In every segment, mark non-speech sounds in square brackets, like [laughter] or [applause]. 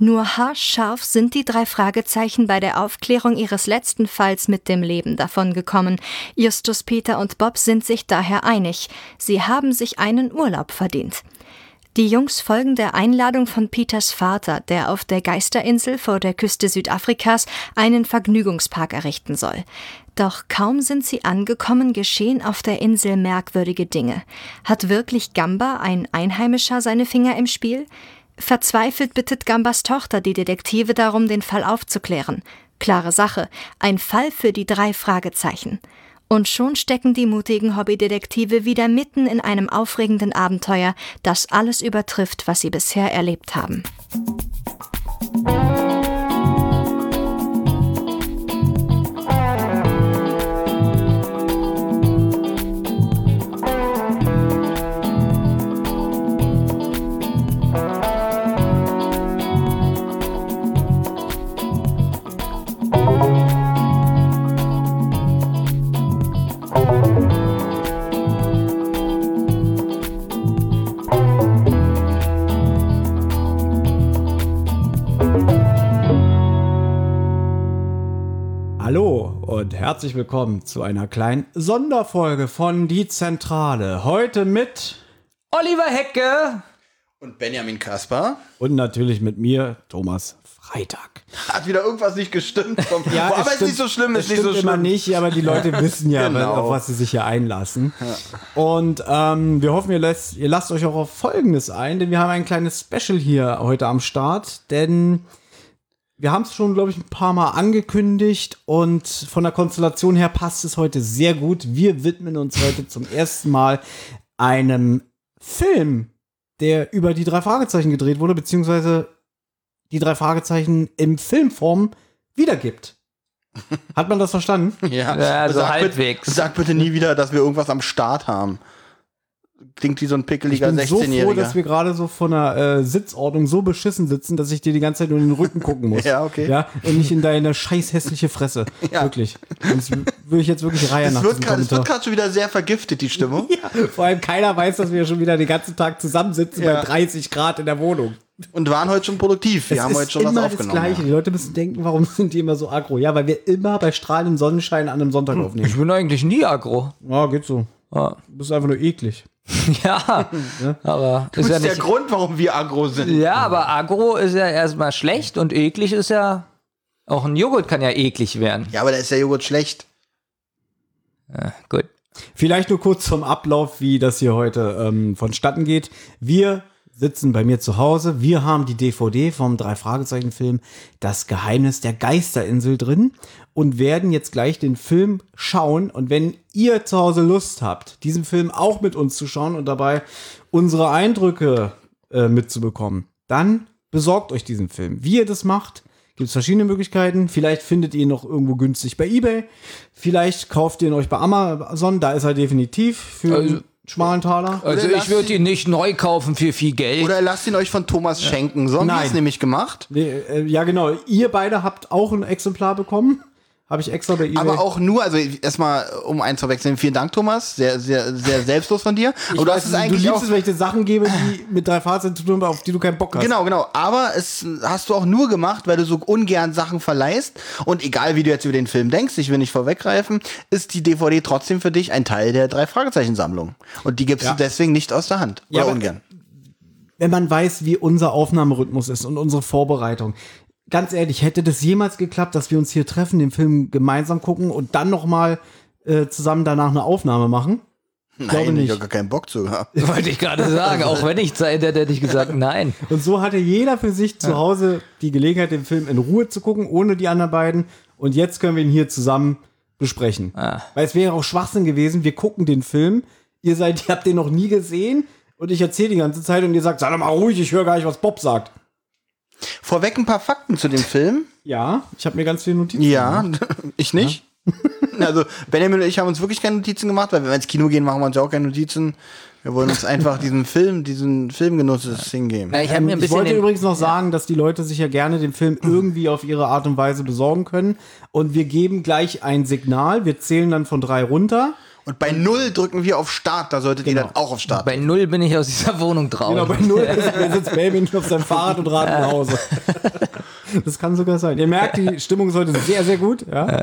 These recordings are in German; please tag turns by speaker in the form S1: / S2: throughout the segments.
S1: Nur haarscharf sind die drei Fragezeichen bei der Aufklärung ihres letzten Falls mit dem Leben davongekommen. Justus, Peter und Bob sind sich daher einig. Sie haben sich einen Urlaub verdient. Die Jungs folgen der Einladung von Peters Vater, der auf der Geisterinsel vor der Küste Südafrikas einen Vergnügungspark errichten soll. Doch kaum sind sie angekommen, geschehen auf der Insel merkwürdige Dinge. Hat wirklich Gamba, ein Einheimischer, seine Finger im Spiel? Verzweifelt bittet Gambas Tochter die Detektive darum, den Fall aufzuklären. Klare Sache, ein Fall für die drei Fragezeichen. Und schon stecken die mutigen Hobbydetektive wieder mitten in einem aufregenden Abenteuer, das alles übertrifft, was sie bisher erlebt haben.
S2: Hallo und herzlich willkommen zu einer kleinen Sonderfolge von Die Zentrale. Heute mit Oliver Hecke
S3: Und Benjamin Kaspar
S2: und natürlich mit mir, Thomas Freitag.
S3: hat wieder irgendwas nicht gestimmt. Vom
S2: es
S3: aber ist
S2: stimmt-
S3: nicht so schlimm,
S2: es
S3: ist nicht so
S2: stimmt immer
S3: schlimm.
S2: nicht, aber die Leute wissen ja,
S3: Genau.
S2: auf was sie sich hier einlassen. Und ähm, wir hoffen, ihr lasst, ihr lasst euch auch auf Folgendes ein, denn wir haben ein kleines Special hier heute am Start, denn wir haben es schon, glaube ich, ein paar Mal angekündigt und von der Konstellation her passt es heute sehr gut. Wir widmen uns heute zum ersten Mal einem Film, der über die drei Fragezeichen gedreht wurde, beziehungsweise die drei Fragezeichen in Filmform wiedergibt. Hat man das verstanden?
S3: Ja,
S4: Ja, also
S3: sag
S4: halbwegs.
S3: Bitte, sag bitte nie wieder, dass wir irgendwas am Start haben. Klingt wie so ein
S2: Ich
S3: pickeliger
S2: bin so froh,
S3: 16-Jähriger.
S2: dass wir gerade so von der äh, Sitzordnung so beschissen sitzen, dass ich dir die ganze Zeit nur in den Rücken
S3: [laughs]
S2: gucken muss.
S3: Ja, okay.
S2: Ja, und nicht in deine scheiß hässliche Fresse.
S3: [laughs] Ja.
S2: Wirklich. Sonst würde ich jetzt wirklich Reihe
S3: es
S2: nach
S3: wird
S2: diesem
S3: grad- es wird
S2: Kommentar.
S3: gerade schon wieder sehr vergiftet, die Stimmung.
S2: Vor allem keiner weiß, dass wir schon wieder den ganzen Tag zusammensitzen
S3: Ja.
S2: bei 30 Grad in der Wohnung.
S3: Und waren heute schon produktiv. Wir
S2: Es
S3: haben
S2: ist
S3: heute schon was
S2: immer
S3: aufgenommen.
S2: Das Gleiche. Die Leute müssen denken, warum [laughs] sind die immer so aggro? Ja, weil wir immer bei strahlendem Sonnenschein an einem Sonntag
S3: Hm.
S2: aufnehmen.
S4: Ich bin eigentlich nie agro.
S2: Ja, geht so.
S4: Ja, [laughs]
S2: Du bist einfach nur eklig.
S4: ja aber
S3: Das
S4: ist ja
S3: ist der
S4: nicht.
S3: Grund, warum wir agro sind.
S4: Ja, aber agro ist ja erstmal schlecht und eklig ist ja. Auch ein Joghurt kann ja eklig werden.
S3: Ja, aber da ist der Joghurt schlecht.
S4: Gut.
S2: Vielleicht nur kurz zum Ablauf, wie das hier heute ähm, vonstatten geht. Wir sitzen bei mir zu Hause. Wir haben die DVD vom Drei-Fragezeichen-Film Das Geheimnis der Geisterinsel drin und werden jetzt gleich den Film schauen. Und wenn ihr zu Hause Lust habt, diesen Film auch mit uns zu schauen und dabei unsere Eindrücke äh, mitzubekommen, dann besorgt euch diesen Film. Wie ihr das macht, gibt es verschiedene Möglichkeiten. Vielleicht findet ihr ihn noch irgendwo günstig bei eBay. Vielleicht kauft ihr ihn euch bei Amazon. Da ist er definitiv für
S3: Also,
S2: einen schmalen Taler.
S4: Also
S3: Oder
S4: ich würde ihn nicht neu kaufen für viel Geld.
S3: Oder lasst ihn euch von Thomas schenken. So haben wir
S2: Nein.
S3: es nämlich gemacht.
S2: Nee, äh, ja, genau. Ihr beide habt auch ein Exemplar bekommen. Habe ich extra bei eBay.
S3: Aber auch nur, also erstmal, um eins zu wechseln, vielen Dank, Thomas. Sehr, sehr, sehr selbstlos von dir.
S2: Ich
S3: Aber du
S2: weiß,
S3: hast es eigentlich
S2: du
S3: auch
S2: liebst es, wenn ich dir Sachen gebe,
S3: [laughs]
S2: die mit drei Fahrzeugen zu tun haben, auf die du keinen Bock hast.
S3: Genau, genau. Aber es hast du auch nur gemacht, weil du so ungern Sachen verleihst. Und egal, wie du jetzt über den Film denkst, ich will nicht vorweggreifen, ist die DVD trotzdem für dich ein Teil der Drei-Fragezeichen-Sammlung. Und die gibst
S2: Ja.
S3: du deswegen nicht aus der Hand. Oder
S2: aber-
S3: ungern.
S2: Wenn man weiß, wie unser Aufnahmerhythmus ist und unsere Vorbereitung. Ganz ehrlich, hätte das jemals geklappt, dass wir uns hier treffen, den Film gemeinsam gucken und dann nochmal äh, zusammen danach eine Aufnahme machen?
S3: Nein,
S2: glaube
S3: ich
S2: nicht.
S3: habe gar keinen Bock zu. [laughs] Ja.
S4: [laughs] Wollte ich gerade sagen. Auch wenn ich Zeit hätte, hätte ich [laughs] gesagt, nein.
S2: Und so hatte jeder für sich zu Hause die Gelegenheit, den Film in Ruhe zu gucken, ohne die anderen beiden. Und jetzt können wir ihn hier zusammen besprechen.
S4: Ah.
S2: Weil es wäre auch Schwachsinn gewesen, wir gucken den Film, ihr seid, [laughs] ihr habt den noch nie gesehen und ich erzähle die ganze Zeit und ihr sagt, sei doch mal ruhig, ich höre gar nicht, was Bob sagt.
S3: Vorweg ein paar Fakten zu dem Film.
S2: Ja, ich habe mir ganz viele Notizen.
S4: [laughs]
S3: Ja, ich nicht. Also Benjamin und ich haben uns wirklich keine Notizen gemacht, weil wenn wir ins Kino gehen, machen wir uns ja auch keine Notizen. Wir wollen uns einfach diesem Film, diesen Filmgenusses hingeben.
S4: Ich habe mir ein
S2: Ich
S4: bisschen.
S2: wollte
S4: den-
S2: übrigens noch sagen, dass die Leute sich ja gerne den
S4: [clears throat]
S2: Film irgendwie auf ihre Art und Weise besorgen können. Und wir geben gleich ein Signal. Wir zählen dann von drei runter.
S3: Und bei null drücken wir auf Start, da solltet ihr dann auch auf Start.
S4: Genau. Bei null bin ich aus dieser Wohnung drauf.
S2: Genau, bei null ist, sitzt Baby nur auf seinem Fahrrad und radelt nach [laughs] Hause. Das kann sogar sein. Ihr merkt, die Stimmung ist heute sehr, sehr gut. Ja. Hm?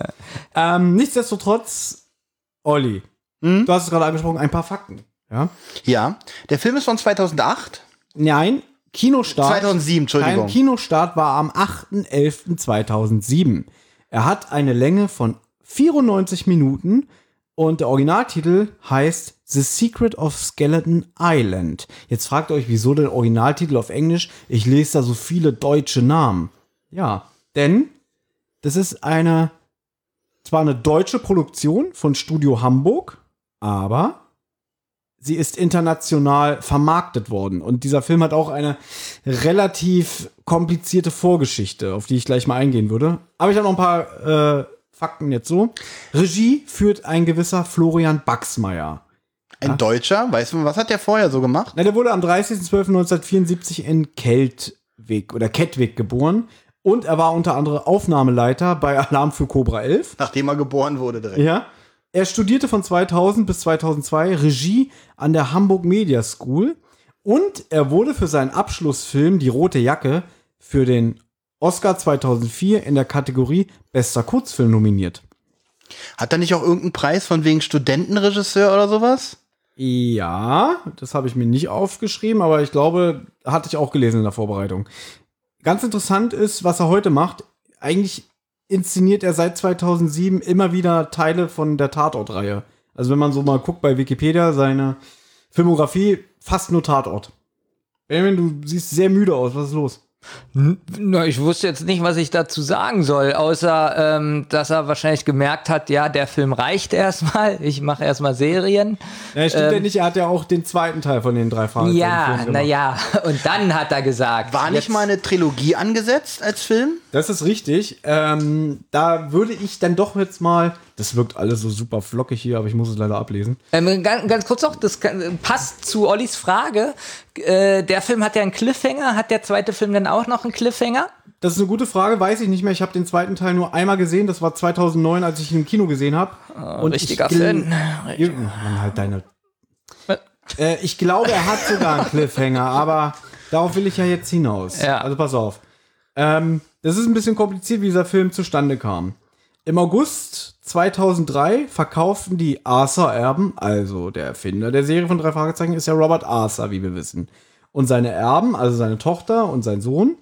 S2: Ähm, nichtsdestotrotz, Olli, du hast es gerade angesprochen, ein paar Fakten. Ja?
S3: Ja, der Film ist von 2008.
S2: Nein, Kinostart.
S3: 2007, Entschuldigung.
S2: Dein Kinostart war am 8.11.2007. Er hat eine Länge von 94 Minuten und der Originaltitel heißt The Secret of Skeleton Island. Jetzt fragt ihr euch, wieso der Originaltitel auf Englisch? Ich lese da so viele deutsche Namen. Ja, denn das ist eine zwar eine deutsche Produktion von Studio Hamburg, aber sie ist international vermarktet worden. Und dieser Film hat auch eine relativ komplizierte Vorgeschichte, auf die ich gleich mal eingehen würde. Aber ich habe noch ein paar äh, Fakten jetzt so. Regie führt ein gewisser Florian Baxmeier.
S3: Ein Deutscher, weißt du, was hat der vorher so gemacht?
S2: Na, der wurde am 30.12.1974 in Keltwig oder Kettwig geboren. Und er war unter anderem Aufnahmeleiter bei Alarm für Cobra 11.
S3: Nachdem er geboren wurde direkt.
S2: Ja. Er studierte von 2000 bis 2002 Regie an der Hamburg Media School und er wurde für seinen Abschlussfilm Die rote Jacke für den Oscar 2004 in der Kategorie Bester Kurzfilm nominiert.
S3: Hat er nicht auch irgendeinen Preis von wegen Studentenregisseur oder sowas?
S2: Ja, das habe ich mir nicht aufgeschrieben, aber ich glaube, hatte ich auch gelesen in der Vorbereitung. Ganz interessant ist, was er heute macht. Eigentlich inszeniert er seit 2007 immer wieder Teile von der Tatort-Reihe. Also wenn man so mal guckt bei Wikipedia, seine Filmografie fast nur Tatort. Benjamin, du siehst sehr müde aus. Was ist los?
S4: Na, ich wusste jetzt nicht, was ich dazu sagen soll, außer ähm, dass er wahrscheinlich gemerkt hat, ja, der Film reicht erstmal, ich mache erstmal Serien.
S2: Ja, stimmt ja nicht. Er hat ja auch den zweiten Teil von den drei Fragen.
S4: Ja, naja, [laughs] und dann hat er gesagt.
S3: War nicht
S4: jetzt-
S3: mal eine Trilogie angesetzt als Film?
S2: Das ist richtig. Ähm, da würde ich dann doch jetzt mal. Das wirkt alles so super flockig hier, aber ich muss es leider ablesen.
S4: Ähm, ganz, ganz kurz noch, das kann, passt zu Ollis Frage. Äh, der Film hat ja einen Cliffhanger, hat der zweite Film dann auch noch einen Cliffhanger?
S2: Das ist eine gute Frage, weiß ich nicht mehr. Ich habe den zweiten Teil nur einmal gesehen. Das war 2009, als ich ihn im Kino gesehen habe. Und
S4: richtiger
S2: gl-
S4: Fan.
S2: Ja, Mann, halt deine. Äh, ich glaube, er hat sogar einen Cliffhanger, aber darauf will ich ja jetzt hinaus.
S4: Ja.
S2: Also pass auf. Ähm, das ist ein bisschen kompliziert, wie dieser Film zustande kam. Im August 2003 verkauften die Arthur-Erben, also der Erfinder der Serie von drei Fragezeichen, ist ja Robert Arthur, wie wir wissen. Und seine Erben, also seine Tochter und sein Sohn,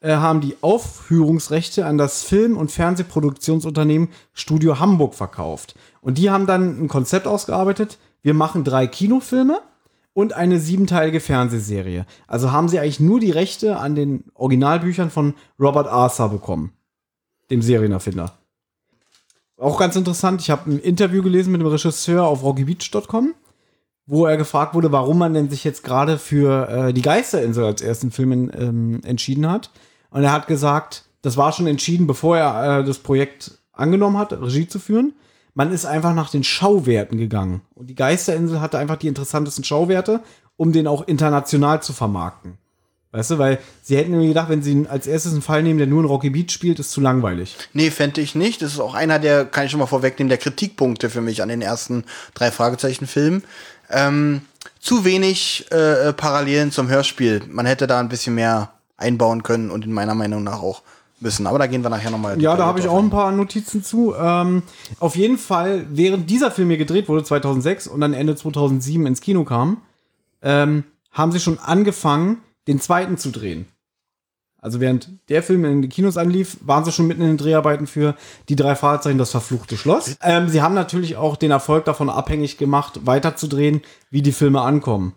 S2: äh, haben die Aufführungsrechte an das Film- und Fernsehproduktionsunternehmen Studio Hamburg verkauft. Und die haben dann ein Konzept ausgearbeitet. Wir machen drei Kinofilme und eine siebenteilige Fernsehserie. Also haben sie eigentlich nur die Rechte an den Originalbüchern von Robert Arthur bekommen, dem Serienerfinder. Auch ganz interessant, ich habe ein Interview gelesen mit dem Regisseur auf rockybeach.com, wo er gefragt wurde, warum man denn sich jetzt gerade für äh, die Geisterinsel als ersten Film in, ähm, entschieden hat. Und er hat gesagt, das war schon entschieden, bevor er äh, das Projekt angenommen hat, Regie zu führen. Man ist einfach nach den Schauwerten gegangen. Und die Geisterinsel hatte einfach die interessantesten Schauwerte, um den auch international zu vermarkten. Weißt du, weil sie hätten irgendwie gedacht, wenn sie ihn als erstes einen Fall nehmen, der nur in Rocky Beach spielt, ist zu langweilig.
S3: Nee, fände ich nicht. Das ist auch einer der, kann ich schon mal vorwegnehmen, der Kritikpunkte für mich an den ersten drei Fragezeichen-Filmen. Ähm, zu wenig äh, äh, Parallelen zum Hörspiel. Man hätte da ein bisschen mehr einbauen können und in meiner Meinung nach auch müssen. Aber da gehen wir nachher nochmal.
S2: Ja, da habe ich auch ein paar Notizen zu. Ähm, auf jeden Fall, während dieser Film hier gedreht wurde, 2006 und dann Ende 2007 ins Kino kam, ähm, haben sie schon angefangen, den zweiten zu drehen. Also während der Film in die Kinos anlief, waren sie schon mitten in den Dreharbeiten für die drei Fahrzeuge das verfluchte Schloss. Ähm, sie haben natürlich auch den Erfolg davon abhängig gemacht, weiterzudrehen, wie die Filme ankommen.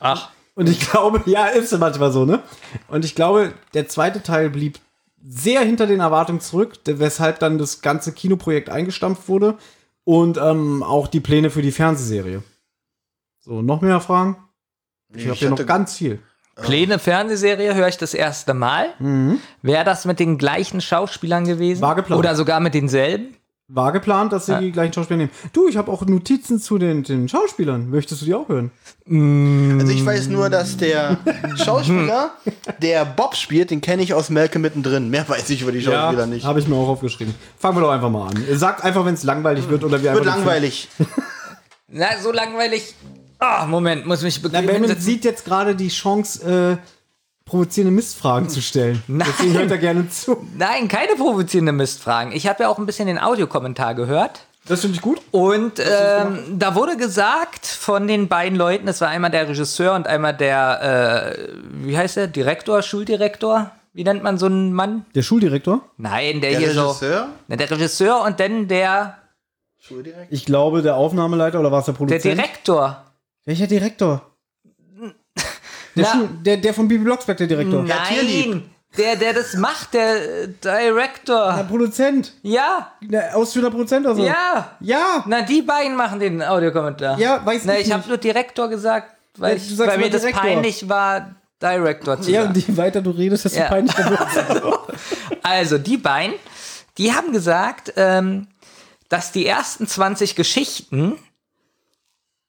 S4: Ach.
S2: Und ich glaube, ja, ist ja manchmal so, ne? Und ich glaube, der zweite Teil blieb sehr hinter den Erwartungen zurück, de- weshalb dann das ganze Kinoprojekt eingestampft wurde und ähm, auch die Pläne für die Fernsehserie. So, noch mehr Fragen? Ich habe
S3: Ich
S2: ja noch
S3: hätte,
S2: ganz viel.
S4: Pläne Fernsehserie höre ich das erste Mal. Wäre das mit den gleichen Schauspielern gewesen?
S2: Mhm. War geplant.
S4: Oder sogar mit denselben?
S2: War geplant, dass sie die gleichen Schauspieler nehmen. Du, ich habe auch Notizen zu den, den Schauspielern. Möchtest du die auch hören?
S3: also ich weiß nur, dass der
S2: [laughs]
S3: Schauspieler, der Bob spielt, den kenne ich aus Malcolm mittendrin. Mehr weiß ich über die Schauspieler nicht.
S2: habe ich mir auch aufgeschrieben. Fangen wir doch einfach mal an. Sagt einfach, wenn es langweilig wird oder wir
S3: Wird
S2: einfach den Film-
S3: langweilig.
S4: Na, so langweilig. Ah, Moment, muss mich
S2: Na,
S4: bequem
S2: Benjamin
S4: hinsetzen.
S2: sieht jetzt gerade die Chance, äh, provozierende Mistfragen zu stellen.
S4: [laughs] Nein.
S2: Deswegen hört er gerne zu.
S4: Nein, keine provozierende Mistfragen. Ich habe ja auch ein bisschen den Audiokommentar gehört.
S2: Das finde ich gut.
S4: Und ähm, da wurde gesagt von den beiden Leuten, es war einmal der Regisseur und einmal der, äh, wie heißt der, Direktor, Schuldirektor? Wie nennt man so einen Mann?
S2: Der Schuldirektor?
S4: Nein, der,
S3: Der
S4: hier
S3: Regisseur?
S4: so. Na, Der Regisseur und dann der,
S3: Schuldirekt?
S2: Ich glaube, der Aufnahmeleiter oder war es der
S4: der
S2: Produzent?
S4: Direktor.
S2: Welcher Direktor? Der,
S4: Na.
S2: Schul- der, der von Bibi Blocksberg, der Direktor.
S3: Ja, Tierlieb.
S4: Nein, der, der das macht, der äh,
S2: Der
S4: Director.
S2: Produzent.
S4: Ja,
S2: Der ausführender Produzent oder so.
S4: ja.
S2: Ja.
S4: Na, die beiden machen den Audiokommentar.
S2: Ja, weiß
S4: Na,
S2: ich
S4: ich habe
S2: nicht.
S4: nur Direktor gesagt, weil,
S2: Ja, du
S4: ich,
S2: sagst
S4: weil mir
S2: immer
S4: das
S2: Direktor.
S4: peinlich war, Director zu
S2: Ja,
S4: sagen.
S2: und je weiter du redest, desto
S4: Ja.
S2: peinlicher wird
S4: [laughs] Also, die beiden, die haben gesagt, ähm, dass die ersten 20 Geschichten,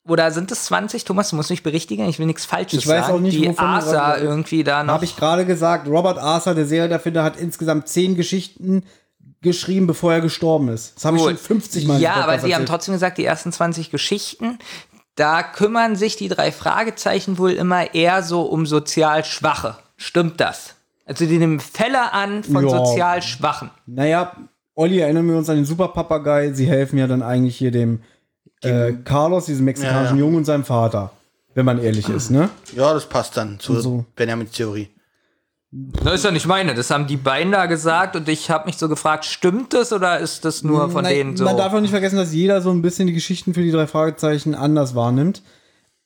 S4: oder sind es 20? Thomas, du musst mich berichtigen, ich will nichts Falsches
S2: Ich weiß
S4: sagen.
S2: auch nicht,
S4: die
S2: wovon du
S4: Asa
S2: gerade redest.
S4: irgendwie da noch.
S2: Habe ich gerade gesagt, Robert Arthur, der Serienerfinder, hat insgesamt zehn Geschichten geschrieben, bevor er gestorben ist. Das habe ich
S4: Gut.
S2: schon 50 Mal
S4: Ja, aber
S2: gesagt.
S4: sie haben trotzdem gesagt, die ersten 20 Geschichten, da kümmern sich die drei Fragezeichen wohl immer eher so um sozial Schwache. Stimmt das? Also die nehmen Fälle an von
S2: Ja.
S4: sozial Schwachen.
S2: Naja, Olli, erinnern wir uns an den Superpapagei. Sie helfen ja dann eigentlich hier dem äh, Carlos, diesem mexikanischen
S3: Ja, ja.
S2: Jungen und seinem Vater. Wenn man ehrlich ist, ne?
S3: Ja, das passt dann zu
S2: so.
S3: Benjamins Theorie.
S4: Das ist ja nicht meine, das haben die beiden da gesagt und ich habe mich so gefragt, stimmt das oder ist das nur von
S2: Nein,
S4: denen so?
S2: Man darf auch nicht vergessen, dass jeder so ein bisschen die Geschichten für die drei Fragezeichen anders wahrnimmt.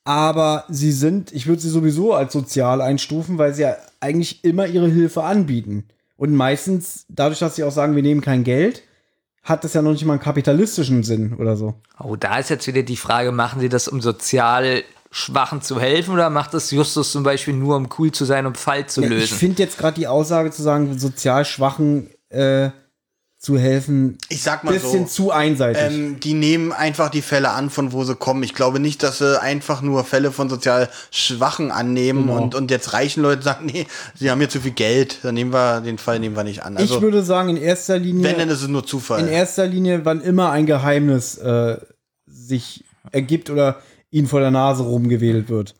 S2: Aber sie sind, ich würde sie sowieso als sozial einstufen, weil sie ja eigentlich immer ihre Hilfe anbieten. Und meistens, dadurch, dass sie auch sagen, wir nehmen kein Geld, hat das ja noch nicht mal einen kapitalistischen Sinn oder so.
S4: oh, da ist jetzt wieder die Frage, machen sie das, um sozial Schwachen zu helfen oder macht das Justus zum Beispiel nur, um cool zu sein, um Fall zu
S2: Ja, Ich
S4: lösen?
S2: finde jetzt gerade die Aussage zu sagen, sozial Schwachen äh, zu helfen,
S3: Ich sag mal so.
S2: bisschen zu einseitig.
S3: Ähm, die nehmen einfach die Fälle an, von wo sie kommen. Ich glaube nicht, dass sie einfach nur Fälle von sozial Schwachen annehmen
S2: Genau.
S3: und, und jetzt reichen Leute sagen, [laughs] nee, sie haben hier zu viel Geld, dann nehmen wir den Fall nehmen wir nicht an.
S2: ich
S3: Also
S2: würde sagen, in erster Linie.
S3: wenn, dann ist es nur
S2: in
S3: Zufall.
S2: erster Linie, wann immer ein Geheimnis äh, sich ergibt oder ihnen vor der Nase rumgewedelt wird.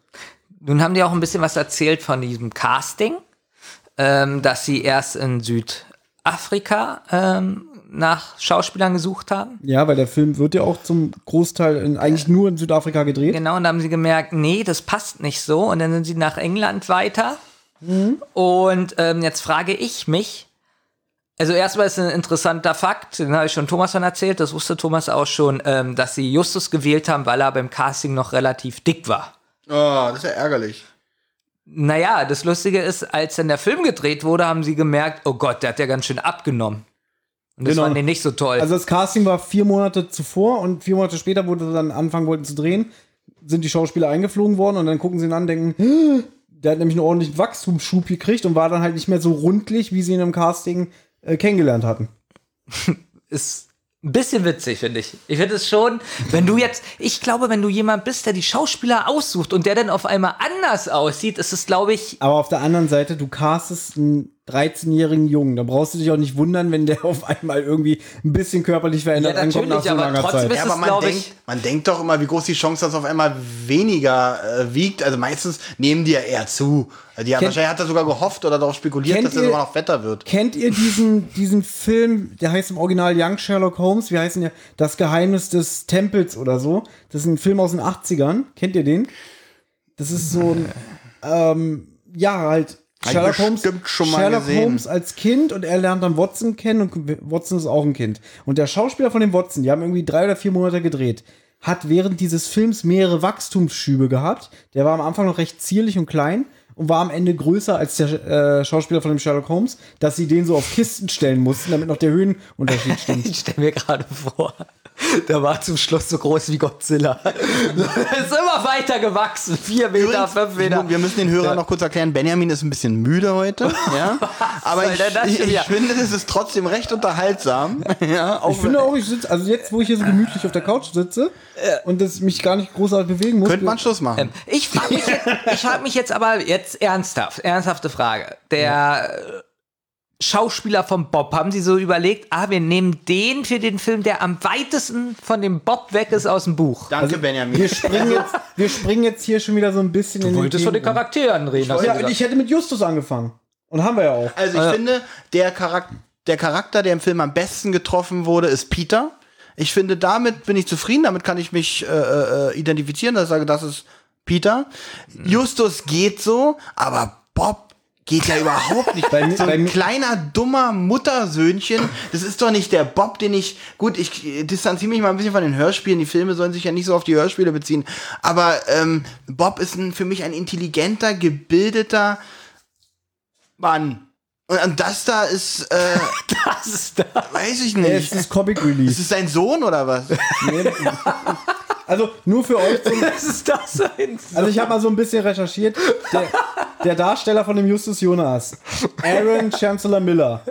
S4: Nun haben die auch ein bisschen was erzählt von diesem Casting, ähm, dass sie erst in Südafrika ähm, nach Schauspielern gesucht haben.
S2: Ja, weil der Film wird ja auch zum Großteil in, eigentlich nur in Südafrika gedreht.
S4: Genau, und da haben sie gemerkt, nee, das passt nicht so. Und dann sind sie nach England weiter.
S2: Mhm.
S4: Und ähm, jetzt frage ich mich, also erstmal ist ein interessanter Fakt, den habe ich schon Thomas von erzählt, das wusste Thomas auch schon, ähm, dass sie Justus gewählt haben, weil er beim Casting noch relativ dick war.
S3: Oh, das ist ja ärgerlich.
S4: Naja, das Lustige ist, als dann der Film gedreht wurde, haben sie gemerkt, oh Gott, der hat ja ganz schön abgenommen. Und das
S2: Genau.
S4: fanden die nicht so toll.
S2: Also das Casting war vier Monate zuvor und vier Monate später, wo sie dann anfangen wollten zu drehen, sind die Schauspieler eingeflogen worden und dann gucken sie ihn an und denken, [gasps] "Hä?" der hat nämlich einen ordentlichen Wachstumsschub gekriegt und war dann halt nicht mehr so rundlich, wie sie ihn im Casting äh, kennengelernt hatten.
S4: ist ein bisschen witzig, finde ich. Ich finde es schon, wenn du jetzt, ich glaube, wenn du jemand bist, der die Schauspieler aussucht und der dann auf einmal anders aussieht, ist es, glaube ich, [laughs]
S2: Aber auf der anderen Seite, du castest einen 13-jährigen Jungen. Da brauchst du dich auch nicht wundern, wenn der [laughs] auf einmal irgendwie ein bisschen körperlich verändert
S4: Ja,
S2: ankommt nach
S4: natürlich,
S2: so
S4: aber
S2: langer
S4: trotzdem
S2: Zeit.
S4: ist-
S3: Ja,
S4: Das
S3: aber man
S4: glaub ich-
S3: denkt, man denkt doch immer, wie groß die Chance, dass auf einmal weniger äh, wiegt. Also meistens nehmen die ja eher zu. Also Die haben,
S2: Kennt-
S3: wahrscheinlich hat er sogar gehofft oder darauf spekuliert,
S2: Kennt
S3: dass er
S2: ihr-
S3: sogar noch fetter wird.
S2: Kennt ihr diesen, diesen Film, der heißt im Original Young Sherlock Holmes, wie heißt denn der? Das Geheimnis des Tempels oder so. Das ist ein Film aus den 80ern. Kennt ihr den? Das ist so ein, ähm, ja, halt.
S3: Hab ich
S2: Sherlock Holmes,
S3: bestimmt schon mal
S2: Sherlock
S3: gesehen.
S2: Holmes als Kind und er lernt dann Watson kennen und Watson ist auch ein Kind. Und der Schauspieler von dem Watson, die haben irgendwie drei oder vier Monate gedreht, hat während dieses Films mehrere Wachstumsschübe gehabt. Der war am Anfang noch recht zierlich und klein und war am Ende größer als der äh, Schauspieler von dem Sherlock Holmes, dass sie den so auf Kisten stellen mussten, damit noch der Höhenunterschied
S4: [laughs]
S2: stimmt.
S4: ich stelle mir gerade vor, der war zum Schluss so groß wie Godzilla. [laughs] ist immer weiter gewachsen, vier Meter,
S3: Übrigens,
S4: fünf Meter.
S3: Wir müssen den Hörern noch kurz erklären, Benjamin ist ein bisschen müde heute. Ja? Aber
S4: soll
S3: ich,
S4: denn das
S3: ich,
S4: schon
S3: ich
S4: wieder?
S3: finde, es ist trotzdem recht unterhaltsam. Ja, auch
S2: Ich finde auch, ich sitze, also jetzt, wo ich hier so gemütlich auf der Couch sitze und das mich gar nicht großartig bewegen muss,
S3: könnte man Schluss machen.
S4: Ich frage mich, jetzt- ich frag mich jetzt aber jetzt ernsthaft, ernsthafte Frage. Der äh, Schauspieler vom Bob, haben sie so überlegt, ah, wir nehmen den für den Film, der am weitesten von dem Bob weg ist aus dem Buch.
S3: Danke,
S2: Wir [laughs]
S3: Benjamin.
S2: springen, jetzt, wir springen jetzt hier schon wieder so ein bisschen in
S4: Du wolltest von den
S2: Gegenwart.
S4: Charakteren reden. hast du
S2: Ja,
S4: gesagt.
S2: ich hätte mit Justus angefangen. Und haben wir ja auch.
S3: Also ich finde, der Charakter, der Charakter, der im Film am besten getroffen wurde, ist Peter. Ich finde, damit bin ich zufrieden, damit kann ich mich äh, äh, identifizieren, dass ich sage, das ist Peter. Justus geht so, aber Bob geht ja überhaupt nicht.
S2: Bei mir-
S3: so
S2: bei
S3: ein
S2: mir-
S3: kleiner, dummer Muttersöhnchen, das ist doch nicht der Bob, den ich, gut, ich äh, distanziere mich mal ein bisschen von den Hörspielen, die Filme sollen sich ja nicht so auf die Hörspiele beziehen, aber ähm, Bob ist ein, für mich ein intelligenter, gebildeter, Mann. Und, und das da ist, äh,
S4: das ist da.
S3: weiß ich
S2: Es
S3: nicht.
S2: ist Comic
S3: Ist
S2: Release.
S3: es sein Sohn oder was?
S2: Also nur für euch
S4: [laughs]
S2: zum
S4: Das ist das ein.
S2: Also ich habe mal so ein bisschen recherchiert. Der, der Darsteller von dem Justus Jonas, Aaron Chancellor Miller,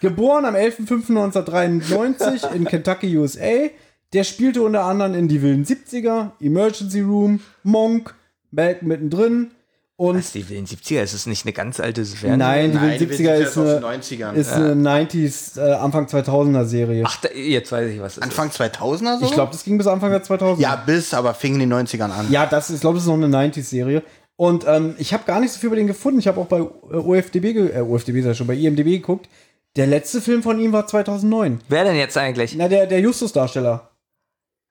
S2: geboren am 11.05.1993 in Kentucky, USA. Der spielte unter anderem in Die wilden 70er, Emergency Room, Monk, Melk mittendrin und
S4: Was, die wilden 70er? Ist es nicht eine ganz alte Serie?
S2: Nein, die
S3: Nein,
S2: wilden 70er ist
S3: aus den
S2: eine,
S3: 90ern.
S2: ist eine 90s, äh, Anfang 2000er Serie.
S4: Ach, da, jetzt weiß ich, was es ist.
S3: Anfang 2000er so?
S2: Ich glaube, das ging bis Anfang der 2000er.
S3: Ja, bis, aber fing in den 90ern an.
S2: Ja, das ist, glaube ich, ist noch eine 90s-Serie. Und ähm, ich habe gar nicht so viel über den gefunden. Ich habe auch bei äh, OFDB, ge- äh, OFDB ist ja schon, bei IMDB geguckt. Der letzte Film von ihm war 2009.
S4: Wer denn jetzt eigentlich?
S2: Na, der, der Justus-Darsteller.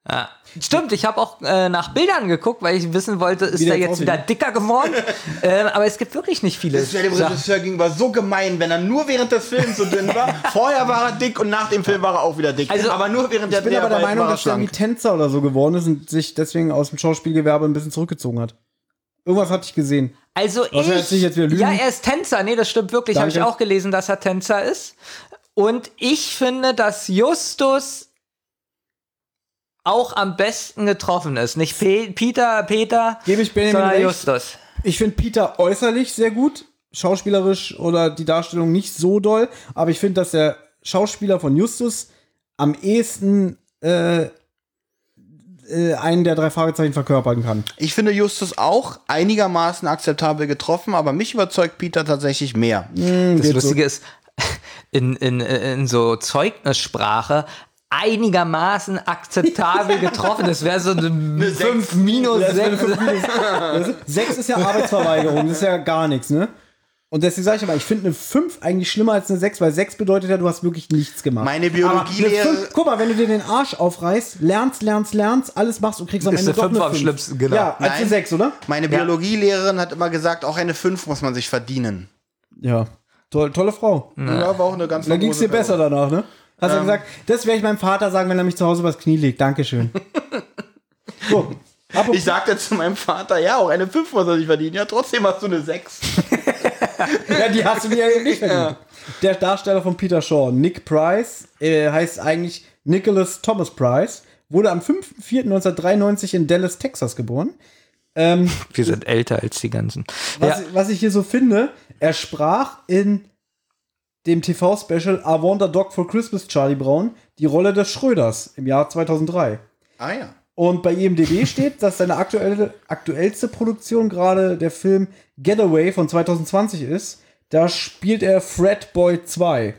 S4: Ah. Stimmt, ich habe auch äh, nach Bildern geguckt, weil ich wissen wollte, ist
S2: Wie
S4: der
S2: der jetzt
S4: jetzt wieder
S2: aussieht.
S3: [laughs]
S4: dicker geworden? ähm, aber es gibt wirklich nicht viele.
S3: Das wäre dem
S4: Sachen.
S3: Regisseur gegenüber so gemein, wenn er nur während des Films so dünn [laughs] war. Vorher war er dick und nach dem Film war er auch wieder dick.
S4: Also,
S3: aber nur während der
S2: Ich bin aber der
S3: Dreharbeiten
S2: Meinung,
S3: war er
S2: dass der wie
S3: schlank.
S2: Tänzer oder so geworden ist und sich deswegen aus dem Schauspielgewerbe ein bisschen zurückgezogen hat. Irgendwas hatte ich gesehen.
S4: Also
S2: Was, jetzt
S4: ich,
S2: nicht jetzt wieder lügen?
S4: ja, er ist Tänzer. Nee, das stimmt wirklich. Habe ich
S2: Danke.
S4: auch gelesen, dass er Tänzer ist. Und ich finde, dass Justus auch am besten getroffen ist. Nicht Pe Peter, Peter,
S2: Gebe ich Benjamin
S4: sondern
S2: recht.
S4: Justus.
S2: Ich finde Peter äußerlich sehr gut, schauspielerisch oder die Darstellung nicht so doll, aber ich finde, dass der Schauspieler von Justus am ehesten äh, äh, einen der drei Fragezeichen verkörpern kann.
S3: Ich finde Justus auch einigermaßen akzeptabel getroffen, aber mich überzeugt Peter tatsächlich mehr.
S2: Hm,
S4: Das Lustige ist, [laughs] in, in, in so Zeugnissprache einigermaßen akzeptabel getroffen. Das wäre
S2: [laughs]
S4: so eine 5 minus 6. Äh.
S2: Sechs ist ja Arbeitsverweigerung, das ist ja gar nichts, ne? Und deswegen sage ich aber, ich finde eine 5 eigentlich schlimmer als eine 6, weil 6 bedeutet ja, du hast wirklich nichts gemacht.
S3: Meine
S2: Aber eine
S3: Biologielehre-
S2: fünf- Guck mal, wenn du dir den Arsch aufreißt, lernst, lernst, lernst, alles machst und kriegst am
S4: Ist
S2: Ende
S4: eine
S2: doch
S4: Fünf
S2: eine
S4: am
S2: 5.
S4: schlimmsten, genau.
S2: Ja, als eine
S3: Nein.
S2: 6, oder?
S3: Meine Biologielehrerin hat immer gesagt, auch eine 5 muss man sich verdienen.
S2: Ja. Toll, tolle Frau.
S3: Ja, war auch eine ganz
S2: Dann ging es dir
S3: famose
S2: besser danach, ne? Hast du gesagt, das werde ich meinem Vater sagen, wenn er mich zu Hause übers Knie legt. Dankeschön. so. Apropos,
S3: Ich sagte zu meinem Vater, ja, auch eine 5 muss er sich verdienen. Ja, trotzdem hast du eine 6.
S2: ja, die hast du mir ja nicht verdient. Der Darsteller von Peter Shaw, Nick Price, äh, heißt eigentlich Nicholas Thomas Price, wurde am 5.4.1993 in Dallas, Texas geboren.
S4: Wir sind älter als die ganzen.
S2: Was,
S4: Ja,
S2: was ich hier so finde, er sprach in dem TV-Special I Want a Dog for Christmas, Charlie Brown, die Rolle des Schröders im Jahr 2003.
S3: Ah ja.
S2: Und bei IMDb steht, dass seine aktuelle, aktuellste Produktion gerade der Film Getaway von 2020 ist. Da spielt er Fred Boy 2.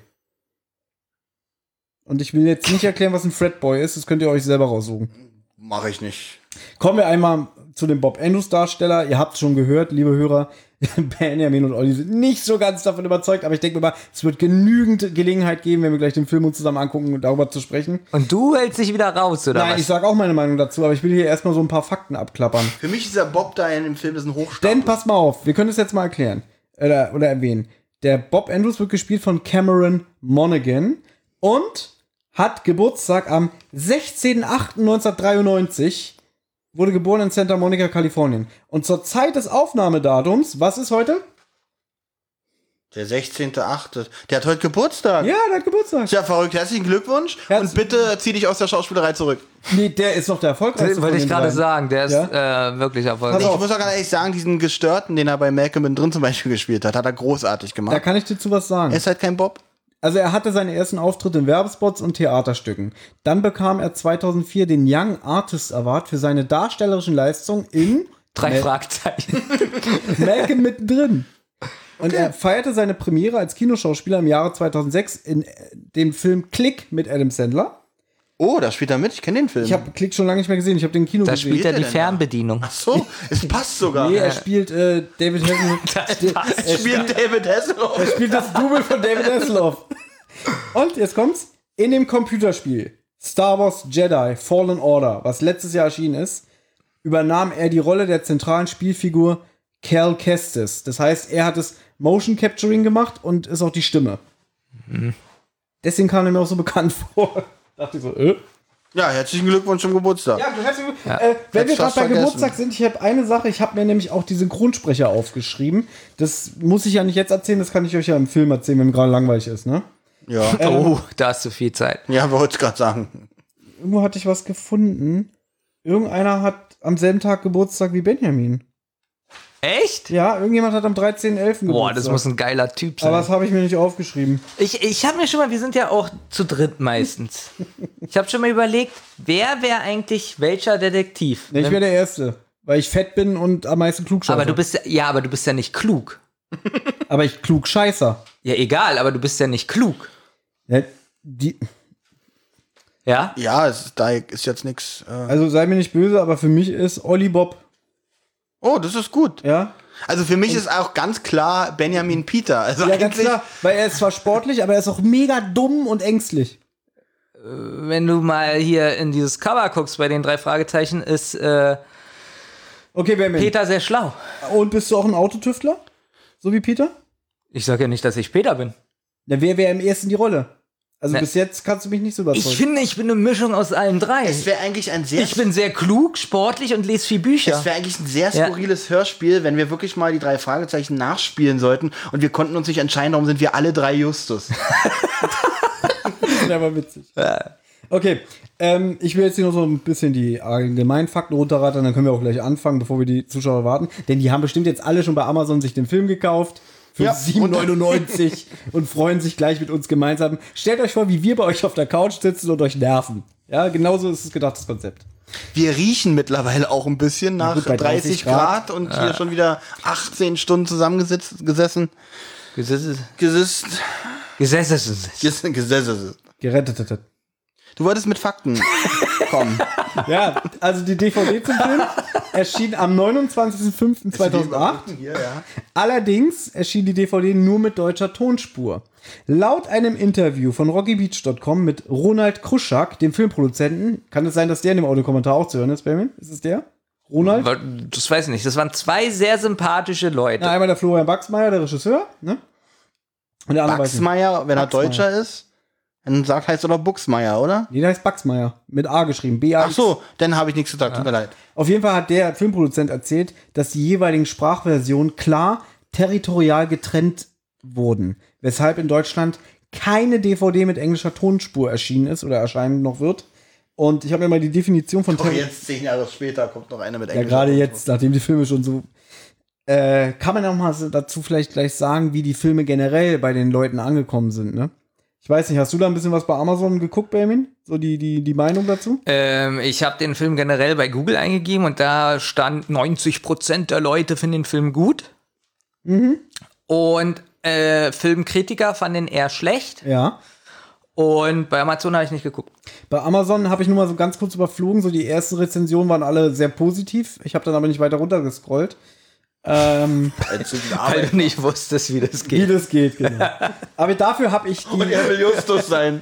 S2: Und ich will jetzt nicht erklären, was ein Fred Boy ist. Das könnt ihr euch selber raussuchen.
S3: Mache ich nicht.
S2: Kommen wir einmal zu dem Bob Andrews Darsteller. Ihr habt es schon gehört, liebe Hörer. [laughs] Benjamin und Olli sind nicht so ganz davon überzeugt, aber ich denke mir mal, es wird genügend Gelegenheit geben, wenn wir gleich den Film uns zusammen angucken und darüber zu sprechen.
S4: und du hältst dich wieder raus, oder
S2: Nein,
S4: was?
S2: ich sage auch meine Meinung dazu, aber ich will hier erstmal so ein paar Fakten abklappern.
S3: Für mich ist der Bob da in dem Film ist ein Hochstapel.
S2: Denn pass mal auf, wir können es jetzt mal erklären oder, oder erwähnen. Der Bob Andrews wird gespielt von Cameron Monaghan und hat Geburtstag am 16.08.1993, wurde geboren in Santa Monica, Kalifornien. Und zur Zeit des Aufnahmedatums, was ist heute?
S3: der 16.8. Der hat heute Geburtstag.
S2: Ja, der hat Geburtstag.
S3: Tja, verrückt. Herzlichen Glückwunsch.
S2: Herz-
S3: Und bitte zieh dich aus der Schauspielerei zurück.
S2: Nee, der ist noch der erfolgreichste.
S4: Das wollte
S2: von
S4: ich
S2: den
S4: gerade
S2: beiden.
S4: sagen. Der ist äh, wirklich erfolgreich.
S2: Pass auf.
S3: Ich muss auch ganz ehrlich sagen, diesen Gestörten, den er bei Malcolm in drin zum Beispiel gespielt hat, hat er großartig
S2: Da
S3: gemacht.
S2: kann ich dir zu was sagen.
S3: Er ist halt kein Bob.
S2: Also er hatte seine ersten Auftritte in Werbespots und Theaterstücken. Dann bekam er 2004 den Young Artist Award für seine darstellerischen Leistungen in [laughs]
S4: Drei Fragezeichen.
S2: Malcolm mittendrin. Und er feierte seine Premiere als Kinoschauspieler im Jahre 2006 in äh, dem Film Click mit Adam Sandler.
S3: Oh, da spielt er mit. Ich kenne den Film.
S2: Ich habe Click schon lange nicht mehr gesehen. Ich habe den Kino
S4: Da
S2: gesehen.
S4: spielt er
S3: er
S4: die
S3: denn da?
S4: Fernbedienung.
S3: Ach so,
S2: [laughs]
S3: es passt sogar.
S2: Nee, er spielt äh, David
S4: [laughs]
S2: Hasselhoff. äh,
S3: Es spielt David
S2: Er
S3: Hasselhoff.
S2: spielt das Double von David Hasselhoff. Und jetzt kommt's. In dem Computerspiel Star Wars Jedi Fallen Order, was letztes Jahr erschienen ist, übernahm er die Rolle der zentralen Spielfigur Cal Kestis. Das heißt, er hat das Motion Capturing gemacht und ist auch die Stimme. Deswegen kam er mir auch so bekannt [laughs] vor. Dachte ich so, äh?
S3: Ja, herzlichen Glückwunsch zum Geburtstag.
S2: Ja, herzlich willkommen. Äh, wenn wir gerade
S3: Hätt's fast
S2: bei
S3: vergessen.
S2: Geburtstag sind, ich habe eine Sache, ich habe mir nämlich auch die Synchronsprecher aufgeschrieben. Das muss ich ja nicht jetzt erzählen, das kann ich euch ja im Film erzählen, wenn mir gerade langweilig ist, ne?
S3: Ja, ja.
S4: Oh, da hast du viel Zeit.
S3: wollte ich gerade sagen.
S2: Irgendwo hatte ich was gefunden. Irgendeiner hat am selben Tag Geburtstag wie Benjamin.
S4: Echt?
S2: Ja, irgendjemand hat am 13.11. Geburtstag.
S4: Boah, das muss ein geiler Typ
S2: Aber das
S4: sein.
S2: habe ich mir nicht aufgeschrieben.
S4: Ich, ich habe mir schon mal, wir sind ja auch zu
S2: [laughs]
S4: dritt meistens. Ich habe schon mal überlegt, wer wäre eigentlich welcher Detektiv?
S2: Nee, ich wäre der Erste. Weil ich fett bin und am meisten klugscheißer.
S4: Ne? aber du bist ja, ja, aber du bist ja nicht klug.
S2: aber ich klugscheißer.
S4: Ja, egal, aber du bist ja nicht klug.
S2: Ne, Die,
S4: Ja?
S3: Ja, es, da ist jetzt nichts. Äh.
S2: also sei mir nicht böse, aber für mich ist Olli Bob,
S3: Oh, das ist gut.
S2: ja,
S3: Also für mich ist auch ganz klar Benjamin Peter. Also
S2: Ja, ganz
S3: eigentlich,
S2: klar, weil er ist zwar sportlich, aber er ist auch mega dumm und ängstlich.
S4: Wenn du mal hier in dieses Cover guckst bei den drei Fragezeichen, ist äh,
S2: Okay, Benjamin.
S4: Peter sehr schlau.
S2: Und bist du auch ein Autotüftler? So wie Peter?
S4: Ich sage ja nicht, dass ich Peter bin.
S2: Na, wer wäre im ersten die Rolle? Also
S4: Na,
S2: bis jetzt kannst du mich nicht so
S4: Ich
S2: überzeugen.
S4: finde, ich bin eine Mischung aus allen drei.
S3: es wäre eigentlich ein sehr
S4: Ich bin sehr klug, sportlich und lese viel Bücher.
S3: Es wäre eigentlich ein sehr
S4: Ja.
S3: skurriles Hörspiel, wenn wir wirklich mal die drei Fragezeichen nachspielen sollten und wir konnten uns nicht entscheiden, darum sind wir alle drei Justus.
S2: Ich finde aber witzig. Okay, ähm, ich will jetzt hier nur so ein bisschen die allgemeinen Fakten runterrattern, dann können wir auch gleich anfangen, bevor wir die Zuschauer warten. Denn die haben bestimmt jetzt alle schon bei Amazon sich den Film gekauft. Für
S3: Ja,
S2: 7,99 und freuen sich gleich mit uns gemeinsam. Stellt euch vor, wie wir bei euch auf der Couch sitzen und euch nerven. Ja, genauso ist es gedacht, das Konzept.
S3: [laughs] Wir riechen mittlerweile auch ein bisschen nach
S2: gut, bei 30
S3: 30 Grad, und hier schon wieder 18 Stunden zusammengesessen, gesessen,
S4: Gesetzes.
S3: gesisst,
S4: Gesetzes.
S3: gesessen, gesessen.
S2: Gerettet.
S3: Du wolltest mit Fakten kommen.
S2: Ja, also die DVD zum
S3: [laughs]
S2: Film erschien am 29.05.2008.
S3: Hier, ja.
S2: Allerdings erschien die DVD nur mit deutscher Tonspur. Laut einem Interview von RockyBeach.com mit Ronald Kruschak, dem Filmproduzenten, kann es sein, dass der in dem Audiokommentar auch zu hören ist, Benjamin? Ist es der? Ronald?
S4: Das weiß ich nicht. Das waren zwei sehr sympathische Leute.
S2: Na, einmal der Florian Baxmeier, der Regisseur, ne? Und der andere weiß nicht.
S3: Baxmeier, wenn er
S2: Baxmeier.
S3: Deutscher ist, dann sagt heißt er doch Buxmeier, oder?
S2: Nee, der heißt Baxmeier. Mit A geschrieben. B A.
S3: Ach so, dann habe ich nichts gesagt, tut mir leid.
S2: Auf jeden Fall hat der Filmproduzent erzählt, dass die jeweiligen Sprachversionen klar territorial getrennt wurden, weshalb in Deutschland keine DVD mit englischer Tonspur erschienen ist oder erscheinen noch wird. Und ich habe mir mal die Definition von
S3: Doch
S2: Terri-
S3: Oh, jetzt, zehn Jahre später, kommt noch einer mit
S2: ja,
S3: Englisch.
S2: gerade jetzt, nachdem die Filme schon so. Äh, kann man ja noch mal so dazu vielleicht gleich sagen, wie die Filme generell bei den Leuten angekommen sind, ne? Ich weiß nicht, hast du da ein bisschen was bei Amazon geguckt, Benjamin? So die, die, die Meinung dazu?
S4: Ähm, ich habe den Film generell bei Google eingegeben und da stand 90% der Leute finden den Film gut. Mhm. Und äh, Filmkritiker fanden ihn eher schlecht.
S2: Ja.
S4: Und bei Amazon habe ich nicht geguckt.
S2: Bei Amazon habe ich nur mal so ganz kurz überflogen, so die ersten Rezensionen waren alle sehr positiv. Ich habe dann aber nicht weiter runtergescrollt. Ähm,
S3: Äh,
S4: Weil du nicht wusstest, wie das
S2: wie
S4: geht.
S2: das geht, genau. [laughs] Aber dafür habe ich die,
S3: Er will Justus sein.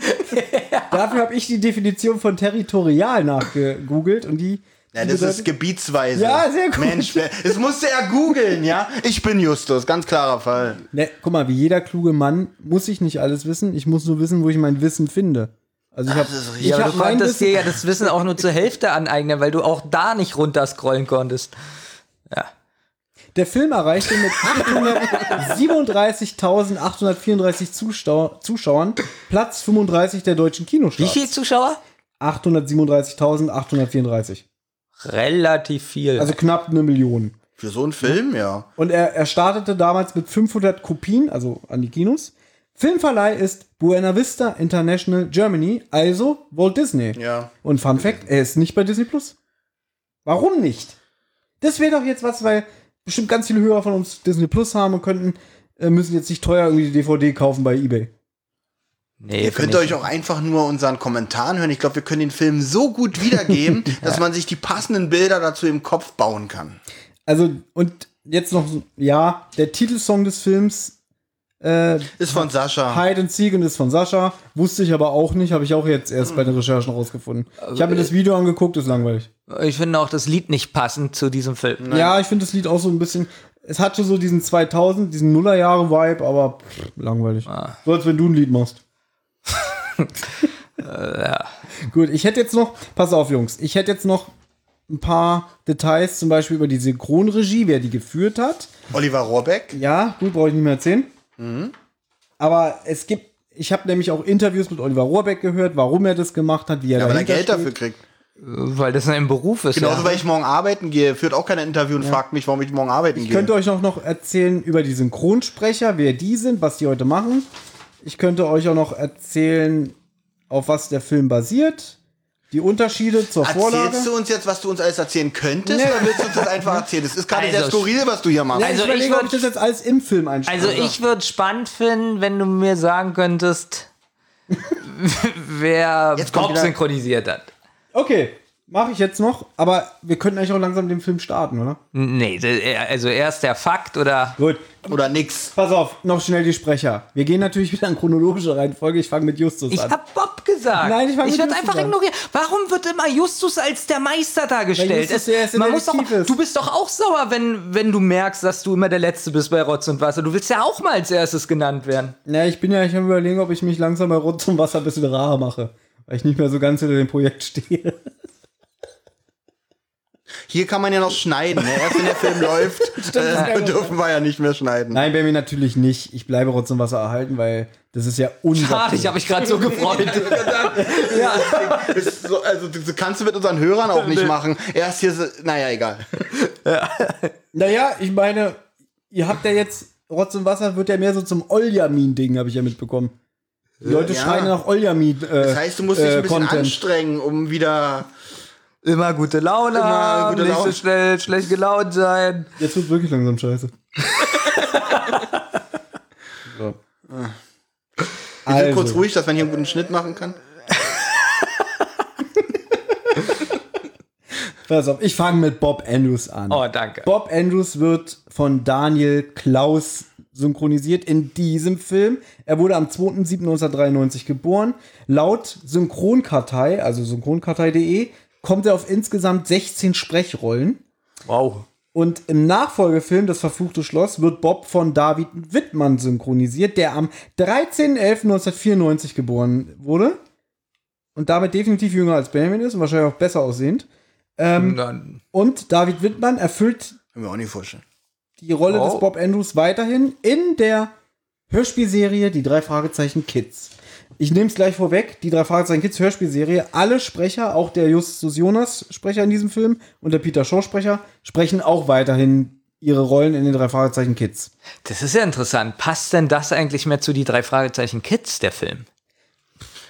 S2: dafür habe ich die Definition von territorial nachgegoogelt und die.
S3: [laughs] Ja,
S2: die
S3: das
S2: bedeutet-
S3: ist gebietsweise.
S2: Ja, sehr gut.
S3: Mensch, wer- es musste er googeln, ja? Ich bin Justus, ganz klarer Fall.
S2: Ne, guck mal, wie jeder kluge Mann muss ich nicht alles wissen. Ich muss nur wissen, wo ich mein Wissen finde. Also ich habe
S3: das ist richtig.
S2: ich
S4: Ja, aber
S2: hab
S4: du
S2: mein
S4: konntest dir
S2: Wissen.
S4: [laughs] ja das Wissen auch nur zur Hälfte aneignen, weil du auch da nicht runterscrollen konntest.
S2: Der Film erreichte mit 837.834 Zuschau Zuschauern Platz 35 der deutschen
S4: Wie
S2: Kinostarts.
S4: viele Zuschauer?
S2: 837.834.
S4: Relativ viel.
S2: Also knapp eine Million.
S3: Für so einen Film, ja.
S2: Und er, er startete damals mit 500 Kopien, also an die Kinos. Filmverleih ist Buena Vista International Germany, also Walt Disney.
S3: Ja.
S2: Und Fun Fact, er ist nicht bei Disney Plus. Warum nicht? Das wäre doch jetzt was, weil bestimmt ganz viele Hörer von uns Disney Plus haben und könnten äh, müssen jetzt nicht teuer irgendwie die DVD kaufen bei eBay.
S4: Nee,
S3: Ihr könnt euch auch einfach nur unseren Kommentaren hören. Ich glaube, wir können den Film so
S2: [laughs]
S3: gut wiedergeben, dass man sich die passenden Bilder dazu im Kopf bauen kann.
S2: Also, und jetzt noch, so- ja, der Titelsong des Films äh,
S3: Ist von Sascha.
S2: Hide and Seek und ist von Sascha. Wusste ich aber auch nicht, habe ich auch jetzt erst bei den Recherchen rausgefunden. Ich habe mir das Video angeguckt, ist langweilig.
S4: Ich finde auch das Lied nicht passend zu diesem Film.
S2: Ja, ich finde das Lied auch so ein bisschen. Es hatte so diesen 2000, diesen Nullerjahre-Vibe, aber pff, langweilig. So als wenn du ein Lied machst. Gut, ich hätte jetzt noch, pass auf, Jungs, ich hätte jetzt noch ein paar Details, zum Beispiel über die Synchronregie, wer die geführt hat.
S3: Oliver Rohrbeck.
S2: Ja, gut, brauche ich nicht mehr erzählen.
S3: Mhm.
S2: Aber es gibt, ich habe nämlich auch Interviews mit Oliver Rohrbeck gehört, warum er das gemacht hat, wie er
S3: Ja,
S2: ja,
S3: weil er
S2: dahinter
S3: Geld
S2: steht.
S3: dafür kriegt.
S4: Weil das ein Beruf ist.
S3: Genauso,
S4: ja.
S3: weil ich morgen arbeiten gehe, führt auch kein Interview und fragt mich, warum ich morgen arbeiten
S2: Ich
S3: gehe.
S2: könnte euch auch noch erzählen über die Synchronsprecher, wer die sind, was die heute machen. Ich könnte euch auch noch erzählen, auf was der Film basiert, die Unterschiede zur
S3: Erzählst
S2: Vorlage.
S4: Also
S3: du uns jetzt, was du uns alles erzählen könntest,
S2: Nee.
S3: oder willst du uns das einfach erzählen? Das ist gerade
S4: Also,
S3: sehr skurril, was du hier machst.
S2: Ja,
S4: Also
S2: ich überlege,
S4: ich würd-
S2: ob ich das jetzt alles im Film einstelle.
S4: Also ich würde spannend finden, wenn du mir sagen
S2: [laughs]
S4: könntest, wer
S3: Jetzt kommt
S4: Bob
S3: wieder-
S4: synchronisiert hat.
S2: okay, mache ich jetzt noch, aber wir könnten eigentlich auch langsam den Film starten, oder?
S4: Nee, d- also erst der Fakt oder
S2: Gut.
S3: Oder nix.
S2: Pass auf, noch schnell die Sprecher. Wir gehen natürlich wieder in chronologische Reihenfolge. Ich fange mit Justus
S4: ich
S2: an.
S4: hab Bob gesagt.
S2: Nein, ich fang mit
S4: werde
S2: Justus
S4: einfach
S2: an.
S4: ignorieren. Warum wird immer Justus als der Meister
S2: Weil
S4: dargestellt?
S2: Justus der erste
S4: man muss doch,
S2: Detektiv ist.
S4: du bist doch auch sauer, wenn, wenn du merkst, dass du immer der Letzte bist bei Rotz und Wasser. Du willst ja auch mal als erstes genannt werden.
S2: Na, ich bin ja, ich am überlegen, ob ich mich langsam bei Rot zum Wasser ein bisschen rar mache. Weil ich nicht mehr so ganz hinter dem Projekt stehe. [laughs]
S3: Hier kann man ja noch schneiden. Ne? Erst wenn der
S2: [laughs]
S3: Film läuft, äh, dürfen wir ja nicht mehr schneiden.
S2: Nein, Baby, natürlich nicht. Ich bleibe Rotz und Wasser erhalten, weil das ist ja unser
S4: Schade,
S2: Film.
S4: ich habe mich gerade so gefreut.
S3: Ist so, also das kannst du mit unseren Hörern auch nicht machen. Erst hier, so- naja, egal.
S2: Naja, ich meine, ihr habt ja jetzt, Rotz und Wasser wird ja mehr so zum Oljamin-Ding, habe ich ja mitbekommen. Die Leute
S3: Ja.
S2: schreien nach Oljamin. Äh,
S3: Das heißt, du musst dich
S2: äh,
S3: ein bisschen
S2: Content.
S3: anstrengen, um wieder.
S4: Immer gute Laune,
S3: Immer
S4: haben,
S3: gute
S4: nicht so
S3: Laune.
S4: schnell schlecht gelaunt sein.
S2: Jetzt wird wirklich langsam scheiße.
S3: Wir sind kurz
S2: Also.
S3: ruhig, dass man hier einen guten Schnitt machen kann.
S2: Pass auf, ich fange mit Bob Andrews an.
S4: Oh, danke.
S2: Bob Andrews wird von Daniel Klaus synchronisiert in diesem Film. Er wurde am 2.7.1993 geboren. Laut Synchronkartei, also synchronkartei.de, kommt er auf insgesamt 16 Sprechrollen.
S4: Wow.
S2: Und im Nachfolgefilm Das verfluchte Schloss wird Bob von David Wittmann synchronisiert, der am 13.11.1994 geboren wurde und damit definitiv jünger als Benjamin ist und wahrscheinlich auch besser aussehend.
S4: Dann-
S2: Und David Wittmann erfüllt
S3: Können wir auch nicht vorstellen.
S2: die Rolle
S4: Oh.
S2: des Bob Andrews weiterhin in der Hörspielserie Die drei Fragezeichen Kids. Ich nehme es gleich vorweg, die drei Fragezeichen Kids Hörspielserie, alle Sprecher, auch der Justus Jonas Sprecher in diesem Film und der Peter Shaw Sprecher, sprechen auch weiterhin ihre Rollen in den drei Fragezeichen Kids.
S4: Das ist ja interessant. Passt denn das eigentlich mehr zu die drei Fragezeichen Kids, der Film?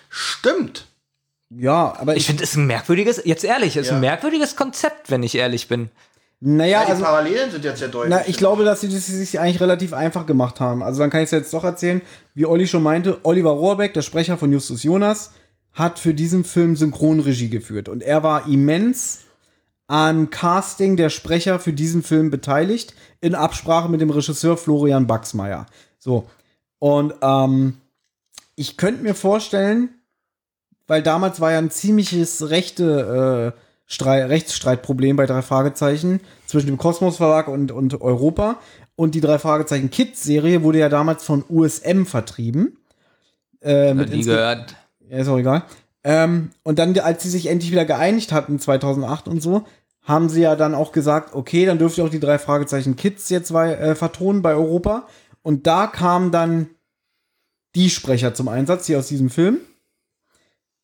S3: Stimmt.
S2: Ja, aber
S4: Ich
S2: ich,
S4: finde, es ist ein merkwürdiges, jetzt ehrlich, es ist ein merkwürdiges Konzept, wenn ich ehrlich bin.
S2: naja,
S3: Ja, die
S2: also,
S3: Parallelen sind jetzt ja deutlich.
S2: na, ich glaube, dass sie das sich eigentlich relativ einfach gemacht haben. Also dann kann ich es jetzt doch erzählen, wie Olli schon meinte, Oliver Rohrbeck, der Sprecher von Justus Jonas, hat für diesen Film Synchronregie geführt und er war immens am Casting der Sprecher für diesen Film beteiligt, in Absprache mit dem Regisseur Florian Baxmeier. So. Und ähm, ich könnte mir vorstellen, weil damals war ja ein ziemliches rechte, äh, Streit, Rechtsstreitproblem bei drei Fragezeichen zwischen dem Kosmos Verlag und, und Europa. Und die drei Fragezeichen Kids Serie wurde ja damals von USM vertrieben. Äh, mit
S4: Die
S2: insge-
S4: gehört.
S2: ja, ist auch egal. Ähm, und dann, als sie sich endlich wieder geeinigt hatten, 2008 und so, haben sie ja dann auch gesagt, okay, dann dürft ihr auch die drei Fragezeichen Kids jetzt wei- äh, vertonen bei Europa. Und da kamen dann die Sprecher zum Einsatz, die aus diesem Film.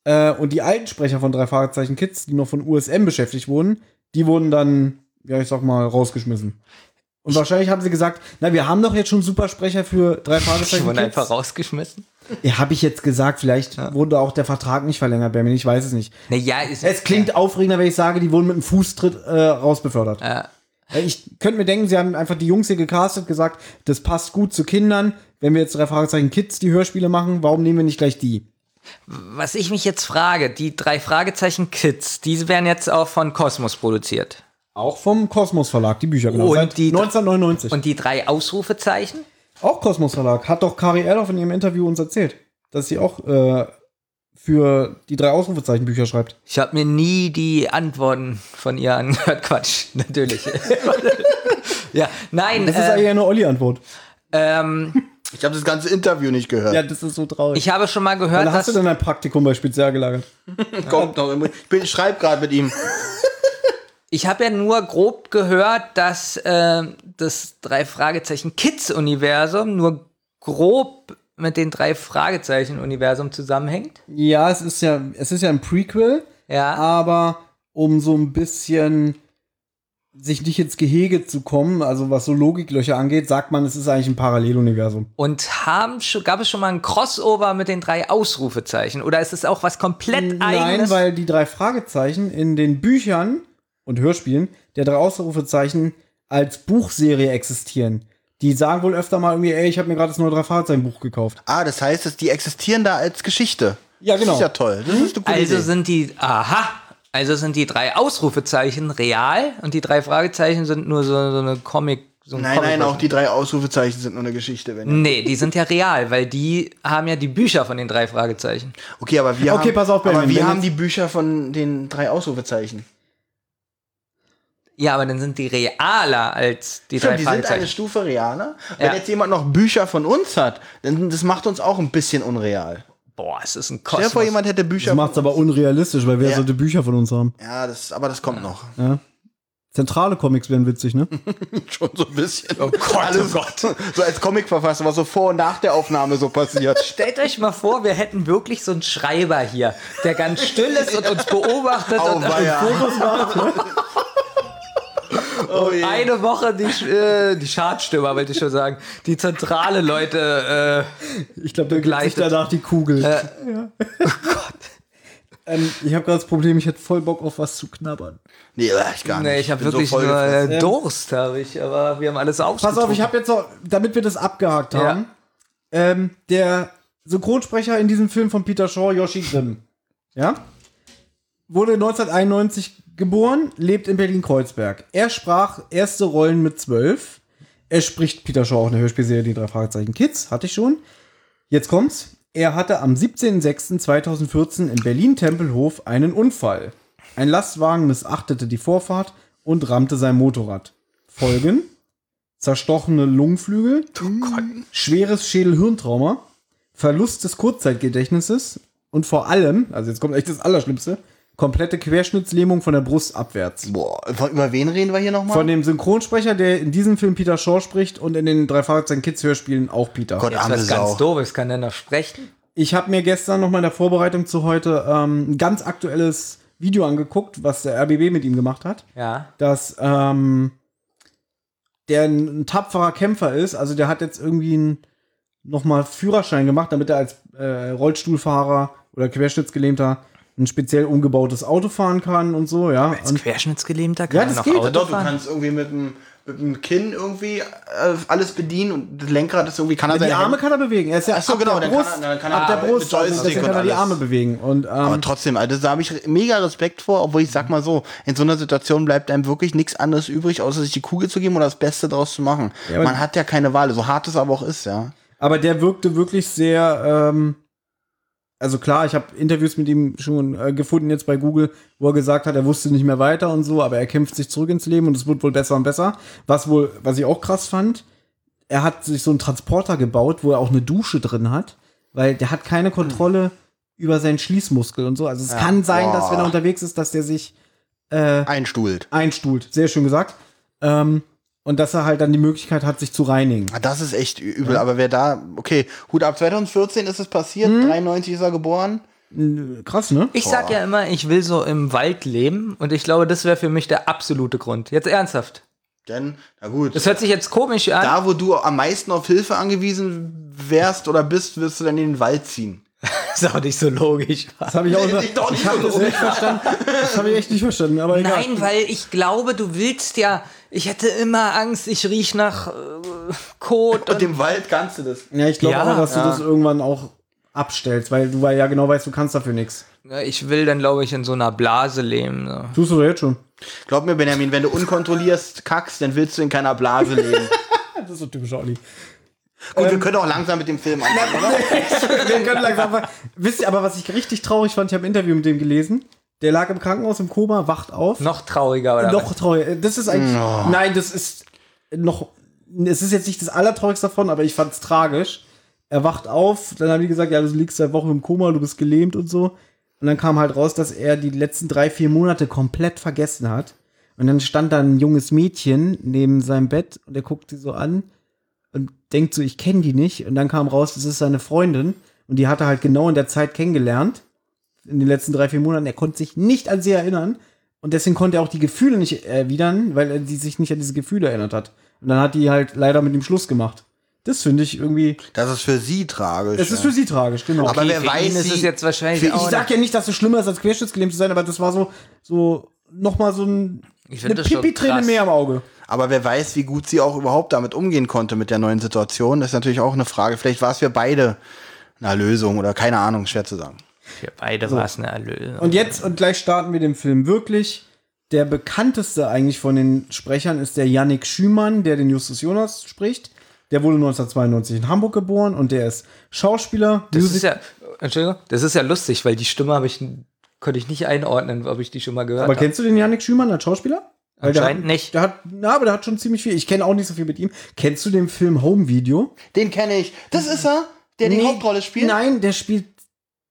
S2: Äh, und die alten Sprecher von drei Fragezeichen Kids, die noch von USM beschäftigt wurden, die wurden dann, ja, ich sag mal, rausgeschmissen. Und wahrscheinlich haben sie gesagt, na, wir haben doch jetzt schon Supersprecher für drei
S4: Die
S2: Fragezeichen
S4: wurden
S2: Kids.
S4: einfach rausgeschmissen.
S2: Ja, habe ich jetzt gesagt, vielleicht wurde auch der Vertrag nicht verlängert, Benjamin, ich weiß es nicht.
S4: Naja, ist,
S2: Es klingt aufregender, wenn ich sage, die wurden mit einem Fußtritt äh, rausbefördert.
S4: Ja.
S2: Ich könnte mir denken, sie haben einfach die Jungs hier gecastet, gesagt, das passt gut zu Kindern. Wenn wir jetzt drei Fragezeichen Kids die Hörspiele machen, warum nehmen wir nicht gleich die?
S4: Was ich mich jetzt frage, die drei Fragezeichen Kids, diese werden jetzt auch von Kosmos produziert.
S2: Auch vom Kosmos Verlag, die Bücher, genau.
S4: Und
S2: Seit
S4: die-
S2: 1999.
S4: Und die drei Ausrufezeichen?
S2: auch Kosmos Verlag. Hat doch Kari Erloff in ihrem Interview uns erzählt, dass sie auch äh, für die drei Ausrufezeichen Bücher schreibt.
S4: Ich habe mir nie die Antworten von ihr angehört. [laughs] Quatsch, natürlich. [laughs] ja, nein,
S2: Das ist
S4: äh,
S2: eigentlich eine Olli-Antwort.
S4: ähm,
S3: Ich habe das ganze Interview nicht gehört.
S2: Ja, das ist so traurig.
S4: ich habe schon mal gehört,
S2: Oder hast du
S4: dass
S2: denn ein Praktikum bei Spezialgelagert?
S3: Kommt noch. im- Ich bin, schreib gerade mit ihm.
S4: ich habe ja nur grob gehört, dass äh, das drei Fragezeichen Kids Universum nur grob mit den drei Fragezeichen Universum zusammenhängt.
S2: Ja, es ist ja, es ist ja ein Prequel,
S4: Ja.
S2: aber um so ein bisschen sich nicht ins Gehege zu kommen, also was so Logiklöcher angeht, sagt man, es ist eigentlich ein Paralleluniversum.
S4: Und haben schon, gab es schon mal ein Crossover mit den drei Ausrufezeichen? Oder ist es auch was komplett
S2: Nein,
S4: eigenes?
S2: weil die drei Fragezeichen in den Büchern und Hörspielen der drei Ausrufezeichen als Buchserie existieren. Die sagen wohl öfter mal irgendwie, ey, ich habe mir gerade das neue drei Fragezeichen Buch gekauft.
S3: Ah, das heißt, dass die existieren da als Geschichte.
S2: Ja, genau.
S3: Das ist ja toll. Das ist eine gute
S4: also
S3: Idee.
S4: sind die, aha, also sind die drei Ausrufezeichen real und die drei Fragezeichen sind nur so, so eine Comic. So ein
S3: Nein, nein,
S4: Comic-
S3: auch die drei Ausrufezeichen sind nur eine Geschichte.
S2: Hm.
S3: Wenn
S4: Nee, die sind ja real, weil die haben ja die Bücher von den drei Fragezeichen.
S3: okay, aber wir
S2: Okay,
S3: haben,
S2: pass auf,
S3: aber
S2: Benjamin,
S3: wir
S2: wenn
S3: haben
S2: jetzt-
S3: die Bücher von den drei Ausrufezeichen.
S4: Ja, aber dann sind die realer als die drei
S3: Stimmt, die sind eine
S4: Fragezeichen.
S3: Stufe realer. Wenn
S4: Ja.
S3: jetzt jemand noch Bücher von uns hat, dann das macht uns auch ein bisschen unreal.
S4: Boah, es ist ein
S3: Stell dir vor,
S4: Kosmos.
S3: jemand hätte
S2: Das
S3: Bücher.
S2: macht's aber unrealistisch, weil wer
S3: Ja.
S2: sollte Bücher von uns haben?
S3: ja, das, aber das kommt noch.
S2: Zentrale Comics wären witzig, ne?
S3: [laughs] Schon so ein bisschen. Oh Gott, Alles, [laughs] So als Comicverfasser, was so vor und nach der Aufnahme
S2: [laughs]
S3: so passiert.
S4: Stellt euch mal vor, wir hätten wirklich so einen Schreiber hier, der ganz still ist und uns beobachtet und
S3: weia. oh, je.
S4: eine Woche die, Sch- äh, die Schadstürmer, wollte ich schon sagen. Die zentrale Leute. äh,
S2: Ich glaube, der gibt sich
S4: Begleitet.
S2: danach die Kugel.
S4: Äh.
S2: Ja. ähm, ich habe gerade das Problem, ich hätte voll Bock auf was zu knabbern.
S3: Nee, äh, ich gar
S4: Äh,
S3: nicht.
S4: nee, ich habe
S3: bin so
S4: wirklich
S3: voll
S4: nur
S3: gefressen.
S4: äh, Durst, habe ich, aber wir haben alles
S2: Pass
S4: aufgetrunken.
S2: auf, ich habe jetzt noch, damit wir das abgehakt
S4: Ja.
S2: haben, ähm, der Synchronsprecher in diesem Film von Peter Shaw, Yoshi Grimm, ja, wurde 1991 geboren, lebt in Berlin-Kreuzberg. Er sprach erste Rollen mit zwölf. Er spricht Peter Shaw auch in der Hörspielserie Die drei Fragezeichen Kids, hatte ich schon. Jetzt kommt's. Er hatte am 17.06.2014 in Berlin-Tempelhof einen Unfall. Ein Lastwagen missachtete die Vorfahrt und rammte sein Motorrad. Folgen: zerstochene Lungenflügel, schweres Schädel-Hirntrauma, Verlust des Kurzzeitgedächtnisses und vor allem, also jetzt kommt echt das Allerschlimmste, komplette Querschnittslähmung von der Brust abwärts.
S3: Boah, von, über wen reden wir hier nochmal?
S2: Von dem Synchronsprecher, der in diesem Film Peter Shaw spricht und in den drei Fahrzeugen Kids Hörspielen auch Peter.
S3: Gott,
S4: Jetzt
S3: arme
S4: was ganz
S3: Sau.
S4: doofes, kann der noch sprechen?
S2: Ich habe mir gestern noch mal in der Vorbereitung zu heute ähm, ein ganz aktuelles Video angeguckt, was der RBB mit ihm gemacht hat.
S4: Ja.
S2: Dass ähm, der ein ein tapferer Kämpfer ist. Also der hat jetzt irgendwie einen noch mal Führerschein gemacht, damit er als äh, Rollstuhlfahrer oder Querschnittsgelähmter ein speziell umgebautes Auto fahren kann und so, ja.
S4: Als
S2: Und
S4: Querschnittsgelähmter
S2: Ja,
S4: kann
S2: das
S4: er noch
S2: geht.
S4: Auto
S3: Doch, du
S4: fahren?
S3: kannst irgendwie mit dem, mit dem Kinn irgendwie äh, alles bedienen und das Lenkrad ist irgendwie, kann er
S2: die
S3: seine
S2: Arme
S3: Hände-
S2: kann er bewegen. Er ist ja
S3: Ach so,
S2: ab
S3: genau,
S2: der
S3: dann kann er-
S2: Brust,
S3: dann kann er
S2: ab der
S3: mit
S2: Brust, also,
S3: Joystick
S2: deswegen kann er
S3: und
S2: die
S3: alles.
S2: Arme bewegen. Und, ähm,
S3: Aber trotzdem, also da habe ich mega Respekt vor, obwohl ich sag mal so, in so einer Situation bleibt einem wirklich nichts anderes übrig, außer sich die Kugel zu geben oder das Beste draus zu machen.
S2: aber-
S3: Man hat ja keine Wahl, so hart es aber auch ist, ja.
S2: Aber der wirkte wirklich sehr, ähm, also klar, ich habe Interviews mit ihm schon äh, gefunden jetzt bei Google, wo er gesagt hat, er wusste nicht mehr weiter und so, aber er kämpft sich zurück ins Leben und es wird wohl besser und besser. Was wohl, was ich auch krass fand, er hat sich so einen Transporter gebaut, wo er auch eine Dusche drin hat, weil der hat keine Kontrolle über seinen Schließmuskel und so. Also es kann sein, dass wenn er
S3: Boah.
S2: unterwegs ist, dass der sich Äh,
S3: Einstuhlt.
S2: einstuhlt. Sehr schön gesagt. Ähm, und dass er halt dann die Möglichkeit hat, sich zu reinigen.
S3: Ah, Das ist echt ü- übel, aber wer da, okay, Hut ab, 2014 ist es passiert,
S2: Hm?
S3: 93 ist er geboren.
S2: Krass, ne?
S4: Ich sag ja immer, ich will so im Wald leben und ich glaube, das wäre für mich der absolute Grund. Jetzt ernsthaft.
S3: Denn, na gut,
S4: Das hört sich jetzt komisch an.
S3: da wo du am meisten auf Hilfe angewiesen wärst oder bist, wirst du dann in den Wald ziehen.
S4: ist auch nicht so logisch.
S2: Das habe ich auch
S3: ist doch nicht
S2: ich hab
S3: so
S2: das nicht verstanden. Das habe ich echt nicht verstanden. Aber egal.
S4: Nein, weil ich glaube, du willst ja. Ich hätte immer Angst, ich riech nach äh, Kot.
S3: Und im Wald kannst du das.
S2: Ja, ich glaube
S4: Ja,
S2: aber, dass du das irgendwann auch abstellst, weil du weil ja genau weißt, du kannst dafür nichts.
S4: Ja, ich will dann, glaube ich, in so einer Blase leben. So.
S2: Tust du doch jetzt schon.
S3: Glaub mir, Benjamin, wenn du unkontrollierst kackst, dann willst du in keiner
S2: [laughs]
S3: Blase leben.
S2: Das ist so typisch Olli.
S3: Gut,
S2: Ähm.
S3: wir können auch langsam mit dem Film anfangen, oder?
S2: [laughs] Wir können langsam mal- Wisst ihr aber, was ich richtig traurig fand, ich habe ein Interview mit dem gelesen. Der lag im Krankenhaus im Koma, wacht auf.
S4: Noch trauriger, oder?
S2: noch traurig. Das ist eigentlich. Nein, das ist noch. Es ist jetzt nicht das Allertraurigste davon, aber ich fand's tragisch. Er wacht auf, dann haben die gesagt, ja, du liegst seit Wochen im Koma, du bist gelähmt und so. Und dann kam halt raus, dass er die letzten drei, vier Monate komplett vergessen hat. Und dann stand da ein junges Mädchen neben seinem Bett und er guckt sie so an und denkt so, ich kenne die nicht. Und dann kam raus, das ist seine Freundin und die hat er halt genau in der Zeit kennengelernt. In den letzten drei, vier Monaten. Er konnte sich nicht an sie erinnern. Und deswegen konnte er auch die Gefühle nicht erwidern, weil er die sich nicht an diese Gefühle erinnert hat. Und dann hat die halt leider mit ihm Schluss gemacht. Das finde ich irgendwie.
S3: Das ist für sie tragisch.
S2: Es ist für sie tragisch, genau.
S3: Aber wer
S4: für
S3: weiß,
S4: ihn ist
S3: sie-
S4: es jetzt wahrscheinlich
S3: für- ich
S2: ich
S4: auch
S2: sag ja nicht, dass es schlimmer ist, als querschnittsgelähmt zu sein, aber das war so, so nochmal so ein,
S4: Ich find
S2: eine
S4: das schon
S2: Pipi-Träne
S4: krass.
S2: mehr im Auge.
S3: Aber wer weiß, wie gut sie auch überhaupt damit umgehen konnte mit der neuen Situation, das ist natürlich auch eine Frage. Vielleicht war es für beide eine Lösung oder keine Ahnung, schwer zu sagen.
S4: Für beide ne, war es eine Erlösung.
S2: Und jetzt, und gleich starten wir den Film wirklich. Der bekannteste eigentlich von den Sprechern ist der Yannick Schümann, der den Justus Jonas spricht. Der wurde 1992 in Hamburg geboren und der ist Schauspieler,
S4: das ist ja, Entschuldigung, das ist ja lustig, weil die Stimme habe ich, konnte ich nicht einordnen, ob ich die schon mal gehört
S2: Aber
S4: habe.
S2: kennst du den Yannick Schümann als Schauspieler?
S4: Anscheinend
S2: der hat,
S4: nicht.
S2: Der hat, na, aber der hat schon ziemlich viel. Ich kenne auch nicht so viel mit ihm. Kennst du den Film Home Video?
S3: Den kenne ich. Das ist er, der die
S2: Nee,
S3: Hauptrolle spielt.
S2: Nein, der spielt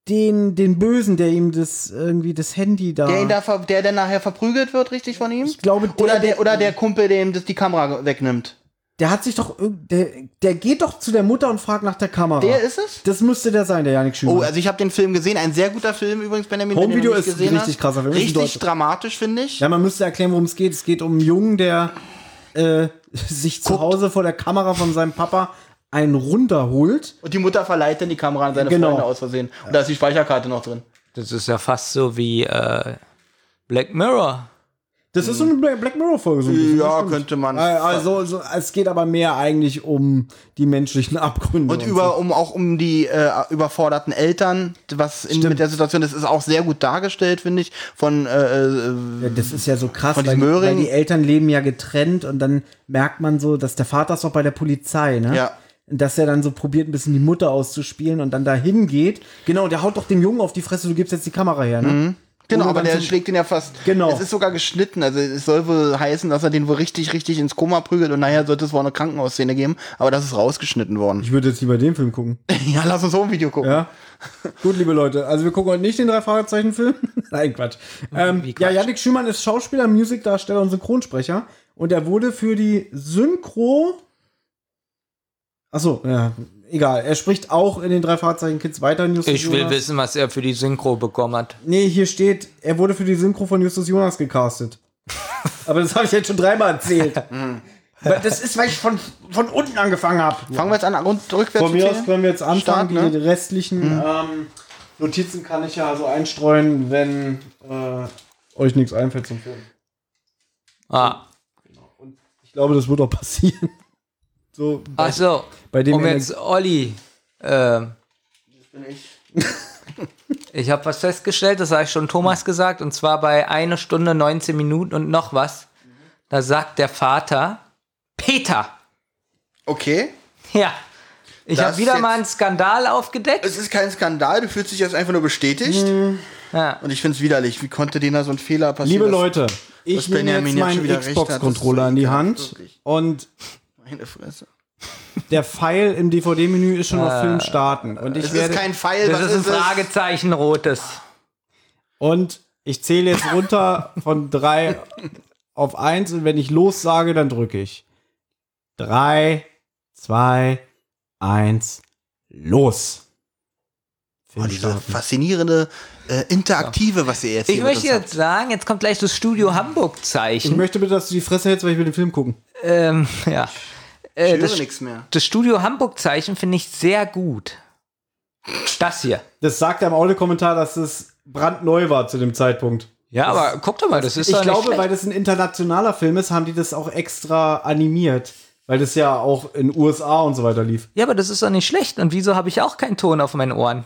S2: den, den Bösen, der ihm das irgendwie das Handy da.
S3: Der, ihn da ver der dann nachher verprügelt wird, richtig von ihm?
S2: ich glaube, der,
S3: oder, der, oder der Kumpel, dem das die Kamera wegnimmt.
S2: der hat sich doch. irg- Der, der geht doch zu der Mutter und fragt nach der Kamera.
S3: Der ist es?
S2: das müsste der sein, der Yannick Schümann.
S3: Oh, also ich habe den Film gesehen. Ein sehr guter Film übrigens, Benjamin. wenn
S2: Home
S3: du
S2: Video
S3: ihn noch nicht
S2: ist ein
S3: gesehen
S2: richtig
S3: hast.
S2: krasser Film. Ist ein
S3: Richtig
S2: deutscher-
S3: dramatisch, finde ich.
S2: ja, man müsste erklären, worum es geht. Es geht um einen Jungen, der äh, sich zu Hause vor der Kamera von seinem Papa einen runterholt.
S3: Und die Mutter verleiht dann die Kamera an seine
S2: Genau.
S3: Freunde aus Versehen. Und da ist die Speicherkarte noch drin.
S4: Das ist ja fast so wie äh, Black Mirror.
S2: Das ist so eine Bla- Black Mirror-Folge. So ein bisschen,
S3: Ja,
S2: das stimmt.
S3: könnte man-
S2: Äh, Also, also, es geht aber mehr eigentlich um die menschlichen Abgründe.
S3: Und über, um, auch um die äh, überforderten Eltern, was in, mit der Situation, das ist auch sehr gut dargestellt, finde ich, von äh, äh,
S2: So. Ja, das ist ja so krass,
S3: Von diesem
S2: weil, weil
S3: Möhring-
S2: die Eltern leben ja getrennt und dann merkt man so, dass der Vater ist auch bei der Polizei, ne?
S3: Ja.
S2: Und Dass er dann so probiert, ein bisschen die Mutter auszuspielen und dann dahin geht. Genau, der haut doch dem Jungen auf die Fresse, du gibst jetzt die Kamera her, ne?
S3: Genau,
S2: Ohne
S3: aber
S2: dann
S3: der
S2: zu-
S3: schlägt ihn ja fast.
S2: Genau.
S3: Es ist sogar geschnitten. Also es soll wohl heißen, dass er den wohl richtig, richtig ins Koma prügelt und nachher sollte es wohl eine Krankenhausszene geben, aber das ist rausgeschnitten worden.
S2: Ich würde jetzt lieber den Film gucken.
S3: [laughs] ja, lass uns so ein Video gucken.
S2: Ja. Gut, liebe Leute, also wir gucken heute nicht den Drei-Fragezeichen-Film. [laughs] Nein, Quatsch. Ähm,
S4: Wie Quatsch?
S2: Ja, Yannick Schümann ist Schauspieler, Musikdarsteller und Synchronsprecher. Und er wurde für die Synchro. Achso, ja, egal. Er spricht auch in den Drei-Fragezeichen-Kids weiter. in Justus
S4: Ich will
S2: Jonas.
S4: wissen, was er für die Synchro bekommen hat.
S2: Nee, hier steht, er wurde für die Synchro von Justus Jonas
S4: [laughs]
S2: gecastet. Aber das habe ich jetzt schon dreimal erzählt. Weil das ist, weil ich von, von unten angefangen habe.
S3: Fangen wir jetzt an, rund- rückwärts
S2: Von mir aus
S3: zählen?
S2: können wir jetzt anfangen.
S3: Start, ne?
S2: Die restlichen ähm, Notizen kann ich ja also einstreuen, wenn äh, euch nichts einfällt zum Film.
S4: Ah,
S2: Ich glaube, das wird auch passieren. [laughs] So,
S3: Ah,
S2: bei,
S4: ach so.
S2: bei dem
S4: um
S2: Ener-
S4: jetzt Olli. ähm,
S3: Bin ich.
S4: [laughs] ich habe was festgestellt, das habe ich schon Thomas gesagt, und zwar bei 1 Stunde 19 Minuten und noch was. Da sagt der Vater Peter.
S3: Okay.
S4: Ja. Ich
S3: Das
S4: habe wieder
S3: jetzt-
S4: mal einen Skandal aufgedeckt.
S3: Es ist kein Skandal, du fühlst dich jetzt einfach nur bestätigt.
S4: Ja.
S3: Und ich finde es widerlich. Wie konnte denen da so ein Fehler passieren?
S2: Liebe
S3: dass-
S2: Leute,
S3: dass
S2: ich nehme
S3: Benjamin
S2: jetzt
S3: jetzt schon
S2: meinen
S3: wieder recht hat,
S2: Xbox-Controller
S3: das ist
S2: in die
S3: ekelhaft,
S2: Hand
S3: wirklich.
S2: und
S3: Meine Fresse.
S2: der Pfeil im DVD-Menü ist schon auf Film starten. Und ich
S3: Das Ah. ist
S2: werde
S3: kein Pfeil,
S4: Das
S3: was
S4: ist ein
S3: ist es?
S4: Fragezeichen rotes.
S2: Und ich zähle jetzt runter von drei auf eins und wenn ich los sage, dann drücke ich. Drei, zwei, eins, los.
S3: Oh, diese faszinierende, äh, interaktive, was ihr jetzt
S4: Ich
S3: hier mit
S4: möchte
S3: uns habt.
S4: jetzt sagen, jetzt kommt gleich das Studio
S2: Ich
S4: Hamburg-Zeichen.
S2: möchte bitte, dass du die Fresse hältst, weil ich will den Film gucken.
S4: Ähm, ja. Äh,
S3: Ich höre
S4: das,
S3: nichts mehr.
S4: das Studio Hamburg-Zeichen finde ich sehr gut. Das hier.
S2: Das sagt er im Audiokommentar, dass es brandneu war zu dem Zeitpunkt.
S4: Ja, aber guck doch mal, das ist
S2: Ich
S4: doch
S2: glaube,
S4: nicht
S2: weil
S4: schlecht.
S2: das ein internationaler Film ist, haben die das auch extra animiert, weil das ja auch in USA und so weiter lief.
S4: Ja, aber das ist doch nicht schlecht. Und wieso habe ich auch keinen Ton auf meinen Ohren?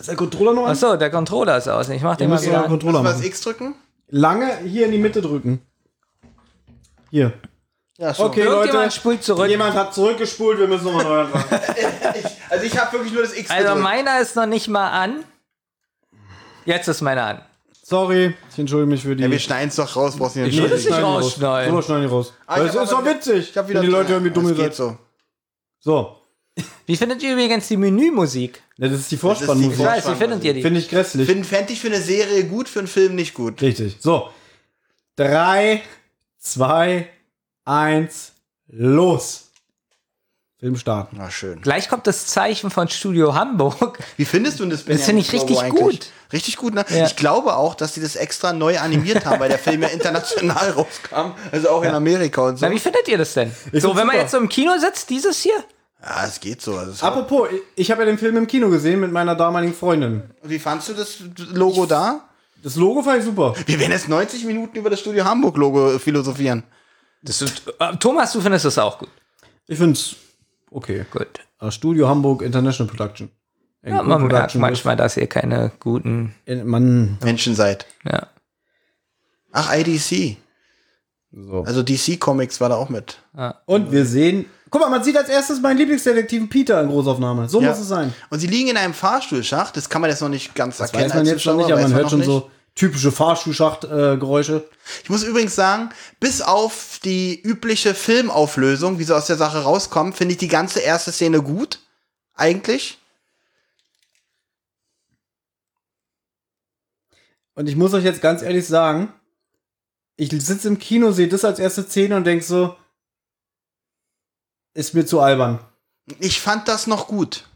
S2: Ist der Controller noch an?
S4: Achso, der Controller ist aus. Ich mach
S2: Wir
S4: den mal
S2: müssen
S4: wieder.
S2: den
S4: an.
S2: Controller
S3: Müssen wir das
S2: machen.
S3: X drücken?
S2: Lange hier in die Mitte drücken. Hier.
S3: Ja, so.
S2: Okay, Leute.
S4: Irgendjemand spult zurück.
S2: Jemand hat zurückgespult, wir müssen nochmal neu anfangen.
S3: Also ich habe wirklich nur das X
S4: Also
S3: gedrückt.
S4: meiner ist noch nicht mal an. Jetzt ist meiner an.
S2: [laughs] Sorry, ich entschuldige mich für die.
S3: Ja, wir schneiden es doch raus, brauchst du
S2: Nee,
S3: nicht.
S4: das nicht
S2: schneiden wir
S4: rausschneiden.
S2: Raus. So schneiden die raus.
S3: Ah, ich
S2: das
S3: hab
S2: ist
S3: aber-
S2: doch witzig.
S3: Ich habe wieder
S2: wenn die Leute hören, wie dumm ihr
S3: Das geht
S2: seid.
S3: so.
S2: So,
S4: Wie findet ihr übrigens die Menümusik?
S2: Ja, das ist die
S3: ist die
S2: Vorspannmusik.
S4: Ich weiß, wie
S3: Spannend,
S4: findet ihr die?
S2: Finde ich grässlich.
S3: Fände fänd ich für eine Serie gut, für einen Film nicht gut.
S2: Richtig. So. Drei, zwei, eins, los. Film starten.
S3: Na schön.
S4: Gleich kommt das Zeichen von Studio Hamburg.
S3: Wie findest du denn das? Benjamin
S4: finde ich
S3: Logo
S4: richtig
S3: eigentlich?
S4: gut.
S3: Richtig gut, ne?
S4: Ja.
S3: Ich glaube auch, dass die das extra neu animiert haben, weil der Film ja international [laughs] rauskam. Also auch in Amerika und so.
S4: Na, wie findet ihr das denn? so, wenn
S2: find's
S4: man
S2: super.
S4: jetzt so im Kino sitzt, dieses hier?
S3: Ja, es geht so. Also es
S2: Apropos, ich- ich habe ja den Film im Kino gesehen mit meiner damaligen Freundin.
S3: wie fandst du das Logo da?
S2: Das Logo fand ich super.
S3: Wir werden jetzt 90 Minuten über das Studio Hamburg-Logo philosophieren.
S4: Das ist, äh, Thomas, du findest das auch gut.
S2: Ich find's okay.
S4: Gut.
S2: Äh, Studio Hamburg International Production.
S4: Ja, man merkt manchmal, dass ihr keine guten.
S2: In, man,
S3: Menschen seid.
S4: Ja.
S3: Ach, IDC.
S2: so.
S3: Also DC Comics war da auch mit.
S2: Und wir sehen. Guck mal, man sieht als erstes meinen Lieblingsdetektiven Peter in Großaufnahme. So
S3: Ja.
S2: muss es sein.
S3: Und sie liegen in einem Fahrstuhlschacht. Das kann man jetzt noch nicht ganz
S2: Das
S3: erkennen.
S2: weiß man
S3: als
S2: jetzt schon
S3: Zuschauer,
S2: nicht, aber
S3: weiß
S2: man hört
S3: noch
S2: schon
S3: nicht.
S2: so typische Fahrstuhlschacht-Geräusche.
S3: Ich muss übrigens sagen, bis auf die übliche Filmauflösung, wie sie aus der Sache rauskommen, finde ich die ganze erste Szene gut. Eigentlich.
S2: Und ich muss euch jetzt ganz ehrlich sagen, ich sitze im Kino, sehe das als erste Szene und denke so, ist mir zu albern.
S3: Ich fand das noch gut.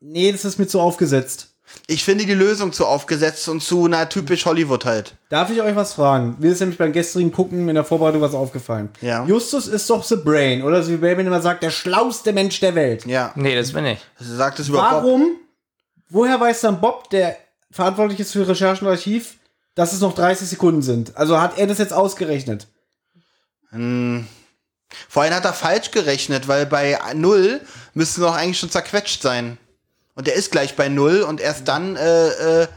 S2: Nee, das ist mir zu aufgesetzt.
S3: Ich finde die Lösung zu aufgesetzt und zu, na, typisch Hollywood halt.
S2: Darf ich euch was fragen? Mir ist nämlich beim gestrigen Gucken in der Vorbereitung was aufgefallen.
S3: Ja.
S2: Justus ist doch The Brain, oder so wie Baby immer sagt, der schlauste Mensch der Welt.
S3: Ja.
S4: Nee, das bin ich.
S3: Sie sagt es über Bob.
S2: Warum? Woher weiß dann Bob, der verantwortlich ist für Recherchen und Archiv, dass es noch 30 Sekunden sind? Also hat er das jetzt ausgerechnet?
S3: Hm. Vorhin hat er falsch gerechnet, weil bei null müssten sie doch eigentlich schon zerquetscht sein. Und er ist gleich bei null und erst dann, äh, äh,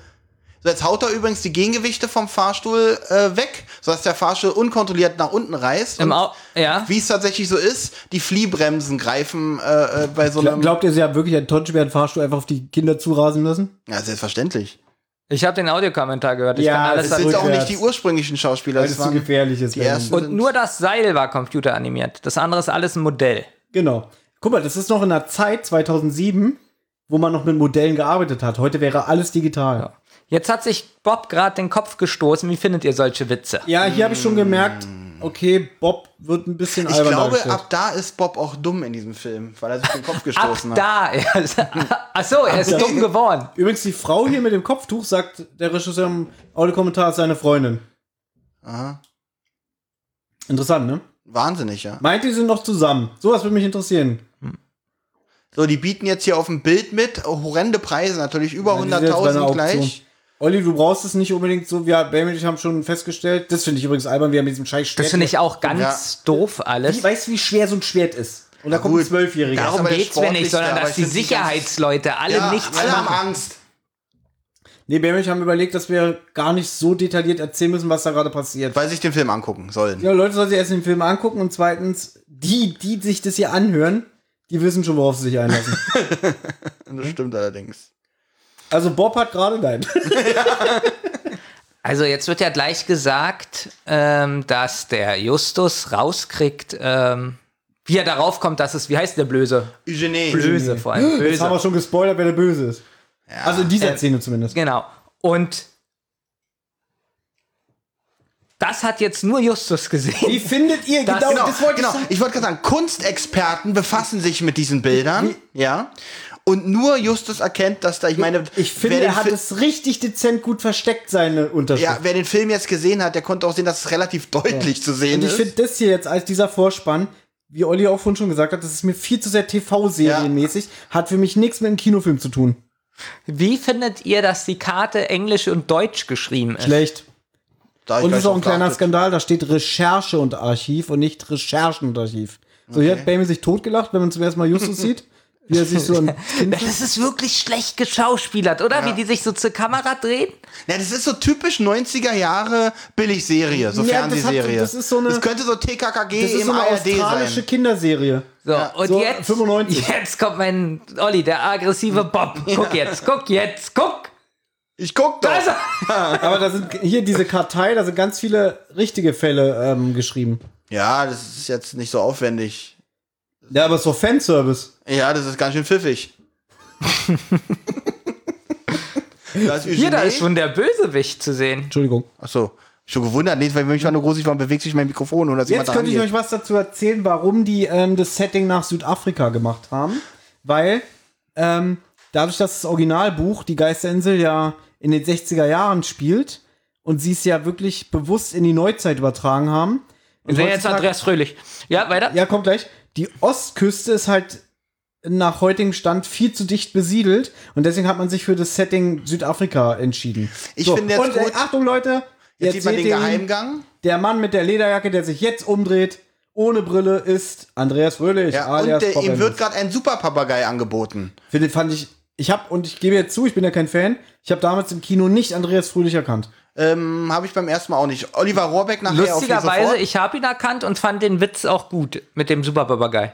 S3: so jetzt haut er übrigens die Gegengewichte vom Fahrstuhl äh, weg, sodass der Fahrstuhl unkontrolliert nach unten reißt.
S4: Im
S3: und
S4: Au ja.
S3: wie es tatsächlich so ist, die Fliehbremsen greifen äh, äh, bei so
S2: Gla-
S3: einem.
S2: Glaubt ihr, sie haben wirklich einen tonnenschweren Fahrstuhl einfach auf die Kinder zurasen lassen?
S3: ja, selbstverständlich.
S4: Ich habe den Audiokommentar gehört. Ich
S2: Ja,
S4: kann alles
S2: das
S3: Das sind
S4: sagen.
S3: ja auch nicht
S2: rückwärts.
S3: die ursprünglichen Schauspieler.
S2: Weil es
S3: Das
S2: zu
S3: waren,
S2: gefährlich ist.
S3: die
S2: wenn man-
S3: ersten-
S4: Und nur das Seil war computeranimiert. Das andere ist alles ein Modell.
S2: Genau. Guck mal, das ist noch in der Zeit 2007, wo man noch mit Modellen gearbeitet hat. Heute wäre alles digital.
S4: Jetzt hat sich Bob gerade den Kopf gestoßen. Wie findet ihr solche Witze?
S2: Ja, hier habe ich schon gemerkt, okay, Bob wird ein bisschen
S3: Mm. ich
S2: albern
S3: glaube,
S2: dargestellt.
S3: ab da ist Bob auch dumm in diesem Film, weil er sich den Kopf
S4: Ab
S3: gestoßen hat.
S4: da. [laughs] Achso, er ist dumm geworden.
S2: Übrigens, die Frau hier mit dem Kopftuch, sagt der Regisseur im Audiokommentar, ist seine Freundin.
S3: Aha.
S2: Interessant, ne?
S3: Wahnsinnig, ja.
S2: Meint, die sind noch zusammen. Sowas würde mich interessieren.
S3: So, die bieten jetzt hier auf dem Bild mit. Horrende Preise natürlich, über
S2: Die sind jetzt bei einer
S3: 100.000
S2: Auktion.
S3: gleich.
S2: Olli, du brauchst es nicht unbedingt so. Wir, Bam und ich haben schon festgestellt. Das finde ich übrigens albern. Wir haben diesen scheiß
S4: Das finde ich auch ganz doof
S2: Ich
S4: alles.
S2: weiß, wie schwer so ein Schwert ist. Und da
S3: Na
S2: kommt
S3: gut.
S2: ein Zwölfjähriger.
S3: Darum-
S4: Darum
S3: aber der
S4: geht's mir nicht,
S3: Sportlichste,
S4: sondern
S3: aber
S4: dass
S3: ich
S4: die
S3: finde die ganz-
S4: Sicherheitsleute alle
S3: Ja,
S4: nichts
S3: alle haben
S4: machen.
S3: Angst.
S2: Nee, Bam und ich haben überlegt, dass wir gar nicht so detailliert erzählen müssen, was da gerade passiert.
S3: Weil sie sich den Film angucken sollen.
S2: Ja, Leute sollen sich erst den Film angucken und zweitens, die, die sich das hier anhören, die wissen schon, worauf sie sich einlassen.
S3: Das stimmt allerdings.
S2: also Bob hat gerade dein.
S4: Also jetzt wird ja gleich gesagt, ähm, dass der Justus rauskriegt, ähm, wie er darauf kommt, dass es, wie heißt der Blöse?
S3: Eugenie.
S4: Blöse vor allem.
S2: Jetzt haben wir
S4: Blöse.
S2: schon gespoilert, wer der Böse ist. Also in dieser
S4: Äh,
S2: Szene zumindest.
S4: Genau. Und das hat jetzt nur Justus
S2: Wie
S4: gesehen. [laughs]
S2: findet ihr
S4: Das-
S2: genau,
S3: Genau,
S2: das wollte
S3: genau.
S2: ich sagen.
S3: Ich wollte gerade sagen, Kunstexperten befassen sich mit diesen Bildern, ja. Und nur Justus erkennt, dass da, ich meine,
S2: Ich
S3: wer
S2: finde,
S3: den
S2: er hat
S3: Fi-
S2: es richtig dezent gut versteckt, seine Unterschrift.
S3: ja, wer den Film jetzt gesehen hat, der konnte auch sehen, dass es relativ deutlich zu sehen
S2: Und ich
S3: ist.
S2: finde das hier jetzt als dieser Vorspann, wie Olli auch vorhin schon gesagt hat, das ist mir viel zu sehr TV-serienmäßig, hat für mich nichts mit einem Kinofilm zu tun.
S4: Wie findet ihr, dass die Karte englisch und deutsch geschrieben ist?
S2: Schlecht.
S3: Da hab ich
S2: Und es
S3: gleich
S2: ist auch
S3: drauf
S2: ein kleiner
S3: geachtet.
S2: Skandal, da steht Recherche und Archiv und nicht Recherchen und Archiv. So, hier hat Bamey sich totgelacht, wenn man zum ersten Mal Justus
S3: [laughs]
S2: sieht, wie er sich so ein Kind
S4: Das ist wirklich schlecht geschauspielert, oder? Wie die sich so zur Kamera drehen.
S3: Ja, das ist so typisch 90er Jahre Billigserie, so
S2: Ja, das hat-
S3: Fernsehserie.
S2: das ist so eine-
S3: das könnte so TKKG
S2: Das ist
S3: im
S2: so eine
S3: ARD
S2: australische
S3: sein.
S2: Kinderserie.
S4: So, und
S2: so
S4: jetzt,
S2: 95.
S4: [laughs] jetzt kommt mein Olli, der aggressive Bob. Guck jetzt, guck jetzt, guck.
S3: Ich guck doch.
S4: Also,
S2: Aber da sind hier diese Kartei, da sind ganz viele richtige Fälle ähm, geschrieben.
S3: Ja, das ist jetzt nicht so aufwendig.
S2: Ja, aber so Fanservice.
S3: Ja, das ist ganz schön
S2: [laughs]
S3: pfiffig. da ist
S4: hier, da
S3: Eugenie.
S4: ist schon der Bösewicht zu sehen.
S2: Entschuldigung.
S3: Achso, schon gewundert. Nee, weil wenn ich mal nur groß war, bewegt sich mein Mikrofon oder
S2: Jetzt könnte ich euch was dazu erzählen, warum die ähm, das Setting nach Südafrika gemacht haben. Weil ähm, dadurch, dass das Originalbuch die Geisterinsel ja in den 60er Jahren spielt und sie es ja wirklich bewusst in die Neuzeit übertragen haben.
S4: Wir sehen jetzt Andreas Fröhlich. Ja, weiter.
S2: Ja, kommt gleich. Die Ostküste ist halt nach heutigem Stand viel zu dicht besiedelt und deswegen hat man sich für das Setting Südafrika entschieden.
S3: Ich finde jetzt
S2: und, äh,
S3: gut-
S2: Achtung Leute,
S3: Jetzt sieht man
S2: seht
S3: den
S2: ihr ihn.
S3: Geheimgang.
S2: Der Mann mit der Lederjacke, der sich jetzt umdreht, ohne Brille, ist Andreas Fröhlich.
S3: Ja, und
S2: alias
S3: der,
S2: Bob
S3: ihm wird
S2: Andrews.
S3: gerade ein Superpapagei angeboten.
S2: Für den fand ich, ich hab, und ich gebe jetzt zu, ich bin ja kein Fan, ich habe damals im Kino nicht Andreas Fröhlich erkannt.
S3: Ähm, Habe ich beim ersten Mal auch nicht. Oliver Rohrbeck nachher auf jeden
S4: Lustigerweise,
S3: Fall.
S4: ich habe ihn erkannt und fand den Witz auch gut mit dem Superpapagei.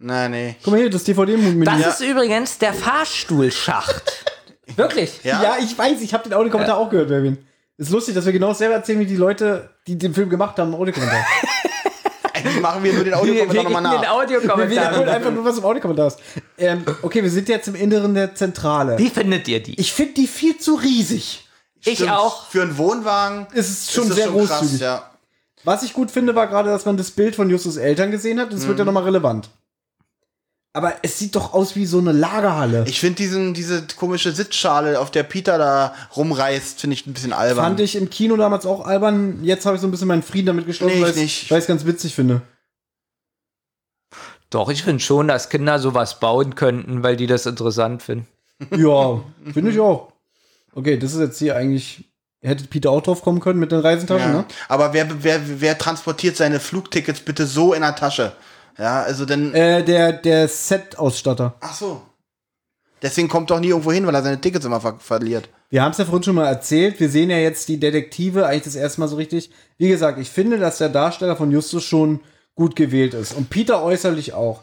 S3: Nein, nee.
S2: Guck mal hier, das DVD-Menü.
S4: Das ist übrigens der Fahrstuhlschacht. [laughs] Wirklich?
S2: ja. ja, ich weiß, ich habe den Audiokommentar auch gehört, Berwin. Ist lustig, dass wir genau dasselbe erzählen, wie die Leute, die den Film gemacht haben, im
S3: [laughs]
S2: Audiokommentar.
S3: Eigentlich [laughs] machen wir nur den
S4: Wir, wir
S3: Audiokommentar
S4: geben
S3: nochmal
S4: den
S3: nach.
S2: wir wiederholen
S4: Audiokommentar.
S2: einfach nur, was im Audiokommentar ist. Ähm, okay, wir sind jetzt im Inneren der Zentrale.
S4: Wie findet ihr die?
S2: Ich finde die viel zu riesig.
S4: Ich
S3: Stimmt.
S4: auch.
S3: Für einen Wohnwagen
S2: Es ist schon
S3: das
S2: sehr
S3: krass,
S2: großzügig.
S3: ja.
S2: Was ich gut finde, war gerade, dass man das Bild von Justus Eltern gesehen hat. Das wird
S3: Mhm.
S2: ja nochmal relevant. Aber es sieht doch aus wie so eine Lagerhalle.
S3: Ich finde diesen diese komische Sitzschale, auf der Peter da rumreißt, finde ich ein bisschen albern.
S2: Fand ich im Kino damals auch albern. Jetzt habe ich so ein bisschen meinen Frieden damit geschlossen,
S3: Nee, ich
S2: weil ich
S3: nicht.
S2: es ganz witzig
S3: [laughs]
S2: finde.
S4: Doch, ich finde schon, dass Kinder sowas bauen könnten, weil die das interessant finden.
S2: Ja, finde ich auch. Okay, das ist jetzt hier eigentlich. Hätte Peter auch drauf kommen können mit den Reisentaschen,
S3: ja.
S2: ne?
S3: Aber wer, wer, wer transportiert seine Flugtickets bitte so in der Tasche? Ja, also dann.
S2: Äh, der der Set-Ausstatter.
S3: Ach so. Deswegen kommt doch nie irgendwo hin, weil er seine Tickets immer ver verliert.
S2: Wir haben es ja vorhin schon mal erzählt. Wir sehen ja jetzt die Detektive eigentlich das erste Mal so richtig. Wie gesagt, ich finde, dass der Darsteller von Justus schon gut gewählt ist. Und Peter äußerlich auch.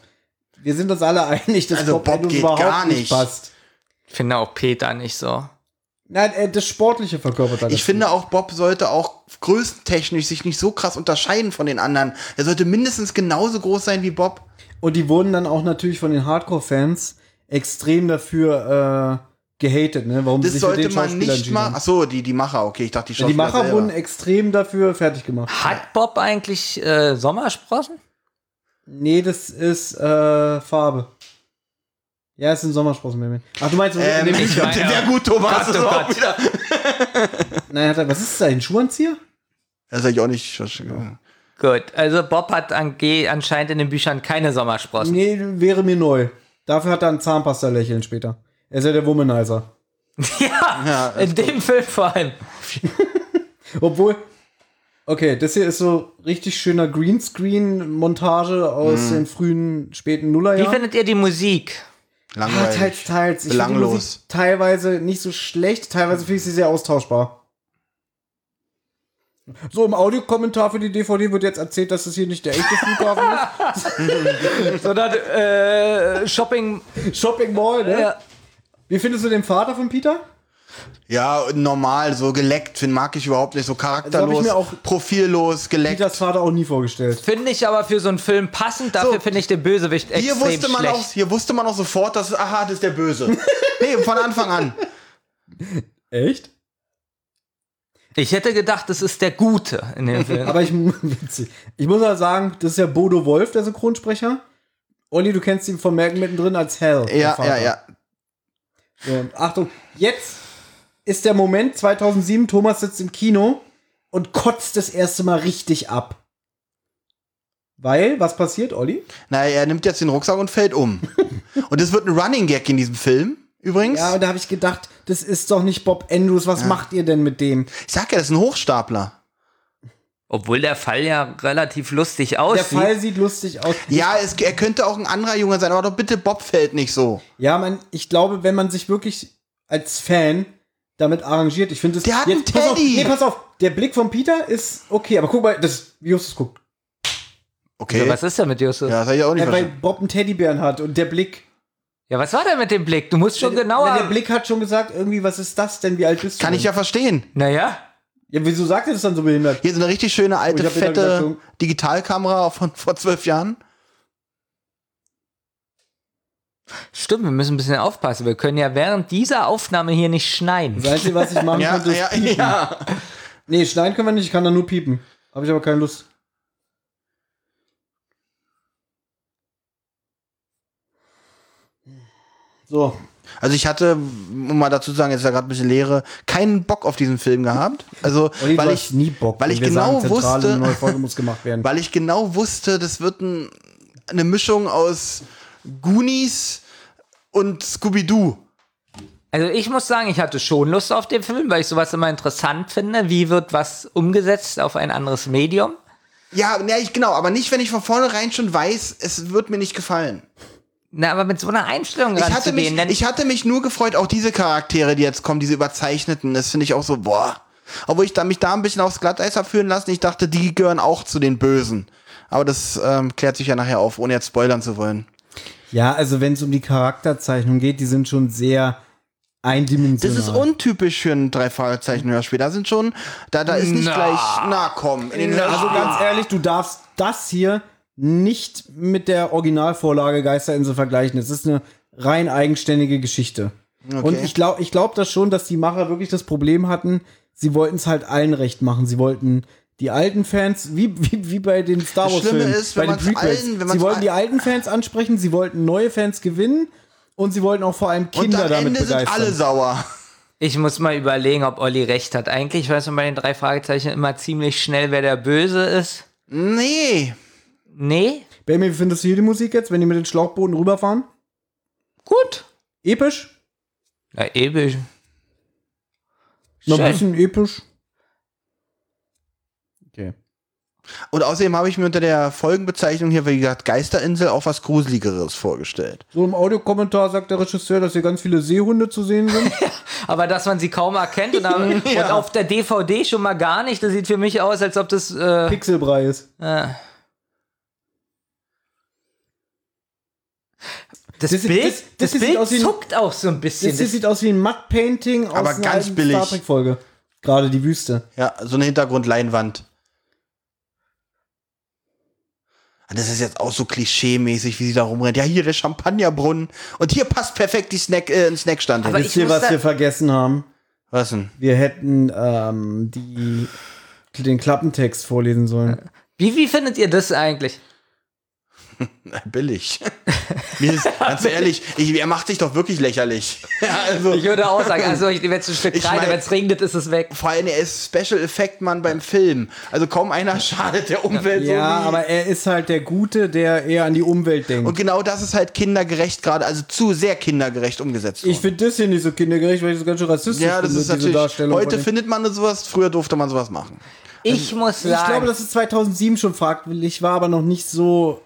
S2: Wir sind uns alle [laughs] einig, dass
S3: Also Bob
S2: Andrews
S3: geht gar nicht.
S2: passt.
S4: Ich finde auch Peter nicht so.
S2: Nein, äh, das Sportliche verkörpert er.
S3: Ich finde auch, Bob sollte auch größentechnisch sich nicht so krass unterscheiden von den anderen. Er sollte mindestens genauso groß sein wie Bob.
S2: Und die wurden dann auch natürlich von den Hardcore-Fans extrem dafür äh, gehatet, ne? Warum sie
S3: Das
S2: sich für
S3: sollte
S2: den
S3: man
S2: Schauspieler
S3: nicht
S2: entschieden
S3: machen.
S2: haben.
S3: Ach so, die, die Macher, okay, ich dachte, die
S2: Ja, die
S3: Schauspieler
S2: Macher
S3: selber.
S2: wurden extrem dafür fertig gemacht.
S4: Hat Bob eigentlich äh, Sommersprossen?
S2: Nee, das ist äh, Farbe. Ja, es sind Sommersprossen. Ach, du meinst, äh, in dem
S3: ähm, [laughs]
S2: Lied-
S3: ich
S4: meine,
S3: sehr gut, Thomas.
S2: oh
S4: Oh
S3: Das, ist auch Oh wieder.
S2: Nein, hat er, was ist das, ein Schuhanzieher?
S3: das sag ich auch nicht. Schauspieler.
S4: Gut, also Bob hat ange anscheinend in den Büchern keine Sommersprossen.
S2: Nee, wäre mir neu. Dafür hat er ein Zahnpasta-Lächeln später. Er ist ja der Womanizer.
S4: Ja,
S2: äh,
S4: in dem Film vor allem.
S2: Obwohl, okay, das hier ist so richtig schöner Greenscreen-Montage aus den frühen, späten
S4: Wie
S2: Nullerjahren.
S4: findet ihr die Musik?
S2: Ah,
S3: Langweilig.
S2: teils, teils. Ich finde die
S3: Belanglos.
S2: Musik teilweise nicht so schlecht, teilweise finde ich sie sehr austauschbar. So, im Audiokommentar für die DVD wird jetzt erzählt, dass es hier nicht der echte
S3: [laughs]
S2: Flughafen
S4: Sondern äh, Shopping.
S2: ist. Shopping Mall, ne?
S4: Ja.
S2: Wie findest du den Vater von Peter?
S3: Ja, normal, so geleckt, find, mag ich überhaupt nicht. So charakterlos,
S2: mir auch-
S3: profillos, geleckt.
S2: Peters Vater auch nie vorgestellt.
S4: Finde ich aber für so einen Film passend, dafür
S3: So.
S4: finde ich den Bösewicht extrem
S3: Hier wusste, man
S4: schlecht.
S3: auch, hier wusste man auch sofort, dass, aha, das ist der
S2: [laughs]
S3: Böse. nee, von Anfang an.
S2: Echt?
S4: Ich hätte gedacht, das ist der Gute in dem Film.
S2: Aber ich, [laughs] witzig. ich muss halt sagen, das ist ja Bodo Wolf, der Synchronsprecher. Olli, du kennst ihn von Merken mittendrin als Hell. der
S3: Ja, ja,
S2: Vater.
S3: ja.
S2: So, Achtung, jetzt ist der Moment 2007, Thomas sitzt im Kino und kotzt das erste Mal richtig ab. Weil, was passiert, Olli?
S3: Na, er nimmt jetzt den Rucksack und
S2: [laughs]
S3: fällt um. und es wird ein Running Gag in diesem Film, übrigens.
S2: Ja, und da habe ich gedacht, das ist doch nicht Bob Andrews, was macht ihr denn mit dem?
S3: Ich sag ja, das ist ein Hochstapler.
S4: [laughs] Obwohl der Fall ja relativ lustig
S2: Der
S4: aussieht.
S2: Fall sieht lustig aus.
S3: Ja, es, er könnte auch ein anderer Junge sein, aber doch bitte Bob fällt nicht so.
S2: Ja, man, ich glaube, wenn man sich wirklich als Fan damit arrangiert, ich finde es.
S3: Der hat einen
S2: pass auf,
S3: Teddy!
S2: nee, pass auf, der Blick von Peter ist okay, aber guck mal, das Justus guckt.
S3: Okay.
S4: Also,
S3: Ja,
S4: was ist denn mit Justus? Ja.
S3: das hab ich auch nicht
S2: Ja, weil
S3: verstanden.
S2: Bob einen Teddybären hat und der Blick.
S4: was war denn mit dem Blick? Du musst schon
S2: Na, Der
S4: genauer.
S2: Blick hat schon gesagt, irgendwie, was ist das denn? Wie alt bist du?
S3: Kann
S2: denn?
S3: ich ja verstehen.
S4: Naja,
S2: Ja, wieso sagt er das dann so behindert?
S3: Hier ist eine richtig schöne
S2: Oh, Ich
S3: alte,
S2: hab wieder gesagt,
S3: fette
S2: Jung.
S3: Digitalkamera von vor zwölf Jahren.
S4: stimmt, wir müssen ein bisschen aufpassen. Wir können ja während dieser Aufnahme hier nicht schneiden.
S2: Das Einzige, was ich machen
S3: [laughs] Ja,
S2: konnte, ist
S3: ja,
S2: piepen.
S3: ja.
S2: Nee, schneiden können wir nicht, ich kann da nur piepen. Habe ich aber keine Lust. So.
S3: Also ich hatte, um mal dazu zu sagen, jetzt ist ja gerade ein bisschen leere, keinen Bock auf diesen Film gehabt. Also,
S2: Olli, Oh, du
S3: weil
S2: hast
S3: ich
S2: nie Bock.
S3: weil
S2: wenn
S3: ich
S2: wir
S3: genau
S2: sagen, Zentrale,
S3: wusste-
S2: Eine neue Folge muss gemacht werden.
S3: [laughs] weil ich genau wusste, das wird ein, eine Mischung aus Goonies und Scooby-Doo.
S4: Also ich muss sagen, ich hatte schon Lust auf den Film, weil ich sowas immer interessant finde. Wie wird was umgesetzt auf ein anderes Medium?
S3: Ja, ne, ich genau, aber nicht, wenn ich von vornherein schon weiß, es wird mir nicht gefallen.
S4: Na, aber mit so einer Einstellung
S3: Ich hatte, mich,
S4: ranzugehen, denn
S3: ich hatte mich nur gefreut, auch diese Charaktere, die jetzt kommen, diese überzeichneten, das finde ich auch so, boah. Obwohl ich da, mich da ein bisschen aufs Glatteis habe führen lassen, ich dachte, die gehören auch zu den Bösen. Aber das ähm, klärt sich ja nachher auf, ohne jetzt spoilern zu wollen.
S2: ja, also wenn es um die Charakterzeichnung geht, die sind schon sehr
S3: Das
S2: eindimensional.
S3: ist untypisch für ein Drei-Fragezeichen-Hörspiel. Da sind schon, da, da ist nicht
S4: Na.
S3: gleich, na komm, in den
S2: Also
S3: Hörspielen.
S2: ganz ehrlich, du darfst das hier nicht mit der Originalvorlage Geisterinsel vergleichen. Es ist eine rein eigenständige Geschichte. Und ich glaube ich glaub das schon, dass die Macher wirklich das Problem hatten, sie wollten es halt allen recht machen. Sie wollten die alten Fans, wie, wie, wie bei den Star
S3: Das
S2: Wars
S3: Schlimme
S2: Filmen,
S3: ist,
S2: bei
S3: wenn
S2: den
S3: man's
S2: Prequels.
S3: allen- wenn
S2: sie
S3: man's
S2: wollten die
S3: al-
S2: alten Fans ansprechen, sie wollten neue Fans gewinnen und sie wollten auch vor allem
S3: Und
S2: Kinder
S3: am
S2: damit
S3: Ende sind
S2: begeistern.
S3: alle sauer.
S4: ich muss mal überlegen, ob Olli recht hat. Eigentlich weiß man bei den drei Fragezeichen immer ziemlich schnell, wer der Böse ist.
S3: Nee.
S4: Nee?
S2: Benjamin, wie findest du hier die Musik jetzt, wenn die mit den Schlauchbooten rüberfahren?
S4: Gut.
S2: Episch?
S4: Na, episch.
S2: Noch ein
S4: Schön.
S2: bisschen episch. Okay.
S3: Und außerdem habe ich mir unter der Folgenbezeichnung hier, wie gesagt, Geisterinsel auch was Gruseligeres vorgestellt.
S2: So im Audiokommentar sagt der Regisseur, dass hier ganz viele Seehunde zu sehen sind.
S4: [laughs] Aber dass man sie kaum erkennt
S2: [laughs]
S4: und, dann- und auf der DVD schon mal gar nicht, das sieht für mich aus, als ob das. Äh,
S2: Pixelbrei
S4: [laughs]
S2: ist.
S4: das,
S2: sieht-
S4: Bild,
S2: das-
S4: das,
S2: das sieht
S4: Bild
S2: aus wie ein-
S4: zuckt auch so ein bisschen.
S2: Das hier sieht aus wie ein Mud-Painting aus
S3: Aber
S2: einer
S3: ganz
S2: alten
S3: billig.
S2: Star Trek-Folge. Gerade die Wüste.
S3: Ja, so eine Hintergrundleinwand. Ah, Das ist jetzt auch so klischee-mäßig, wie sie da rumrennt. Ja, hier der Champagnerbrunnen. Und hier passt perfekt die Snack, äh, ein Snackstand
S4: Aber
S3: hin.
S4: ich
S2: Wisst ihr,
S4: muss
S2: was
S4: da-
S2: wir vergessen haben?
S3: Was denn?
S2: Wir hätten ähm, die, den Klappentext vorlesen sollen.
S4: wie, wie findet ihr das eigentlich?
S3: Na, Äh, billig. [laughs] Mir ist, ganz ehrlich, ich, er macht sich doch wirklich lächerlich. [laughs] Ja, also,
S4: Ich würde auch
S3: [laughs]
S4: sagen, also ich nehme jetzt ein Stück
S3: Ich
S4: rein,
S3: mein-
S4: wenn es regnet, ist es weg.
S3: vor allem, er ist Special Effect Mann beim Film. Also kaum einer schadet der Umwelt
S2: Ja,
S3: so. wie-
S2: aber er ist halt der Gute, der eher an die Umwelt denkt.
S3: Und genau das ist halt kindergerecht gerade, also zu sehr kindergerecht umgesetzt. worden.
S2: ich finde das hier nicht so kindergerecht, weil ich das ganz schön rassistisch
S3: Ja, das
S2: finde,
S3: ist
S2: diese
S3: natürlich.
S2: Darstellung von
S3: Heute
S2: dem-
S3: findet man sowas, früher durfte man sowas machen.
S4: Ich muss sagen,
S2: Ähm, Ich glaube, dass es 2007 schon fragwürdig war, aber noch nicht so,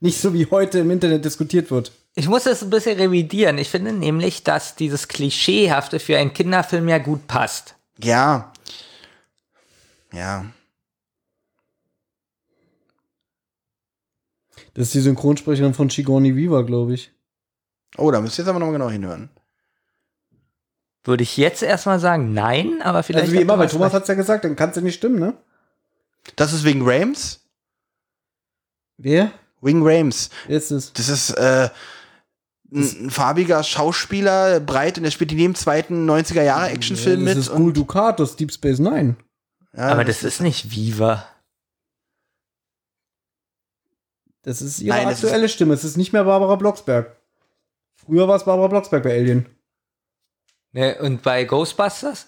S2: nicht so wie heute im Internet diskutiert wird.
S4: ich muss das ein bisschen revidieren. Ich finde nämlich, dass dieses Klischeehafte für einen Kinderfilm ja gut passt.
S3: Ja. Ja.
S2: Das ist die Synchronsprecherin von Sigourney Weaver, glaube ich.
S3: Oh, da müsst ihr jetzt aber nochmal genau hinhören.
S4: Würde ich jetzt erstmal sagen, nein, aber vielleicht.
S2: Also wie
S4: hat
S2: immer, weil Thomas
S4: Thomas
S2: hat es ja gesagt, dann kann es ja nicht stimmen, ne?
S3: Das ist wegen Rames?
S2: Wer?
S3: Wing Rames.
S2: Wer ist es?
S3: Das ist äh, ein, ein farbiger Schauspieler, breit und er spielt in jedem zweiten 90er Jahre Actionfilm
S2: das
S3: mit.
S2: ist
S3: Und,
S2: Gul Dukat aus Deep Space Nine.
S3: ja,
S4: recht. aber das ist nicht Viva.
S2: Das ist ihre
S3: Nein, das
S2: aktuelle Stimme. Es ist nicht mehr Barbara Blocksberg. Früher war es Barbara Blocksberg bei Alien.
S4: Ne, und bei Ghostbusters?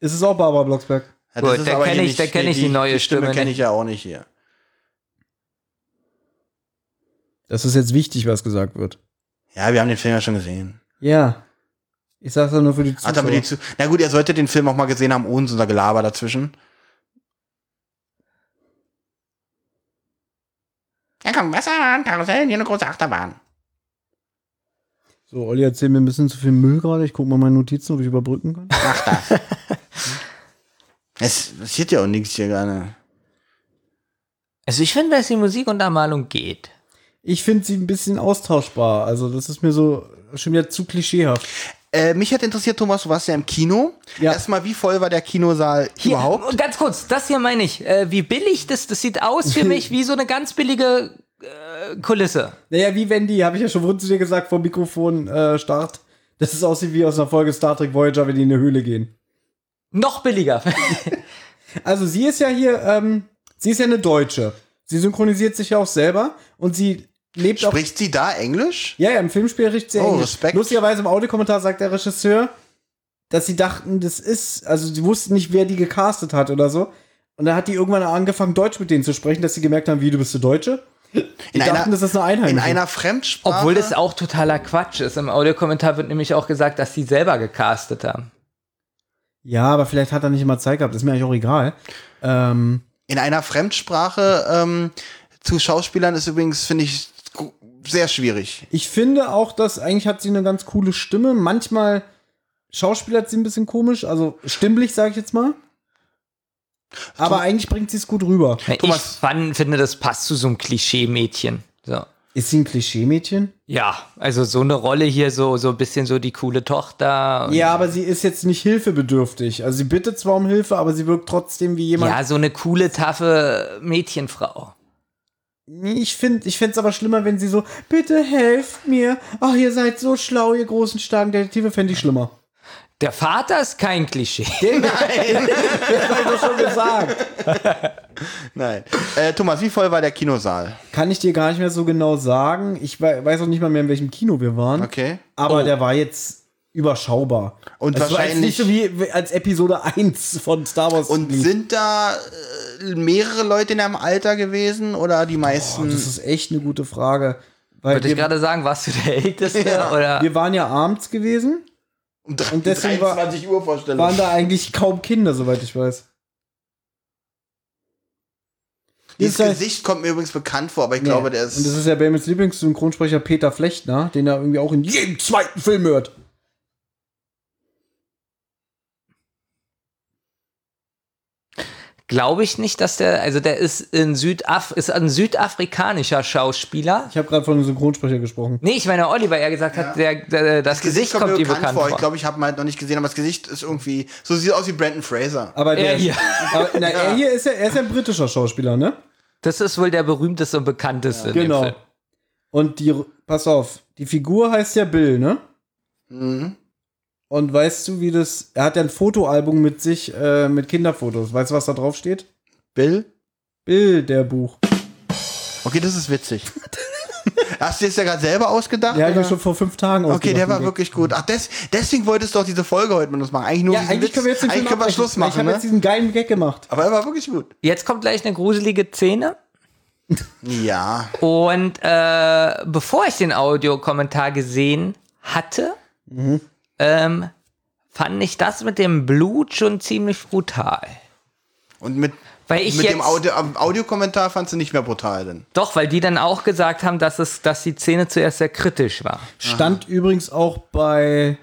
S2: Es ist auch Barbara Blocksberg.
S3: ja,
S4: Gut, da
S3: aber
S4: kenn
S3: hier
S4: ich-
S3: nicht-
S4: da kenn
S3: nee,
S4: ich die neue
S3: Stimme
S4: Stimme
S3: kenne
S4: nicht.
S3: ich ja auch nicht hier.
S2: Das ist jetzt wichtig, was gesagt wird.
S3: Ja, wir haben den Film ja schon gesehen.
S2: Ja. Ich sag's ja nur für die
S3: Hat aber die zu Na gut, ihr solltet den Film auch mal gesehen haben, ohne so unser Gelaber dazwischen. Ja, komm, Wasserbahn, Karussell, hier eine große Achterbahn.
S2: So, Olli, erzähl mir ein bisschen zu viel Müll gerade. Ich guck mal meine Notizen, ob ich überbrücken kann.
S3: Mach das. es passiert ja auch nichts hier gerade.
S4: Also ich finde, dass die Musikuntermalung geht.
S2: Ich finde sie ein bisschen austauschbar. Also, das ist mir so schon wieder zu klischeehaft.
S3: Äh, mich hat interessiert, Thomas, du warst ja im Kino.
S2: Ja.
S3: Erstmal, wie voll war der Kinosaal
S4: Hier,
S3: überhaupt?
S4: Um, Ganz kurz, das hier meine ich. Äh, wie billig das, das sieht aus für mich wie so eine ganz billige äh, Kulisse.
S2: Naja, wie Wendy, habe ich ja schon vorhin zu dir gesagt, vom Mikrofon äh, Start. Das ist aussieht wie aus einer Folge Star Trek Voyager, wenn die in eine Höhle gehen.
S4: Noch billiger.
S2: Also sie ist ja hier, ähm, sie ist ja eine Deutsche. Sie synchronisiert sich ja auch selber und sie
S4: äh,
S2: lebt auch.
S3: Spricht sie da Englisch?
S2: Ja, ja, im Filmspiel riecht sie
S3: Oh,
S2: Englisch.
S3: Respekt.
S2: Lustigerweise im Audiokommentar sagt der Regisseur, dass sie dachten, das ist, also sie wussten nicht, wer die gecastet hat oder so. Und dann hat die irgendwann angefangen, Deutsch mit denen zu sprechen, dass sie gemerkt haben, wie, du bist eine Deutsche? Die
S3: einer-
S2: dachten, das ist eine Einheit.
S3: In einer Fremdsprache?
S4: Obwohl das auch totaler Quatsch ist. Im Audiokommentar wird nämlich auch gesagt, dass sie selber gecastet haben.
S2: ja, aber vielleicht hat er nicht immer Zeit gehabt, ist mir eigentlich auch egal. Ähm,
S3: in einer Fremdsprache ähm, zu Schauspielern ist übrigens, finde ich, gro- sehr schwierig.
S2: Ich finde auch, dass eigentlich hat sie eine ganz coole Stimme. Manchmal schauspielert sie ein bisschen komisch, also stimmlich, sage ich jetzt mal. Aber eigentlich bringt sie es gut rüber.
S4: Ne, ich fand, finde, das passt zu so einem Klischee-Mädchen. So.
S2: Ist sie ein Klischee-Mädchen?
S4: Ja, also so eine Rolle hier, so, so ein bisschen so die coole Tochter. und-
S2: Ja, aber sie ist jetzt nicht hilfebedürftig. Also sie bittet zwar um Hilfe, aber sie wirkt trotzdem wie jemand.
S4: ja, so eine coole, taffe Mädchenfrau.
S2: Nee, Ich finde ich find's aber schlimmer, wenn sie so, bitte helft mir. Ach, ihr seid so schlau, ihr großen, starken Detektive, fände ich schlimmer.
S4: Der Vater ist kein Klischee.
S2: Das schon gesagt.
S3: Nein. Äh, Thomas, wie voll war der Kinosaal?
S2: Kann ich dir gar nicht mehr so genau sagen. Ich wei- weiß auch nicht mal mehr, in welchem Kino wir waren.
S3: Okay.
S2: aber der war jetzt überschaubar.
S3: Und
S2: es war jetzt
S3: wahrscheinlich-
S2: nicht so wie wie als Episode 1 von Star Wars.
S3: Und
S2: lief.
S3: sind da äh, mehrere Leute in einem Alter gewesen oder die meisten?
S2: das ist echt eine gute Frage, weil
S4: Wollte ich
S2: wir,
S4: gerade sagen, warst du der Älteste? oder?
S2: wir waren ja abends gewesen,
S3: um drei-
S2: und deswegen war-
S3: 23 Uhr Vorstellung.
S2: Also waren da eigentlich kaum Kinder, soweit ich weiß.
S3: Dieses
S2: Ist das-
S3: Gesicht kommt mir übrigens bekannt vor, aber ich
S2: Nee.
S3: glaube, der ist.
S2: Und das ist ja Bamels Lieblingssynchronsprecher Peter Flechtner, den er irgendwie auch in jedem zweiten Film hört.
S4: Glaube ich nicht, dass der, also der ist in Südaf, ist ein südafrikanischer Schauspieler.
S2: Ich habe gerade von einem Synchronsprecher gesprochen.
S4: Nee, ich meine, Oliver ja gesagt hat, der, der, das, Gesicht kommt dir bekannt vor.
S3: Ich glaube, ich habe ihn halt noch nicht gesehen, aber das Gesicht ist irgendwie. So sieht aus wie Brandon Fraser.
S2: Aber der,
S4: Er hier.
S2: Aber, na, er hier ist ja, er ist ja ein britischer Schauspieler, ne?
S4: Das ist wohl der berühmteste und bekannteste. in dem
S2: Genau.
S4: Film.
S2: Und die, pass auf, die Figur heißt ja Bill, ne?
S3: Mhm.
S2: Und weißt du, wie das, er hat ja ein Fotoalbum mit sich, äh, mit Kinderfotos. Weißt du, was da drauf steht?
S3: Bill?
S2: Bill, der Buch.
S3: Okay, das ist witzig. [laughs] Hast du es ja gerade selber ausgedacht?
S2: Der hat
S3: oder?
S2: ja schon vor fünf Tagen
S3: Okay, der
S2: ausgedacht,
S3: war
S2: den
S3: wirklich gut. Ach, des, deswegen wolltest du doch diese Folge heute mit uns machen. Eigentlich nur
S2: Gag.
S3: diesen
S2: Ja, eigentlich
S3: Witz.
S2: können wir jetzt den
S3: eigentlich
S2: Film
S3: können wir
S2: abbrechen.
S3: Schluss
S2: Ich
S3: machen,
S2: habe
S3: ne?
S2: jetzt diesen geilen Gag gemacht.
S3: Aber er war wirklich gut.
S4: Jetzt kommt gleich eine gruselige Szene.
S3: Ja.
S4: Und äh, bevor ich den Audiokommentar gesehen hatte, ähm, fand ich das mit dem Blut schon ziemlich brutal.
S3: Und mit,
S4: Weil ich
S3: mit
S4: jetzt,
S3: dem Audio, am Audiokommentar fandst du nicht mehr brutal denn.
S4: doch, weil die dann auch gesagt haben, dass, es, dass die Szene zuerst sehr kritisch war.
S3: Ah.
S2: Stand übrigens auch bei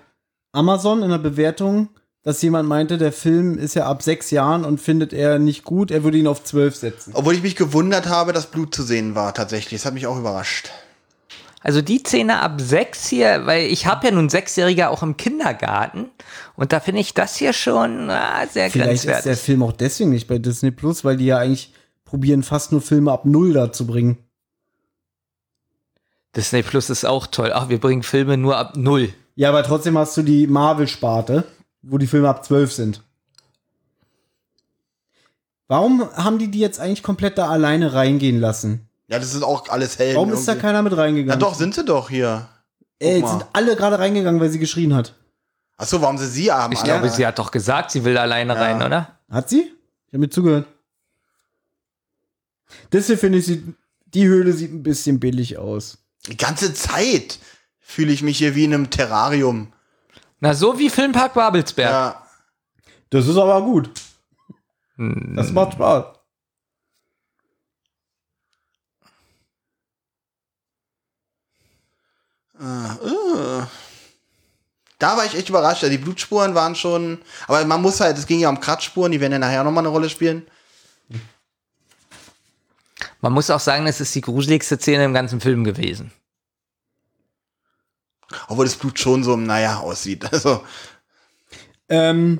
S2: Amazon in der Bewertung, dass jemand meinte, der Film ist ja ab sechs Jahren und findet er nicht gut, er würde ihn auf zwölf setzen.
S3: Obwohl ich mich gewundert habe, dass Blut zu sehen war tatsächlich. Das hat mich auch überrascht.
S4: Also die Szene ab sechs hier, weil ich habe ja nun Sechsjährige auch im Kindergarten und da finde ich das hier schon ah, sehr
S2: Vielleicht ist der
S4: grenzwertig.
S2: Film auch deswegen nicht bei Disney Plus, weil die ja eigentlich probieren, fast nur Filme ab null da zu bringen.
S4: Disney Plus ist auch toll. Ach, wir bringen Filme nur ab null.
S2: Ja, aber trotzdem hast du die Marvel-Sparte, wo die Filme ab 12 sind. Warum haben die die jetzt eigentlich komplett da alleine reingehen lassen?
S3: Ja, das ist auch alles hell.
S2: Warum ist da keiner mit
S3: Na
S2: reingegangen?
S3: doch, sind sie doch hier.
S2: Ey,
S3: guck
S2: jetzt
S3: mal.
S2: sind alle gerade reingegangen, weil sie geschrien hat.
S3: Ach so, warum sie sie haben?
S4: Ich
S3: alle?
S4: glaube, sie hat doch gesagt, sie will alleine rein, oder?
S2: Hat sie? Ich habe mir zugehört. Das hier finde ich sieht die Höhle sieht ein bisschen billig aus.
S3: Die ganze Zeit fühle ich mich hier wie in einem Terrarium.
S4: Na, so wie Filmpark Babelsberg.
S3: Ja.
S2: Das ist aber gut.
S4: Hm.
S2: Das macht Spaß.
S3: Da war ich echt überrascht. Also die Blutspuren waren schon. Aber man muss halt, es ging ja um Kratzspuren, die werden ja nachher nochmal eine Rolle spielen.
S4: Man muss auch sagen, es ist die gruseligste Szene im ganzen Film gewesen.
S3: Obwohl das Blut schon so, naja, aussieht. [laughs] Also,
S2: Ähm,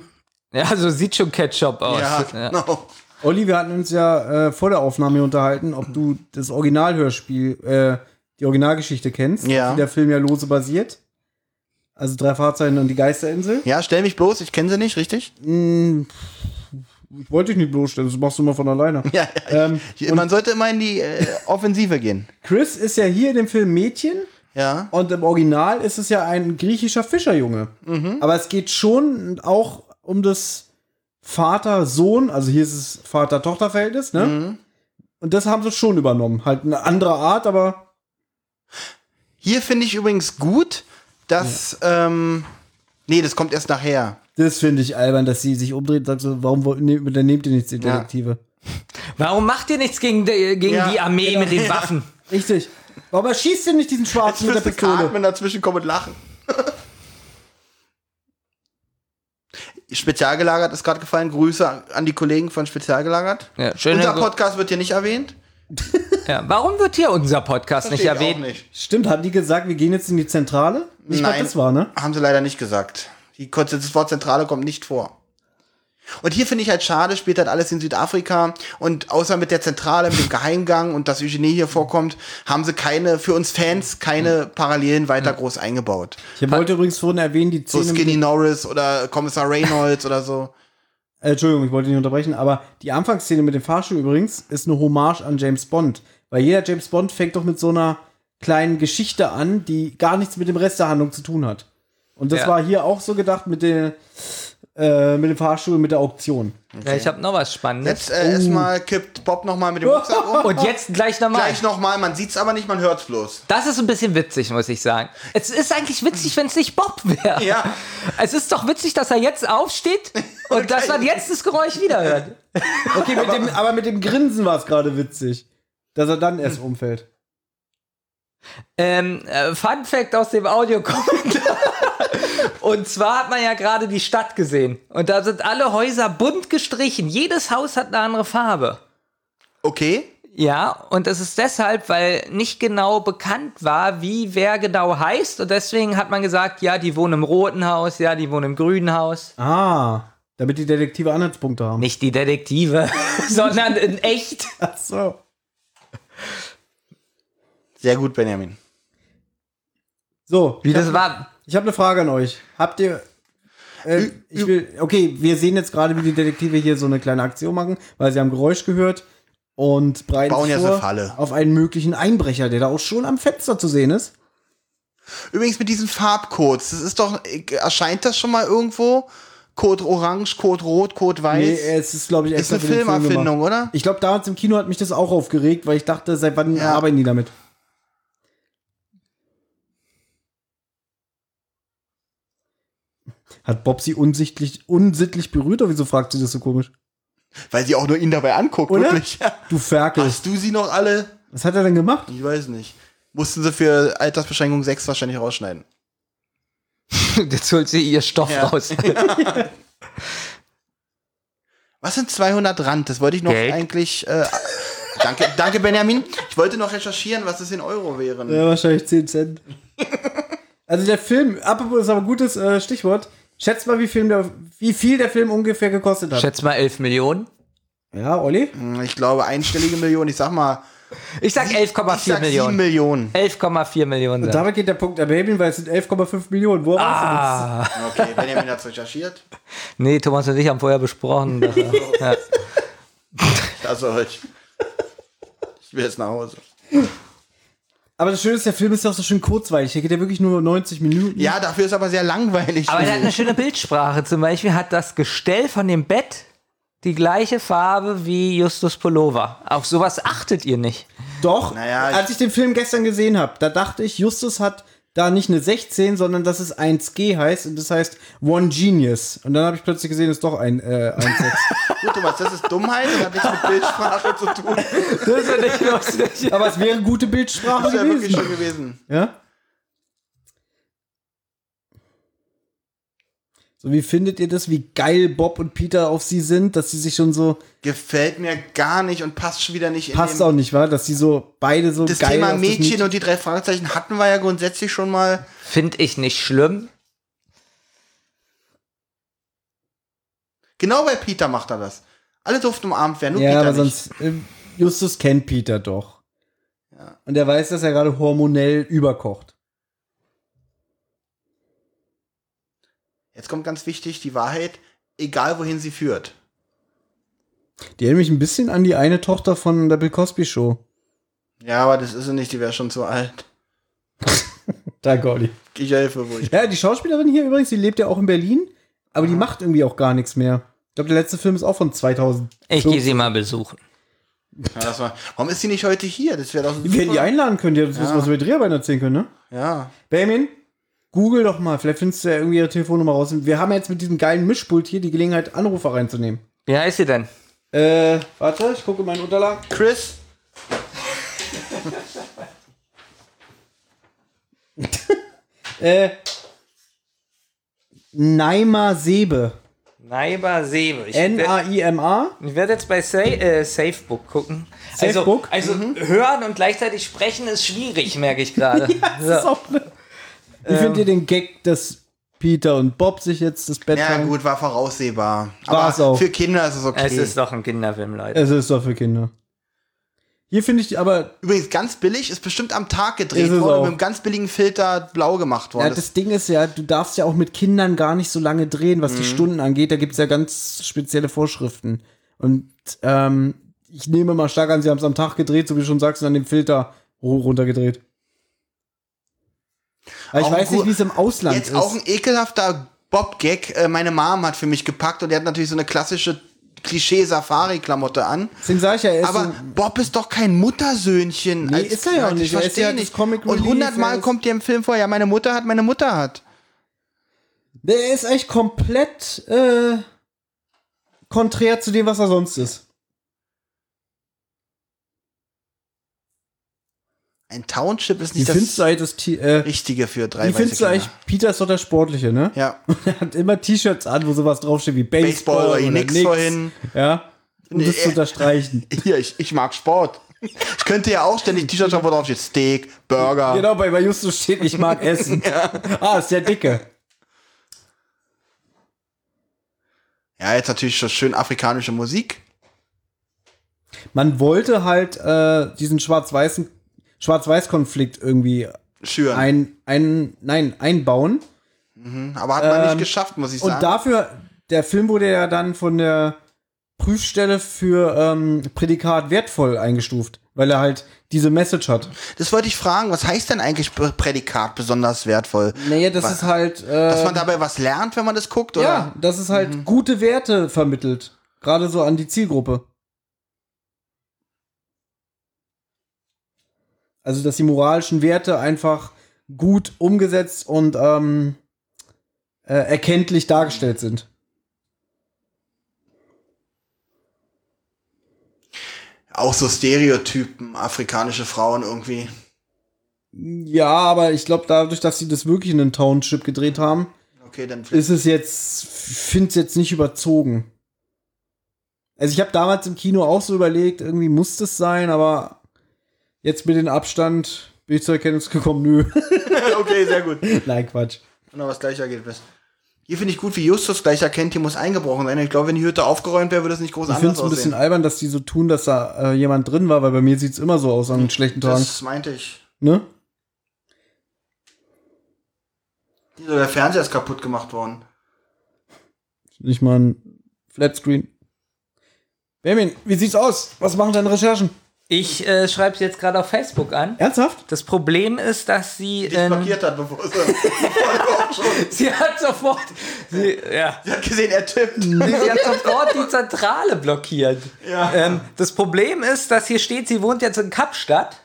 S4: Ja, also sieht schon Ketchup aus.
S3: ja,
S4: Oh, Ja.
S3: no.
S2: Olli, wir hatten uns ja äh, vor der Aufnahme hier unterhalten, ob du das Originalhörspiel, äh, die Originalgeschichte kennst,
S3: Ja.
S2: auf die der Film ja lose basiert. Also drei Fahrzeuge und die Geisterinsel.
S3: ja, stell mich bloß, ich kenne sie nicht, richtig?
S2: Ich wollte dich nicht bloßstellen, das machst du immer von alleine.
S3: [laughs] Ja, ja.
S2: Ähm,
S3: Ich- man sollte immer in die äh, Offensive gehen.
S2: Chris ist ja hier in dem Film Mädchen
S3: Ja.
S2: und im Original ist es ja ein griechischer Fischerjunge. Aber es geht schon auch um das Vater-Sohn, also hier ist es Vater-Tochter-Verhältnis, ne? Und das haben sie schon übernommen. Halt eine andere Art, aber
S3: Hier finde ich übrigens gut, dass. Ähm, nee, das kommt erst nachher.
S2: Das finde ich albern, dass sie sich umdreht und sagt so, warum wollt- ne- unternehmt ihr nichts, die
S3: Ja.
S2: Detektive?
S4: Warum macht ihr nichts gegen, die- gegen
S3: Ja,
S4: die Armee mit den
S2: Genau. [laughs]
S4: Waffen?
S2: Richtig. Warum erschießt ihr nicht diesen Schwarzen mit der
S3: müsste
S2: Pistole?
S3: Cartman dazwischen kommen und lachen. Spezialgelagert ist gerade gefallen. Grüße an die Kollegen von Spezialgelagert.
S4: Ja, schöne
S3: Unser
S4: Gru-
S3: Podcast wird hier nicht erwähnt.
S4: Ja, warum wird hier unser Podcast nicht
S3: Verstehe ich
S4: erwähnt?
S3: auch nicht.
S2: Stimmt, haben die gesagt, wir gehen jetzt in die Zentrale? Ich glaub,
S3: Nein.
S2: das war, ne?
S3: Haben sie leider nicht gesagt. Die, kurze- das Wort Zentrale kommt nicht vor. Und hier finde ich halt schade, spielt halt alles in Südafrika und außer mit der Zentrale, mit dem Geheimgang und dass Eugenie hier vorkommt, haben sie keine, für uns Fans, keine Parallelen weiter groß eingebaut.
S2: Ich wollte übrigens vorhin erwähnen, die
S3: So
S2: Szene. mit-
S3: Skinny Norris oder Kommissar Reynolds oder so.
S2: äh, Entschuldigung, ich wollte nicht unterbrechen, aber die Anfangsszene mit dem Fahrstuhl übrigens ist eine Hommage an James Bond. Weil jeder James Bond fängt doch mit so einer kleinen Geschichte an, die gar nichts mit dem Rest der Handlung zu tun hat. Und das
S4: Ja.
S2: war hier auch so gedacht mit, der, äh, mit dem Fahrstuhl, mit der Auktion.
S4: Ja, ich habe noch was Spannendes.
S3: Jetzt äh,
S2: Oh.
S3: erstmal kippt Bob nochmal mit
S2: [laughs]
S3: dem Rucksack um.
S4: Und jetzt gleich nochmal.
S3: Gleich nochmal, man sieht's aber nicht, man hört's bloß.
S4: Das ist ein bisschen witzig, muss ich sagen. Es ist eigentlich witzig, wenn es nicht Bob wäre.
S3: Ja.
S4: Es ist doch witzig, dass er jetzt aufsteht
S3: [laughs]
S4: und dass man jetzt das Geräusch wiederhört.
S2: Okay, mit dem, aber mit dem Grinsen war es gerade witzig, dass er dann erst umfällt.
S4: Ähm, äh, Fun Fact aus dem Audiokommentar. [laughs] Und zwar hat man ja gerade die Stadt gesehen. Und da sind alle Häuser bunt gestrichen. Jedes Haus hat eine andere Farbe.
S3: Okay.
S4: Ja, und das ist deshalb, weil nicht genau bekannt war, wie wer genau heißt. Und deswegen hat man gesagt, ja, die wohnen im roten Haus, ja, die wohnen im grünen Haus.
S2: Ah, damit die Detektive Anhaltspunkte haben.
S4: Nicht die Detektive, [laughs] sondern in echt.
S2: Ach so.
S3: Sehr gut, Benjamin.
S2: So,
S4: Wie das war. [laughs]
S2: ich habe eine Frage an euch. Habt ihr. Äh, ich will, okay, wir sehen jetzt gerade, wie die Detektive hier so eine kleine Aktion machen, weil sie haben Geräusch gehört und breiten
S3: Bauen
S2: sich
S3: ja so
S2: vor
S3: Falle.
S2: auf einen möglichen Einbrecher, der da auch schon am Fenster zu sehen ist.
S3: Übrigens mit diesen Farbcodes, das ist doch, äh, erscheint das schon mal irgendwo? Code Orange, Code Rot, Code Weiß.
S2: Nee, es ist, glaube ich,
S3: ist
S2: extra
S3: eine
S2: für den Film gemacht.
S3: Filmerfindung, oder?
S2: Ich glaube, damals im Kino hat mich das auch aufgeregt, weil ich dachte, seit wann
S3: Ja.
S2: arbeiten die damit? Hat Bob sie unsichtlich, unsittlich berührt oder wieso fragt sie das so komisch?
S3: Weil sie auch nur ihn dabei anguckt,
S2: Oder? [laughs]
S3: wirklich.
S2: Du Ferkel.
S3: Hast du sie noch alle?
S2: Was hat er denn gemacht?
S3: Ich weiß nicht. Mussten sie für Altersbeschränkung 6 wahrscheinlich rausschneiden.
S4: Jetzt holt sie ihr Stoff
S3: Ja. [laughs]
S4: raus.
S3: Was sind 200 Rand? Das wollte ich noch
S4: Geld?
S3: eigentlich. Äh, [laughs] danke, danke, Benjamin. Ich wollte noch recherchieren, was es in Euro wären.
S2: Ja, wahrscheinlich 10
S3: [laughs]
S2: Cent. also der Film, apropos ist aber ein gutes äh, Stichwort. Schätzt mal, wie, Film der, wie viel der Film ungefähr gekostet hat.
S4: Schätz mal 11 Millionen.
S2: ja, Olli?
S3: Ich glaube, einstellige Millionen. Ich sag mal,
S4: Ich sag
S3: ich sag
S4: 11,4
S3: 7
S4: Millionen.
S3: Millionen.
S4: 11,4 Millionen.
S2: Und
S4: sind.
S2: damit geht der Punkt erheblich, weil es sind 11,5 Millionen. Woher ah. weißt du das?
S3: Okay, Benjamin hat's recherchiert.
S4: Nee, Thomas und ich haben vorher besprochen. dass-
S3: [laughs]
S4: ja.
S2: [laughs]
S3: Also euch. Ich will jetzt nach Hause.
S2: Aber das Schöne ist, der Film ist ja auch so schön kurzweilig. Hier geht ja wirklich nur 90 Minuten.
S3: Ja, dafür ist aber sehr langweilig.
S4: Aber der hat
S3: finde
S4: eine
S3: ich.
S4: schöne Bildsprache. Zum Beispiel hat das Gestell von dem Bett die gleiche Farbe wie Justus Pullover. Auf sowas achtet ihr nicht.
S2: Doch,
S3: Naja, ich-
S2: als ich den Film gestern gesehen habe, da dachte ich, Justus hat da nicht eine 16, sondern dass es 1G heißt und das heißt One Genius. Und dann habe ich plötzlich gesehen, es ist doch ein äh, 1,6.
S3: Gut, Thomas, das ist Dummheit und hat nichts mit Bildsprache zu
S2: [laughs]
S3: tun. Das
S4: Das ist nicht
S3: [laughs]
S4: lustig.
S2: Aber es wäre gute Bildsprache
S3: ist ja wirklich
S2: gewesen.
S3: schon gewesen.
S2: Ja? So, wie findet ihr das, wie geil Bob und Peter auf sie sind, dass sie sich schon so,
S3: Gefällt mir gar nicht und passt schon wieder nicht in
S2: passt
S3: dem-
S2: auch nicht, wahr? Dass sie so beide so
S3: Das
S2: geil auf
S3: Thema
S2: das
S3: Mädchen
S2: Mädchen-
S3: und die drei Fragezeichen hatten wir ja grundsätzlich schon mal.
S4: Finde ich nicht schlimm.
S3: Genau bei Peter macht er das. Alle durften umarmt werden, nur
S2: Ja,
S3: Peter
S2: aber
S3: nicht.
S2: sonst, ähm, Justus kennt Peter doch. Und er weiß, dass er gerade hormonell überkocht.
S3: Jetzt kommt ganz wichtig die Wahrheit, egal wohin sie führt.
S2: Die erinnert mich ein bisschen an die eine Tochter von der Bill Cosby Show.
S3: Ja, aber das ist sie nicht, die wäre schon zu alt.
S2: Danke, Olli.
S3: Ich helfe ruhig.
S2: Ja, die Schauspielerin hier übrigens, die lebt ja auch in Berlin, aber die macht irgendwie auch gar nichts mehr. Ich glaube, der letzte Film ist auch von 2000.
S4: Ich gehe sie mal besuchen.
S3: Ja, das war, warum ist sie nicht heute hier? Das wäre doch
S2: Wir hätten die einladen können, die hätten uns was über Dreharbeiten erzählen können, ne?
S3: Ja.
S2: Benjamin, google doch mal, vielleicht findest du ja irgendwie ihre Telefonnummer raus. Wir haben jetzt mit diesem geilen Mischpult hier die Gelegenheit, Anrufer reinzunehmen.
S4: Wie heißt sie denn?
S2: Äh, warte, ich gucke in meinen Unterlagen.
S3: Chris,
S2: Äh, Naima Sebe.
S4: Naiba Sebe. Ich werde
S2: N-A-I-M-A.
S4: werd jetzt bei Sa äh, Safebook gucken.
S2: Safebook?
S4: Also,
S3: Mhm.
S4: also hören und gleichzeitig sprechen ist schwierig, merke
S3: [laughs]
S4: ich gerade.
S2: Das ist auch ne- Wie findet ihr den Gag, dass Peter und Bob sich jetzt das Bett
S3: Ähm. ja
S2: teilen?
S3: gut, war voraussehbar.
S2: War's auch.
S3: für Kinder ist es okay.
S4: Es ist doch ein Kinderfilm, Leute.
S2: Es ist doch für Kinder. Hier finde ich aber,
S3: Übrigens ganz billig, ist bestimmt am Tag gedreht
S2: Ist es
S3: worden,
S2: auch.
S3: mit einem ganz billigen Filter blau gemacht worden.
S2: ja, das Ding ist ja, du darfst ja auch mit Kindern gar nicht so lange drehen, was
S3: Mhm.
S2: die Stunden angeht. Da gibt es ja ganz spezielle Vorschriften. Und ähm, ich nehme mal stark an, sie haben es am Tag gedreht, so wie du schon sagst, und an dem Filter hoch runtergedreht. Aber ich
S3: Auch
S2: weiß
S3: ein
S2: nicht,
S3: gu-
S2: wie es im Ausland
S3: Jetzt
S2: ist.
S3: auch ein ekelhafter Bob-Gag. Äh, Meine Mom hat für mich gepackt und er hat natürlich so eine klassische Klischee-Safari-Klamotte an.
S2: Deswegen sage ich ja, er ist
S3: Aber
S2: so,
S3: Bob ist doch kein Muttersöhnchen.
S2: Nee, ist er ja auch
S3: Kind.
S2: nicht.
S3: Ich
S2: Er ist ja
S3: verstehe
S2: das
S3: nicht.
S2: Comic
S3: Und
S2: Relief, er
S3: hundertmal
S2: ist-
S3: kommt dir im Film vor, ja, meine Mutter hat, meine Mutter hat.
S2: Der ist eigentlich komplett äh, konträr zu dem, was er sonst ist.
S3: Ein Township ist
S2: Wie
S3: nicht
S2: findest
S3: das
S2: du eigentlich das T äh,
S3: Richtige für drei
S2: Wie
S3: weiße
S2: findest du
S3: Kinder.
S2: eigentlich, Peter ist doch der Sportliche, ne? [laughs]
S3: Ja,
S2: Er hat immer T-Shirts an, wo sowas draufsteht wie Baseball,
S3: Baseball
S2: oder
S3: oder nix
S2: nix.
S3: vorhin.
S2: Ja. Um
S3: Nee,
S2: das zu
S3: äh,
S2: unterstreichen.
S3: hier, ich, ich mag Sport. Ich könnte ja auch ständig T-Shirts haben, wo drauf steht Steak, Burger.
S2: Genau, bei, bei Justus steht, ich mag Essen. Ah, ist der Dicke.
S3: Ja, jetzt natürlich schon schön afrikanische Musik.
S2: Man wollte halt äh, diesen schwarz-weißen Schwarz-Weiß-Konflikt irgendwie
S3: Schüren.
S2: ein, ein, nein, einbauen.
S3: Aber hat man
S2: Ähm,
S3: nicht geschafft, muss ich sagen.
S2: Und dafür, der Film wurde ja dann von der Prüfstelle für ähm, Prädikat wertvoll eingestuft, weil er halt diese Message hat.
S3: das wollte ich fragen, was heißt denn eigentlich Pr- Prädikat besonders wertvoll?
S2: Naja, das
S3: Was-
S2: ist halt. Äh,
S3: Dass man dabei was lernt, wenn man das guckt, oder?
S2: ja, das ist halt gute Werte vermittelt. Gerade so an die Zielgruppe. Also, dass die moralischen Werte einfach gut umgesetzt und ähm, äh, erkenntlich dargestellt sind.
S3: Auch so Stereotypen, afrikanische Frauen irgendwie.
S2: Ja, aber ich glaube, dadurch, dass sie das wirklich in einem Township gedreht haben,
S3: Okay, dann
S2: ist es jetzt, finde es jetzt nicht überzogen. Also ich habe damals im Kino auch so überlegt, irgendwie muss das sein, aber jetzt mit dem Abstand bin ich zur Erkenntnis gekommen, nö.
S3: [laughs] okay, sehr gut.
S2: [laughs] Nein, Quatsch.
S3: Und noch Genau, was gleicher geht bist. Hier finde ich gut, wie Justus gleich erkennt, hier muss eingebrochen sein. Ich glaube, wenn die Hütte aufgeräumt wäre, würde es nicht groß
S2: Ich finde
S3: anders
S2: es ein bisschen
S3: aussehen.
S2: albern, dass die so tun, dass da äh, jemand drin war, weil bei mir sieht es immer so aus an schlechten Tagen.
S3: das meinte ich.
S2: Ne?
S3: Dieser- Der Fernseher ist kaputt gemacht worden.
S2: Nicht mal ein Flatscreen. Benjamin, wie sieht's aus? Was machen deine Recherchen?
S4: Ich äh, schreibe sie jetzt gerade auf Facebook an.
S2: Ernsthaft?
S4: Das Problem ist, dass sie.
S3: Die
S2: [laughs]
S4: ähm, [laughs]
S3: blockiert hat, bevor sie. bevor sie auch schon-
S4: sie hat sofort. Sie,
S3: [laughs]
S4: ja.
S3: Sie hat gesehen, er tippt.
S4: Sie hat sofort die Zentrale blockiert.
S3: Ja.
S4: Ähm, das Problem ist, dass hier steht, sie wohnt jetzt in Kapstadt.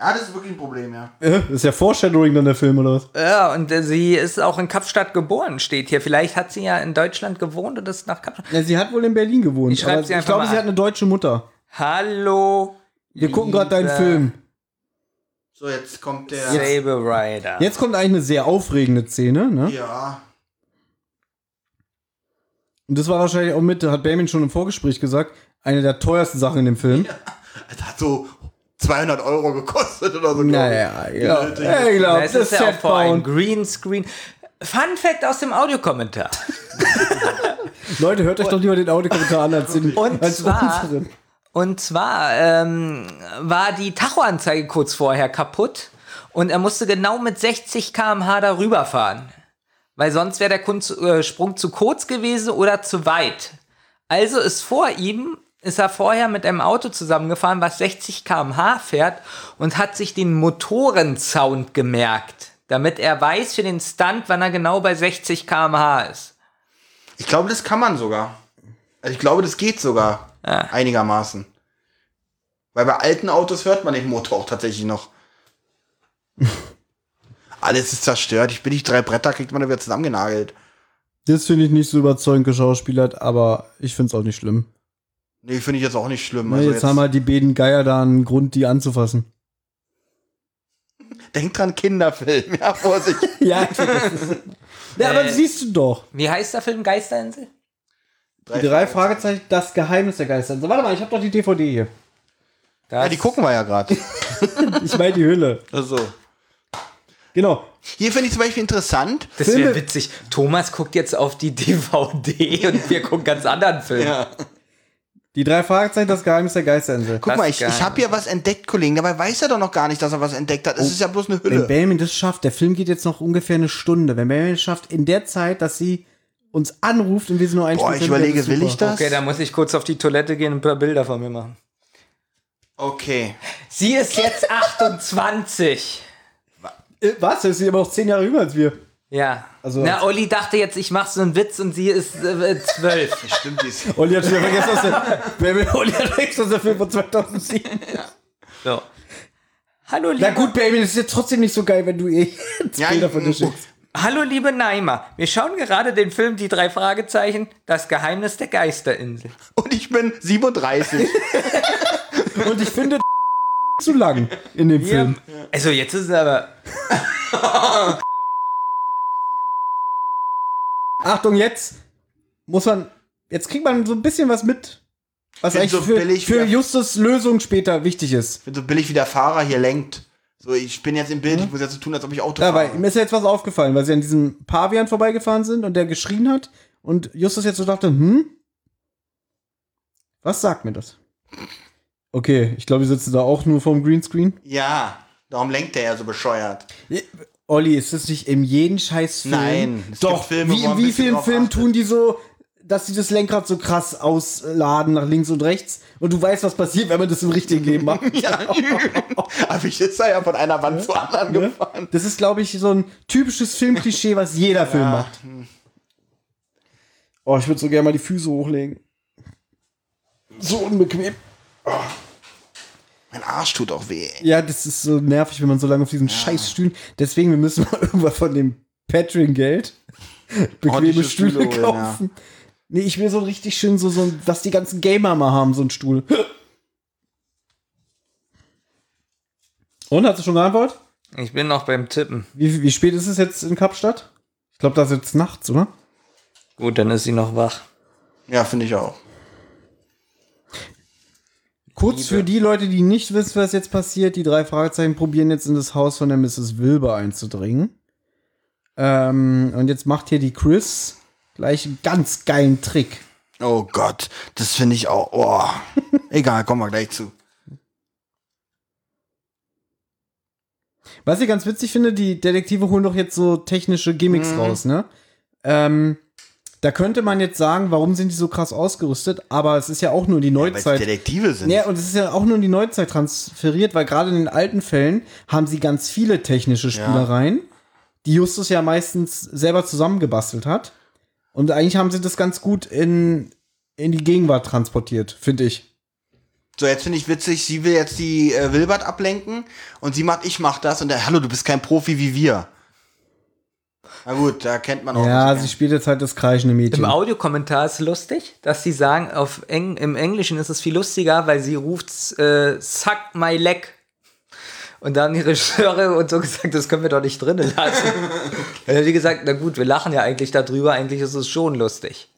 S3: Ja, das ist wirklich ein Problem, ja.
S2: Äh, Ist ja Foreshadowing dann der Film oder was?
S4: Ja, und äh, sie ist auch in Kapstadt geboren, steht hier. Vielleicht hat sie ja in Deutschland gewohnt und ist nach Kapstadt.
S2: Ja, sie hat wohl in Berlin gewohnt.
S4: Ich schreib
S2: aber
S4: sie
S2: ich
S4: einfach
S2: glaube,
S4: mal
S2: sie hat
S4: an.
S2: eine deutsche Mutter.
S4: Hallo.
S2: Wir gucken gerade deinen Film.
S3: So, jetzt kommt der.
S4: Saber Rider.
S2: Jetzt kommt eigentlich eine sehr aufregende Szene, ne?
S3: Ja.
S2: Und das war wahrscheinlich auch mit, hat Bamin schon im Vorgespräch gesagt, eine der teuersten Sachen in dem Film.
S3: Das hat so 200 Euro gekostet oder so. glaub ich.
S2: Naja, ja.
S3: Nötig.
S2: ja. Ich glaube,
S4: Das ist ja auch vor einem
S2: Setbound.
S4: Greenscreen. Fun Fact aus dem Audiokommentar.
S2: Leute, hört euch doch lieber den Audiokommentar an als, den,
S4: Und
S2: als
S4: zwar-
S2: unseren.
S4: Und zwar ähm, war die Tachoanzeige kurz vorher kaputt und er musste genau mit 60 km/h darüber fahren. Weil sonst wäre der Kun- zu- äh, Sprung zu kurz gewesen oder zu weit. Also ist vor ihm, ist er vorher mit einem Auto zusammengefahren, was 60 km/h fährt und hat sich den Motorensound gemerkt, damit er weiß für den Stunt, wann er genau bei 60 km/h ist.
S3: Ich glaube, das kann man sogar. Also ich glaube, das geht sogar
S2: Ah.
S3: einigermaßen. Weil bei alten Autos hört man den Motor auch
S2: [laughs]
S3: tatsächlich noch. Alles ist zerstört. Ich bin nicht drei Bretter, kriegt man da wieder zusammengenagelt.
S2: Das finde ich nicht so überzeugend geschauspielert, aber ich finde es auch nicht schlimm.
S3: Nee, finde ich jetzt auch nicht schlimm.
S2: Ne,
S3: Also
S2: jetzt,
S3: jetzt
S2: haben halt die beiden Geier da einen Grund, die anzufassen.
S3: Denkt dran, Kinderfilm. [laughs] Ja, Vorsicht.
S2: Ja, ja aber das siehst du doch.
S4: Wie heißt der Film Geisterinsel?
S2: Die drei Fragezeichen, das Geheimnis der Geister. So, warte mal, ich habe doch die DVD hier.
S4: Das,
S3: Ja, die gucken wir ja gerade.
S2: Ich meine die Hülle.
S3: Also.
S2: Genau.
S3: Hier finde ich zum Beispiel interessant.
S4: Das wäre
S2: Filme-
S4: witzig. Thomas guckt jetzt auf die DVD und wir gucken ganz anderen Film.
S2: Die drei Fragezeichen, das Geheimnis der Geisterinsel.
S3: Guck
S4: Das
S3: mal,
S4: ist
S3: ich, ich
S4: geil.
S3: habe hier was entdeckt, Kollegen. Dabei weiß er doch noch gar nicht, dass er was entdeckt hat. Es
S2: Oh.
S3: ist ja bloß eine
S2: Wenn
S3: Hülle.
S2: Bamin das schafft, der Film geht jetzt noch ungefähr eine Stunde. Wenn Bamin es schafft, in der Zeit, dass sie uns anruft und wir sie nur einspielen
S3: Boah, ich
S2: können, wäre
S3: überlege,
S2: das super.
S3: will ich das?
S4: Okay, dann muss ich kurz auf die Toilette gehen und ein paar Bilder von mir machen.
S3: Okay.
S4: Sie
S2: [laughs]
S4: ist jetzt 28.
S2: Äh, Was? Das ist aber auch zehn Jahre jünger als wir.
S4: Ja.
S2: Also-
S4: Na, Olli dachte jetzt, ich mache so einen Witz und sie ist äh, 12.
S2: [laughs]
S3: Stimmt, die ist
S2: Olli hat wieder vergessen, dass [laughs] der, Bamin, Olli hat vergessen, dass der Film von 2007
S4: so. Hallo,
S2: Na
S4: liebe,
S2: gut, Bamin, das ist jetzt trotzdem nicht so geil, wenn du eh jetzt
S3: Ja,
S2: Bilder
S3: ich-
S2: von dir
S3: [laughs]
S2: schickst.
S4: Hallo, liebe Naima. Wir schauen gerade den Film Die drei Fragezeichen, das Geheimnis der Geisterinsel.
S3: Und ich bin
S2: [laughs]
S3: 37.
S2: Und ich finde [laughs] zu lang in dem Film.
S4: Ja. Also jetzt ist es aber...
S2: Achtung, jetzt muss man, jetzt kriegt man so ein bisschen was mit, was
S3: Bin
S2: eigentlich
S3: so
S2: für,
S3: billig
S2: für
S3: wieder-
S2: Justus Lösung später wichtig ist.
S3: ich bin so billig, wie der Fahrer hier lenkt. So, ich bin jetzt im Bild, ich muss jetzt so tun, als ob ich Auto
S2: Hm? Ja, weil
S3: fahre.
S2: ihm ist jetzt was aufgefallen, weil sie an diesem Pavian vorbeigefahren sind und der geschrien hat und Justus jetzt so dachte, hm, was sagt mir das? Okay, ich glaube, wir sitzen da auch nur vorm Greenscreen.
S3: Ja, darum lenkt er ja so bescheuert.
S2: Olli, ist das nicht in jedem scheiß Film?
S3: Nein, es
S2: Doch,
S3: gibt Filme,
S2: wie,
S3: wo
S2: in
S3: man
S2: wie
S3: ein bisschen
S2: vielen
S3: drauf
S2: Filmen
S3: achtet.
S2: tun die so, dass sie das Lenkrad so krass ausladen nach links und rechts und du weißt, was passiert, wenn man das im richtigen Leben macht.
S3: Aber ich ist da ja von einer Wand zur anderen
S2: Ne?
S3: gefahren.
S2: Das ist, glaube ich, so ein typisches Filmklischee, was
S3: [laughs]
S2: jeder Film macht. Oh, ich würde so gerne mal die Füße hochlegen. So unbequem.
S3: Mein Arsch tut auch weh.
S2: Ja, das ist so nervig, wenn man so lange auf diesen scheiß Stühlen. Deswegen, wir müssen mal [laughs] irgendwann von dem Patreon-Geld bequeme
S3: [laughs] Ordentliche
S2: Stühle,
S3: Stühle holen,
S2: kaufen. Nee, ich will so richtig schön, so, so ein- was die ganzen Gamer mal haben, so einen Stuhl. [laughs] Und, hast du schon geantwortet?
S4: Ich bin noch beim Tippen.
S2: Wie, wie spät ist es jetzt in Kapstadt? Ich glaube, da ist jetzt nachts, oder?
S4: Gut, dann ist sie noch wach.
S3: Ja, finde ich auch.
S2: Kurz für die Leute, die nicht wissen, was jetzt passiert, die drei Fragezeichen probieren jetzt in das Haus von der Mrs. Wilbur einzudringen. Ähm, und jetzt macht hier die Chris gleich einen ganz geilen Trick.
S3: Oh Gott, das finde ich
S2: [laughs]
S3: auch. Oh. Egal, kommen wir gleich zu.
S2: Was ich ganz witzig finde, die Detektive holen doch jetzt so technische Gimmicks
S3: Mhm.
S2: raus, ne? Ähm, da könnte man jetzt sagen, warum sind die so krass ausgerüstet, aber es ist ja auch nur die
S3: Weil es
S2: Neuzeit.
S3: Detektive sind.
S2: Ja, und es ist ja auch nur in die Neuzeit transferiert, weil gerade in den alten Fällen haben sie ganz viele technische Spielereien, die Justus ja meistens selber zusammengebastelt hat. Und eigentlich haben sie das ganz gut in, in die Gegenwart transportiert, finde ich.
S3: So, jetzt finde ich witzig, sie will jetzt die äh, Wilbert ablenken und sie macht, ich mach das und dann, hallo, du bist kein Profi wie wir. Na gut, da kennt man auch.
S2: Ja,
S3: nicht
S2: sie spielt jetzt halt das kreischende Mädchen.
S4: Im Audiokommentar ist lustig, dass sie sagen, auf Eng im Englischen ist es viel lustiger, weil sie ruft, äh, suck my leg. Und da haben die Regisseure und so gesagt, das können wir doch nicht drinnen lassen. Dann haben die gesagt, na gut, wir lachen ja eigentlich darüber, eigentlich ist es schon lustig.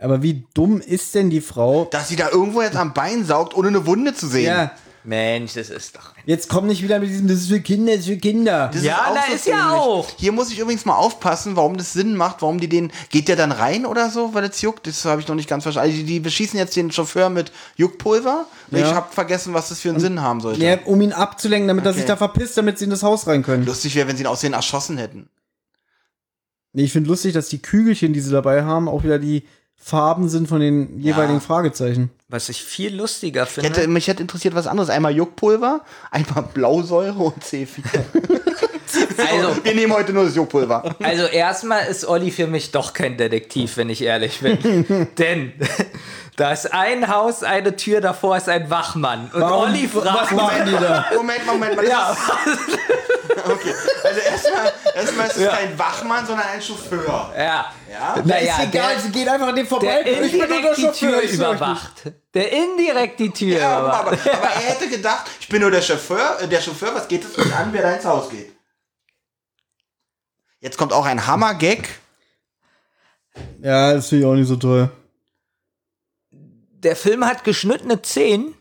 S2: Aber wie dumm ist denn die Frau?
S3: dass sie da irgendwo jetzt am Bein saugt, ohne eine Wunde zu sehen.
S2: Ja,
S4: Mensch, das ist doch ein...
S2: jetzt komm nicht wieder mit diesem, das ist für Kinder, das ist für Kinder.
S3: Das
S4: Ja,
S3: auch
S4: na,
S3: so
S4: ist ja
S3: dämlich.
S4: auch.
S3: Hier muss ich übrigens mal aufpassen, warum das Sinn macht, warum die den. Geht der dann rein oder so, weil es juckt? Das habe ich noch nicht ganz verstanden. Also die, die beschießen jetzt den Chauffeur mit Juckpulver. Und
S2: Ja.
S3: Ich habe vergessen, was das für einen Sinn haben sollte.
S2: Ja, um ihn abzulenken, damit er sich da verpisst, damit sie in das Haus rein können.
S3: Lustig wäre, wenn sie ihn aussehen erschossen hätten.
S2: Nee, ich finde lustig, dass die Kügelchen, die sie dabei haben, auch wieder die Farben sind von den jeweiligen Fragezeichen.
S4: Was ich viel lustiger
S3: Ich Hätte,
S4: finde,
S3: mich hätte interessiert was anderes. Einmal Juckpulver, einmal Blausäure und C4.
S4: also,
S3: Wir nehmen heute nur das Juckpulver.
S4: Also erstmal ist Olli für mich doch kein Detektiv, wenn ich ehrlich bin.
S2: [laughs]
S4: Denn [laughs] da ist ein Haus, eine Tür davor ist ein Wachmann. Und Olli
S2: was
S4: fragt,
S2: machen die da?
S3: Moment, Moment, Moment.
S4: Ja.
S3: [laughs] Okay. Also erstmal erstmal ist es kein Wachmann, sondern ein Chauffeur.
S4: ja,
S3: Ja?
S2: Na,
S4: Naja,
S2: ist egal,
S4: [laughs] der-
S2: sie geht einfach an dem vorbei.
S4: der indirekt die Tür
S2: ich sag euch
S4: überwacht. Der indirekt die Tür
S3: Ja, aber,
S4: überwacht.
S3: aber er hätte gedacht, ich bin nur der Chauffeur, äh, der Chauffeur, was geht es mich an, wer da ins Haus geht? Jetzt kommt auch ein Hammer-Gag.
S2: nicht. Ja, das finde ich auch nicht so toll.
S4: Der Film hat geschnittene Szenen,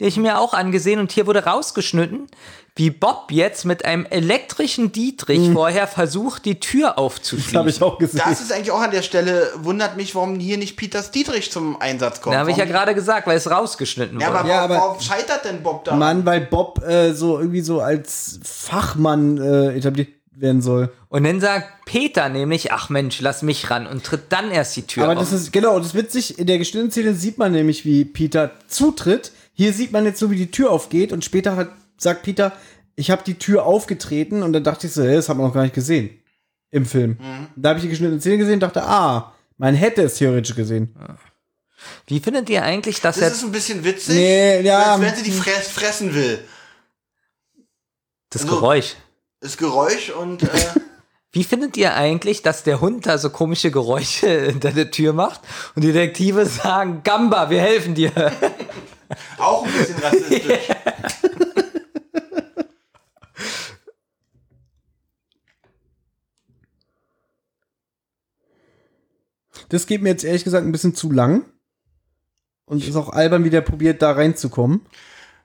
S4: die ich mir auch angesehen und hier wurde rausgeschnitten, wie Bob jetzt mit einem elektrischen Dietrich vorher versucht, die Tür
S2: Hm. Das habe
S4: aufzuschließen.
S2: ich auch gesehen.
S3: Das ist eigentlich auch an der Stelle, wundert mich, warum hier nicht Peter Dietrich zum Einsatz kommt.
S4: Da habe ich ja
S3: Warum-
S4: gerade gesagt, weil es rausgeschnitten
S3: ja,
S4: wurde.
S3: aber,
S2: Ja, aber-
S3: warum scheitert denn Bob da?
S2: Mann, weil Bob äh, so irgendwie so als Fachmann äh, etabliert werden soll.
S4: Und dann sagt Peter nämlich, ach Mensch, lass mich ran und tritt dann erst die Tür
S2: Aber
S4: auf.
S2: das ist, genau, das ist witzig. In der geschnittenen Szene sieht man nämlich, wie Peter zutritt. Hier sieht man jetzt so, wie die Tür aufgeht und später hat, sagt Peter, ich habe die Tür aufgetreten und dann dachte ich so, hey, das hat man noch gar nicht gesehen im Film.
S3: Mhm.
S2: Da habe ich die geschnittene Szene gesehen und dachte, ah, man hätte es theoretisch gesehen.
S4: Wie findet ihr eigentlich, dass
S3: Das
S4: jetzt
S3: ist ein bisschen witzig,
S2: Nee, ja. ähm,
S3: als wenn sie die Fress fressen will.
S4: das
S2: also
S3: so.
S4: Geräusch?
S3: Das Geräusch und äh,
S2: [laughs]
S4: Wie findet ihr eigentlich, dass der Hund da so komische Geräusche [laughs] hinter der Tür macht und die Detektive sagen, Gamba, wir
S2: [laughs]
S4: helfen dir.
S3: auch ein bisschen rassistisch.
S2: Das geht mir jetzt ehrlich gesagt ein bisschen zu lang. Und ist auch albern, wie der probiert, da reinzukommen.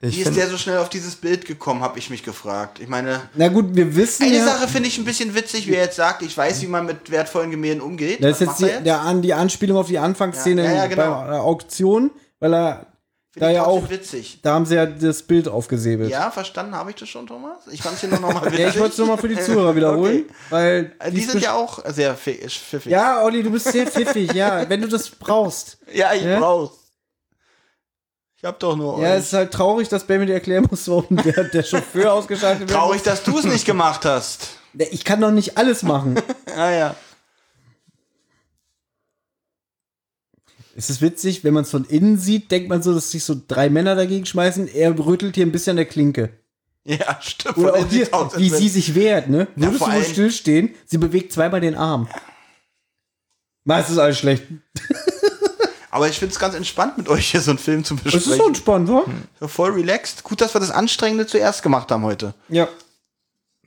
S3: Wie ist der so schnell auf dieses Bild gekommen, habe ich mich gefragt. Ich meine,
S2: Na gut, wir wissen
S3: eine
S2: ja.
S3: Sache finde ich ein bisschen witzig, wie er jetzt sagt, ich weiß, wie man mit wertvollen Gemälden umgeht.
S2: Das ist jetzt,
S3: Was macht er
S2: die, Der, An- die Anspielung auf die Anfangsszene
S3: Ja, ja, ja, genau.
S2: bei der Auktion, weil er
S3: Finde
S2: da
S3: ich
S2: ja
S3: trotzdem
S2: auch,
S3: witzig.
S2: da haben sie ja das Bild aufgesäbelt. Ja,
S3: Ja, verstanden habe ich das schon, Thomas. Ich fand es hier
S2: [laughs]
S3: nur nochmal witzig.
S2: ich wollte es nochmal für die Zuhörer wiederholen,
S3: [laughs]
S2: weil
S3: Äh, Die sind ja auch sehr fi- äh, pfiffig.
S2: ja, Olli, du bist sehr pfiffig, ja, wenn du das brauchst.
S3: Ja, ich
S2: Ja?
S3: brauch's. Ich hab doch nur
S2: Ja,
S3: euch.
S2: es ist halt traurig, dass Bambi dir erklären muss, warum der, der Chauffeur ausgeschaltet wird.
S3: Traurig, dass du es nicht gemacht hast.
S2: Ich kann doch nicht alles machen.
S3: Ja, ja.
S2: Es ist witzig, wenn man es von innen sieht, denkt man so, dass sich so drei Männer dagegen schmeißen. Er rüttelt hier ein bisschen an der Klinke.
S3: Ja, stimmt.
S2: Oder
S3: Von
S2: auch hier,
S3: 70.000
S2: wie
S3: Bit.
S2: sie sich wehrt, ne? Würdest
S3: vor
S2: du wohl
S3: allem-
S2: stillstehen? Sie bewegt zweimal den Arm. Meistens ist alles schlecht.
S3: Aber ich find's ganz entspannt, mit euch hier so einen Film zu
S2: Das ist
S3: besprechen.
S2: schon spannend, wa?
S3: So Voll relaxed. Gut, dass wir das Anstrengende zuerst gemacht haben heute.
S2: Ja.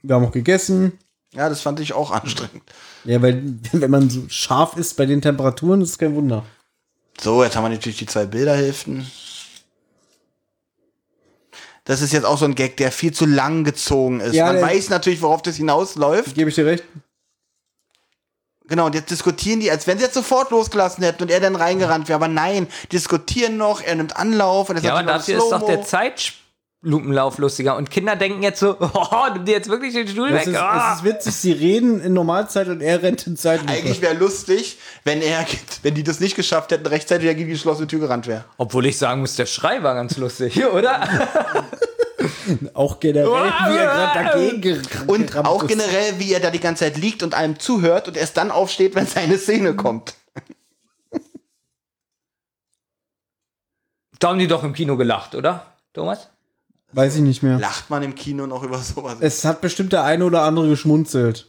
S2: Wir haben auch gegessen.
S3: Ja, das fand ich auch anstrengend.
S2: Ja, weil [laughs] wenn man so scharf ist bei den Temperaturen, ist es kein Wunder.
S3: So, jetzt haben wir natürlich die zwei Bilderhälften. Das ist jetzt auch so ein Gag, der viel zu lang gezogen ist.
S2: Ja,
S3: Man
S2: der-
S3: weiß natürlich, worauf das hinausläuft.
S2: Gebe ich dir recht?
S3: Genau, und jetzt diskutieren die, als wenn sie jetzt sofort losgelassen hätten und er dann reingerannt wäre. Aber nein, diskutieren noch, er nimmt Anlauf. Und das
S4: ja, aber dafür ist doch der Zeitlupenlauf lustiger. Und Kinder denken jetzt so, [laughs] oh, nimm dir jetzt wirklich den Stuhl
S2: Es
S4: weg.
S2: ist,
S4: ah.
S2: es ist witzig, sie reden in Normalzeit und er rennt in Zeit.
S3: Eigentlich wäre lustig, wenn er, [laughs] wenn die das nicht geschafft hätten, rechtzeitig gegen die geschlossene Tür gerannt wäre.
S2: [laughs]
S4: Obwohl ich sagen muss, der Schrei war ganz lustig, [laughs] oder?
S2: Auch generell, wie er gerade dagegen gerannt
S3: Und auch
S2: ist.
S3: generell, wie er da die ganze Zeit liegt und einem zuhört und erst dann aufsteht, wenn seine Szene kommt.
S4: Da haben die doch im Kino gelacht, oder? Thomas?
S2: Weiß ich nicht mehr.
S3: Lacht man im Kino noch über sowas?
S2: Es hat bestimmt der eine oder andere geschmunzelt.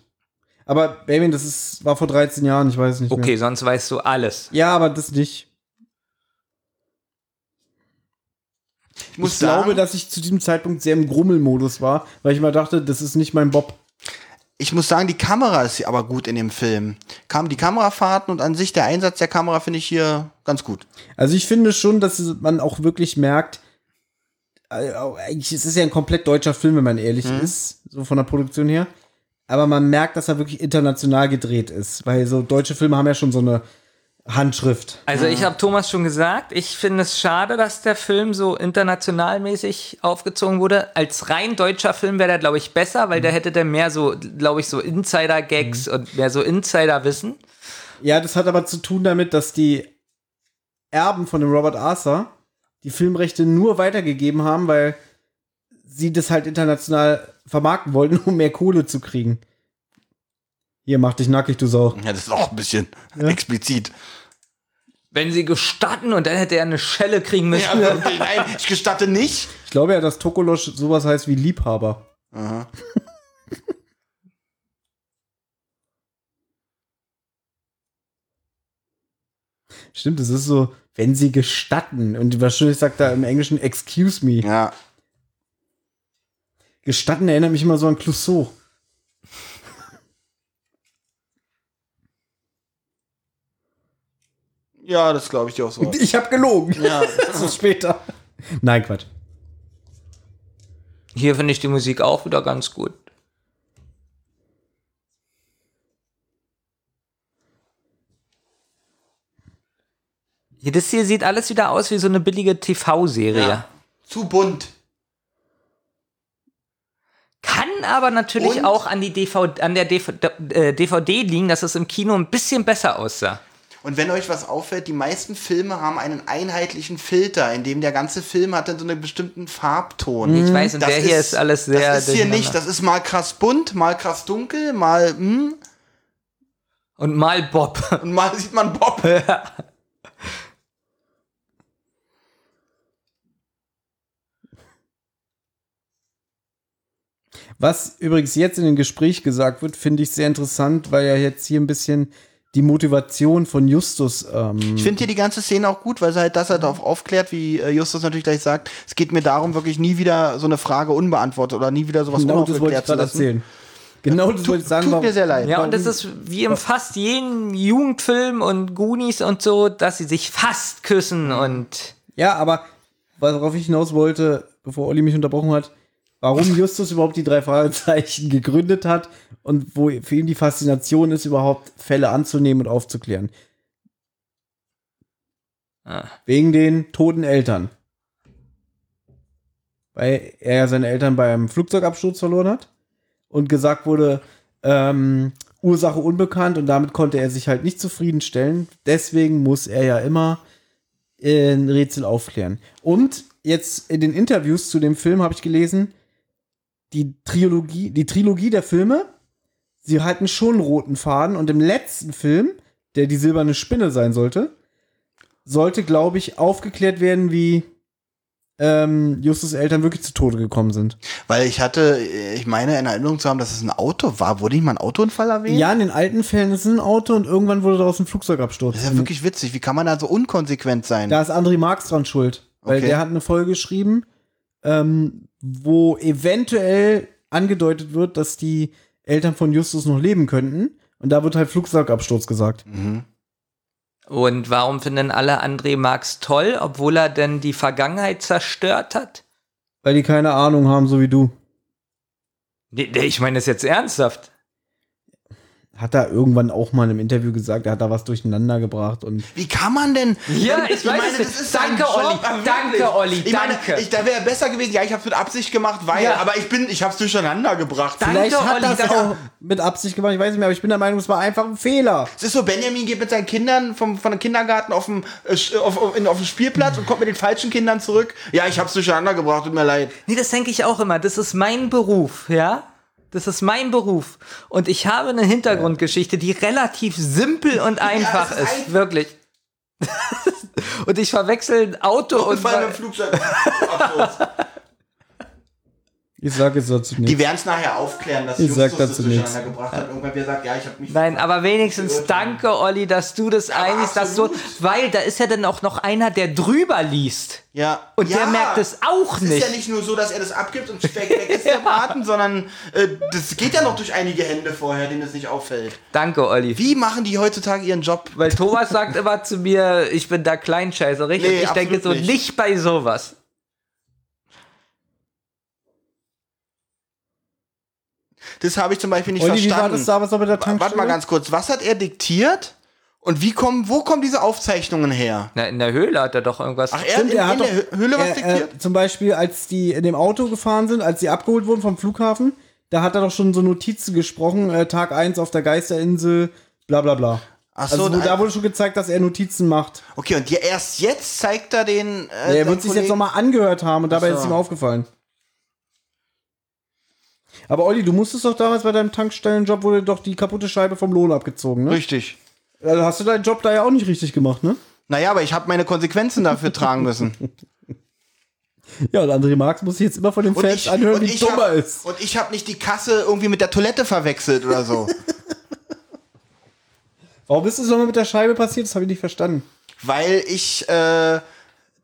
S2: Aber Damien, das ist, war vor 13 Jahren, ich weiß nicht
S4: Okay,
S2: mehr.
S4: sonst weißt du alles.
S2: Ja, aber das nicht.
S3: ich
S2: Ich glaube, dass ich zu diesem Zeitpunkt sehr im Grummelmodus war, weil ich mal dachte, das ist nicht mein Bob.
S3: ich muss sagen, die Kamera ist hier aber gut in dem Film. Kamen die Kamerafahrten und an sich der Einsatz der Kamera finde ich hier ganz gut.
S2: Also ich finde schon, dass man auch wirklich merkt, äh, eigentlich es ist ja ein komplett deutscher Film, wenn man ehrlich ist, so von der Produktion her. Aber man merkt, dass er wirklich international gedreht ist, weil so deutsche Filme haben ja schon so eine Handschrift.
S4: Also ich habe Thomas schon gesagt, ich finde es schade, dass der Film so internationalmäßig aufgezogen wurde. Als rein deutscher Film wäre der, glaube ich, besser,
S3: Mhm.
S4: weil der hätte dann mehr so, glaube ich, so Insider-Gags und mehr so Insider-Wissen.
S2: Ja, das hat aber zu tun damit, dass die Erben von dem Robert Arthur die Filmrechte nur weitergegeben haben, weil sie das halt international vermarkten wollten, [laughs] um mehr Kohle zu kriegen. Hier, mach dich nackig, du Sau.
S3: Ja, das ist auch ein bisschen explizit.
S4: Wenn sie gestatten und dann hätte er eine Schelle kriegen müssen.
S3: Ja, also wirklich, nein, ich gestatte nicht.
S2: Ich glaube ja, dass Tokolosch sowas heißt wie Liebhaber.
S3: Aha.
S2: [laughs] Stimmt, es ist so, wenn sie gestatten. Und wahrscheinlich sagt er im Englischen excuse me.
S3: Ja.
S2: Gestatten erinnert mich immer so an Clouseau.
S3: ja, das glaube ich dir auch so.
S2: Ich habe gelogen. [laughs]
S3: Ja.
S2: Das ist später. Nein, Quatsch.
S4: Hier finde ich die Musik auch wieder ganz gut. Hier, Das hier sieht alles wieder aus wie so eine billige TV-Serie.
S3: Ja. Zu bunt.
S4: Kann aber natürlich
S3: Und?
S4: auch an, die DVD, an der DV, äh, DVD liegen, dass es im Kino ein bisschen besser aussah.
S3: Und wenn euch was auffällt, die meisten Filme haben einen einheitlichen Filter, in dem der ganze Film hat dann so einen bestimmten Farbton.
S4: Ich weiß, und Mhm. der hier ist alles sehr.
S3: Das Mhm. ist hier
S4: durcheinander.
S3: nicht. Das ist mal krass bunt, mal krass dunkel, mal hm,
S4: Und mal Bob. [laughs]
S3: und mal sieht man Bob.
S2: Was übrigens jetzt in dem Gespräch gesagt wird, finde ich sehr interessant, weil ja jetzt hier ein bisschen die Motivation von Justus. Ähm,
S3: Ich finde hier die ganze Szene auch gut, weil sie halt das halt darauf aufklärt, wie äh, Justus natürlich gleich sagt, es geht mir darum, wirklich nie wieder so eine Frage unbeantwortet oder nie wieder sowas
S2: genau das wollte ich
S3: unaufgeklärt zu
S2: gerade
S3: lassen.
S2: erzählen. Genau das wollte ich sagen.
S3: Tut mir
S2: warum-
S3: sehr leid.
S4: Ja, und das ist wie in fast jedem Jugendfilm und Goonies und so, dass sie sich fast küssen
S3: Mhm.
S4: und.
S2: Ja, aber worauf ich hinaus wollte, bevor Olli mich unterbrochen hat,
S3: [laughs]
S2: warum Justus überhaupt die drei Fragezeichen gegründet hat und wo für ihn die Faszination ist, überhaupt Fälle anzunehmen und aufzuklären. Wegen den toten Eltern. Weil er ja seine Eltern beim Flugzeugabsturz verloren hat und gesagt wurde, ähm, Ursache unbekannt und damit konnte er sich halt nicht zufriedenstellen. Deswegen muss er ja immer äh, ein Rätsel aufklären. Und jetzt in den Interviews zu dem Film habe ich gelesen, die Trilogie, die Trilogie der Filme, sie hatten schon einen roten Faden und im letzten Film, der die silberne Spinne sein sollte, sollte, glaube ich, aufgeklärt werden, wie ähm, Justus Eltern wirklich zu Tode gekommen sind.
S3: Weil ich hatte, äh, ich meine in Erinnerung zu haben, dass es ein Auto war. Wurde nicht mal ein Autounfall erwähnt?
S2: Ja, in den alten Fällen ist es ein Auto und irgendwann wurde daraus ein Flugzeugabsturz.
S3: Das ist ja wirklich witzig. Wie kann man da so unkonsequent sein?
S2: Da ist André Marx dran schuld, weil
S3: Okay.
S2: der hat eine Folge geschrieben, ähm, wo eventuell angedeutet wird, dass die Eltern von Justus noch leben könnten. Und da wird halt Flugzeugabsturz gesagt.
S3: Mhm.
S4: Und warum finden alle André Marx toll, obwohl er denn die Vergangenheit zerstört hat?
S2: Weil die keine Ahnung haben, so wie du.
S4: Nee, nee, Ich meine das jetzt ernsthaft.
S2: hat er irgendwann auch mal in einem Interview gesagt, er hat da was durcheinander gebracht und
S3: Wie kann man denn? Also,
S4: Ja, ich weiß es nicht. Danke,
S3: sein
S4: Olli.
S3: aber
S4: Danke,
S3: wirklich.
S4: Olli.
S3: Ich meine,
S4: Danke.
S3: ich, da wäre besser gewesen. Ja, ich habe es mit Absicht gemacht, weil.
S4: Ja.
S3: Aber ich bin, ich habe es durcheinander gebracht.
S4: Danke.
S2: vielleicht hat
S4: Olli,
S2: das
S4: danke.
S2: auch mit Absicht gemacht, ich weiß nicht mehr, aber ich bin der Meinung, es war einfach ein Fehler.
S3: Es ist so, Benjamin geht mit seinen Kindern vom, von dem Kindergarten auf den, äh, Sch- auf, auf, in- auf den Spielplatz und kommt mit den falschen Kindern zurück. Ja, ich hab's durcheinander gebracht, tut mir leid.
S4: Nee, das denke ich auch immer. Das ist mein Beruf, ja? Das ist mein Beruf. Und ich habe eine Hintergrundgeschichte, die relativ simpel und einfach
S3: es
S4: ist.
S3: ist einfach.
S4: Wirklich. [laughs] und ich verwechsel ein Auto und.
S3: Und vor allem im Flugzeug. Absurd.
S2: Ich sage es dazu
S3: Die
S2: nicht.
S3: werden's nachher aufklären, dass
S2: Ich sag
S3: Justus das
S2: dazu
S3: durcheinander
S2: nichts.
S3: gebracht hat. Irgendwann wer sagt, ja, ich hab mich.
S4: Nein, aber wenigstens
S3: Beurteilen.
S4: danke, Olli, dass du das eigentlich, dass du, weil da ist ja dann auch noch einer, der drüber liest.
S3: Ja.
S4: Und
S3: ja,
S4: der merkt es auch
S3: Es
S4: nicht.
S3: ist ja nicht nur so, dass er das abgibt und weg, weg ist
S4: [laughs]
S3: der Braten, sondern äh, das geht ja noch durch einige Hände vorher, denen das nicht auffällt.
S4: Danke, Olli.
S3: Wie machen die heutzutage ihren Job?
S4: Weil Thomas sagt immer zu mir, ich bin da kleinscheißerig.
S3: Nee,
S4: und ich denke
S3: absolut
S4: so,
S3: nicht.
S4: nicht bei sowas.
S3: Das habe ich zum Beispiel nicht
S2: Olli, wie war
S3: verstanden.
S2: das damals noch mit der Tankstelle?
S3: Warte mal ganz kurz, was hat er diktiert? Und wie kommen, wo kommen diese Aufzeichnungen her?
S4: Na, in der Höhle hat er doch irgendwas.
S3: Ach, er
S2: Stimmt,
S3: in,
S2: er hat
S3: in
S2: doch,
S3: der Hö- Höhle was
S2: er, äh,
S3: diktiert?
S2: Er, zum Beispiel, als die in dem Auto gefahren sind, als sie abgeholt wurden vom Flughafen, da hat er doch schon so Notizen gesprochen, äh, Tag 1 auf der Geisterinsel, bla bla bla.
S3: Ach so,
S2: also, wo,
S3: nein.
S2: da wurde schon gezeigt, dass er Notizen macht.
S3: Okay, und ja, erst jetzt zeigt er den. Äh,
S2: er
S3: seinen
S2: wird sich jetzt
S3: Kollegen-
S2: nochmal angehört haben und dabei
S3: Ach so.
S2: ist ihm aufgefallen. Aber Olli, du musstest doch damals bei deinem Tankstellenjob, wurde doch die kaputte Scheibe vom Lohn abgezogen, ne?
S3: Richtig.
S2: Also hast du deinen Job da ja auch nicht richtig gemacht, ne?
S3: Naja, aber ich habe meine Konsequenzen dafür
S2: [laughs]
S3: tragen müssen.
S2: Ja, und André Marx muss sich jetzt immer von den Fans anhören, wie dumm er
S3: habe
S2: ist.
S3: hab nicht die Kasse irgendwie mit der Toilette verwechselt oder
S2: [laughs]
S3: so.
S2: Warum ist das nochmal mit der Scheibe passiert? Das habe ich nicht verstanden.
S3: weil ich äh,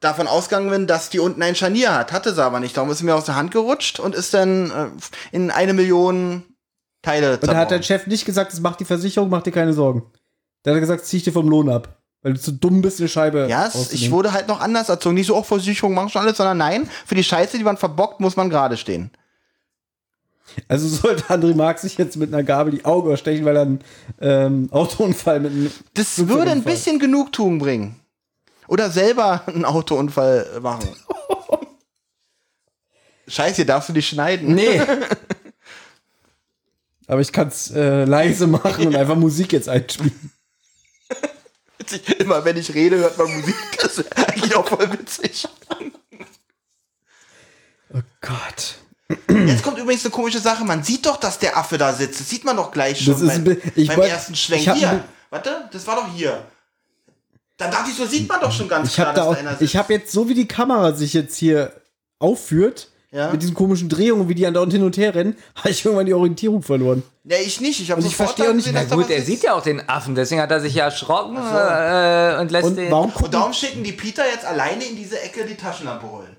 S3: davon ausgegangen bin, dass die unten ein Scharnier hat. Hatte sie aber nicht. Darum ist sie mir aus der Hand gerutscht und ist dann äh, in eine Million Teile
S2: Und da hat
S3: zerbrochen.
S2: dein Chef nicht gesagt, das macht die Versicherung, mach dir keine Sorgen. Da hat er gesagt, zieh ich dir vom Lohn ab. Weil du zu dumm bist, eine Scheibe.
S3: Ja, es- ich
S2: rauszunehmen.
S3: wurde halt noch anders erzogen. Nicht so, auch Versicherung machen schon alles, sondern nein, für die Scheiße, die man verbockt, muss man gerade stehen.
S2: Also sollte André Marx sich jetzt mit einer Gabel die Augen stechen, weil er einen ähm, Autounfall mit einem.
S3: Das
S2: Flugzeug-
S3: würde ein bisschen Genugtuung bringen. Oder selber einen Autounfall
S2: [laughs]
S3: machen. Scheiße, hier darfst du dich schneiden.
S2: Nee. Aber ich kann es äh, leise machen und einfach Musik jetzt einspielen.
S3: Witzig. Immer wenn [laughs] ich rede, hört man Musik. Das ist eigentlich auch voll witzig.
S2: Oh Gott.
S3: Jetzt kommt übrigens eine komische Sache. Man sieht doch, dass der Affe da sitzt. Das sieht man doch gleich schon
S2: Das ist ein
S3: beim,
S2: bi- ich
S3: beim
S2: wollt-
S3: ersten Schwenk.
S2: ich hab ein
S3: hier.
S2: bi-
S3: Warte, das war doch hier. Da dachte ich, so sieht man doch schon ganz
S2: Ich
S3: klar,
S2: habe da auch,
S3: einer sitzt.
S2: ich habe jetzt so wie die Kamera sich jetzt hier aufführt
S3: Ja.
S2: mit diesen komischen Drehungen, wie die andauernd hin und her rennen, [laughs] habe ich irgendwann die Orientierung verloren.
S3: nee, ich nicht. Ich habe
S2: Und ich verstehe auch nicht-
S4: Na gut, er sieht ja auch den Affen, deswegen hat er sich ja erschrocken äh, und lässt
S2: Und
S4: den.
S2: warum
S3: Und darum schicken die Peter jetzt alleine in diese Ecke die Taschenlampe holen.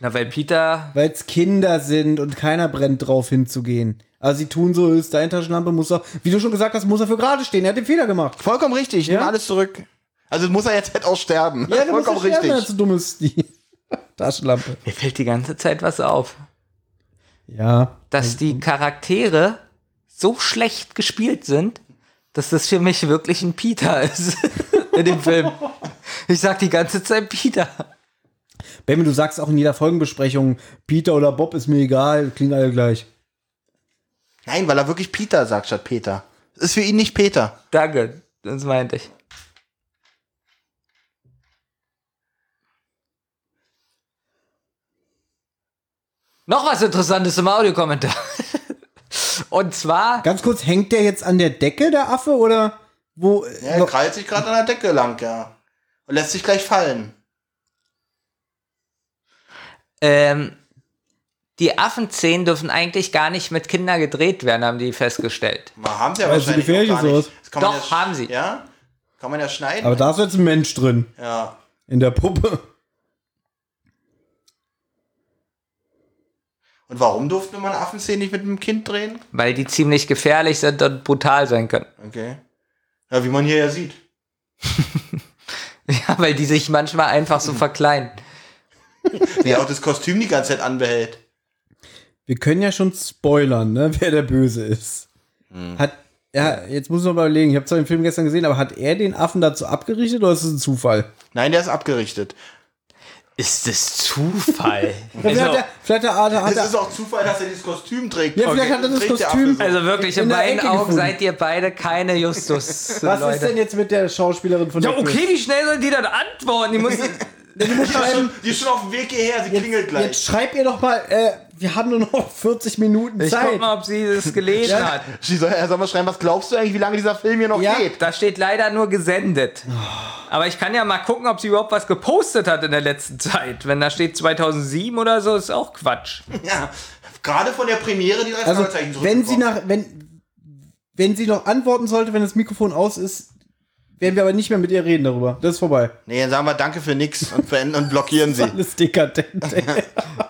S4: Na, weil Peter.
S2: Weil es Kinder sind und keiner brennt drauf hinzugehen. Also sie tun so, ist deine Taschenlampe, muss er, wie du schon gesagt hast, muss er für gerade stehen. Er hat den Fehler gemacht.
S3: Vollkommen richtig. Ich nehme alles zurück. Also muss er jetzt halt auch sterben.
S2: Ja, du musst ja sterben, also- wenn er zu dumm ist, die [laughs] Taschenlampe.
S4: Mir fällt die ganze Zeit was auf.
S2: Ja.
S4: Dass die Charaktere so schlecht gespielt sind, dass das für mich wirklich ein Peter ist. [laughs] in dem Film. Ich sag die ganze Zeit Peter.
S2: Benjamin, du sagst auch in jeder Folgenbesprechung, Peter oder Bob ist mir egal, klingen alle gleich.
S3: Nein, weil er wirklich Peter sagt statt Peter. Das ist für ihn nicht Peter.
S4: Danke, das meinte ich. Noch was Interessantes im Audiokommentar. [laughs] Und zwar,
S2: Ganz kurz, hängt der jetzt an der Decke, der Affe, oder wo?
S3: Ja, er krallt sich gerade an der Decke lang, ja. Und lässt sich gleich fallen.
S4: ähm, die Affenzähne dürfen eigentlich gar nicht mit Kindern gedreht werden, haben die festgestellt.
S3: Na, haben sie ja
S2: Weil sie
S3: wahrscheinlich
S2: gefährlich
S3: noch gar
S2: ist, oder
S3: nicht.
S2: was?
S3: Das kann man
S4: Doch,
S3: sch-
S4: haben sie.
S3: Ja? Kann man ja schneiden.
S2: Aber da ist jetzt ein Mensch drin,
S3: ja.
S2: in der Puppe.
S3: Und warum durfte man Affenzähne nicht mit einem Kind drehen?
S4: Weil die ziemlich gefährlich sind und brutal sein können. [laughs]
S3: Okay. Ja, wie man hier ja sieht.
S4: Ja, weil die sich manchmal einfach so verkleinern.
S3: Wie er auch das Kostüm die ganze Zeit anbehält.
S2: Wir können ja schon spoilern, ne, wer der Böse ist. Hat ja, jetzt muss ich noch mal überlegen, ich habe zwar den Film gestern gesehen, aber hat er den Affen dazu abgerichtet oder ist es ein Zufall?
S3: Nein, der ist abgerichtet.
S5: Ist das Zufall?
S2: Vielleicht hat
S4: genau.
S5: also,
S2: er, vielleicht hat er, hat
S3: Es
S2: er
S3: ist auch Zufall, dass er dieses Kostüm trägt.
S2: Ja, vielleicht hat er das
S3: Trägt der
S2: Kostüm-
S3: Affe so.
S4: [laughs] Also wirklich, in,
S2: In der
S4: beiden
S2: Ecke
S4: Augen
S2: gefunden.
S4: seid ihr beide keine Justus.
S2: was
S4: Leute.
S2: ist denn jetzt mit der Schauspielerin von
S4: Ja,
S2: der
S4: [laughs] okay, wie schnell sollen die dann antworten?
S2: [laughs]
S4: Die muss,
S3: Die ist, schon, die ist schon auf dem Weg hierher, sie klingelt
S2: Jetzt,
S3: gleich.
S2: jetzt schreib ihr doch mal, äh, wir haben nur noch [laughs] 40 Minuten
S4: ich guck
S2: Zeit.
S4: mal, ob sie das gelesen
S2: Ja.
S4: hat.
S3: Sie soll, er soll mal schreiben, was glaubst du eigentlich, wie lange dieser Film hier noch
S2: Ja.
S3: geht?
S4: Da steht leider nur gesendet. Aber ich kann ja mal gucken, ob sie überhaupt was gepostet hat in der letzten Zeit. Wenn da steht 2007 oder so, ist auch Quatsch.
S3: [laughs] Ja. Gerade von der Premiere die drei
S2: Also,
S3: Fragezeichen
S2: wenn sie
S3: zurückgekommen.
S2: nach, wenn, wenn sie noch antworten sollte, wenn das Mikrofon aus ist, werden wir aber nicht mehr mit ihr reden darüber. Das ist vorbei.
S3: Nee, dann sagen wir danke für nix und beenden und
S2: [laughs]
S3: blockieren sie.
S2: Alles
S4: [laughs]
S2: dekadent. ey.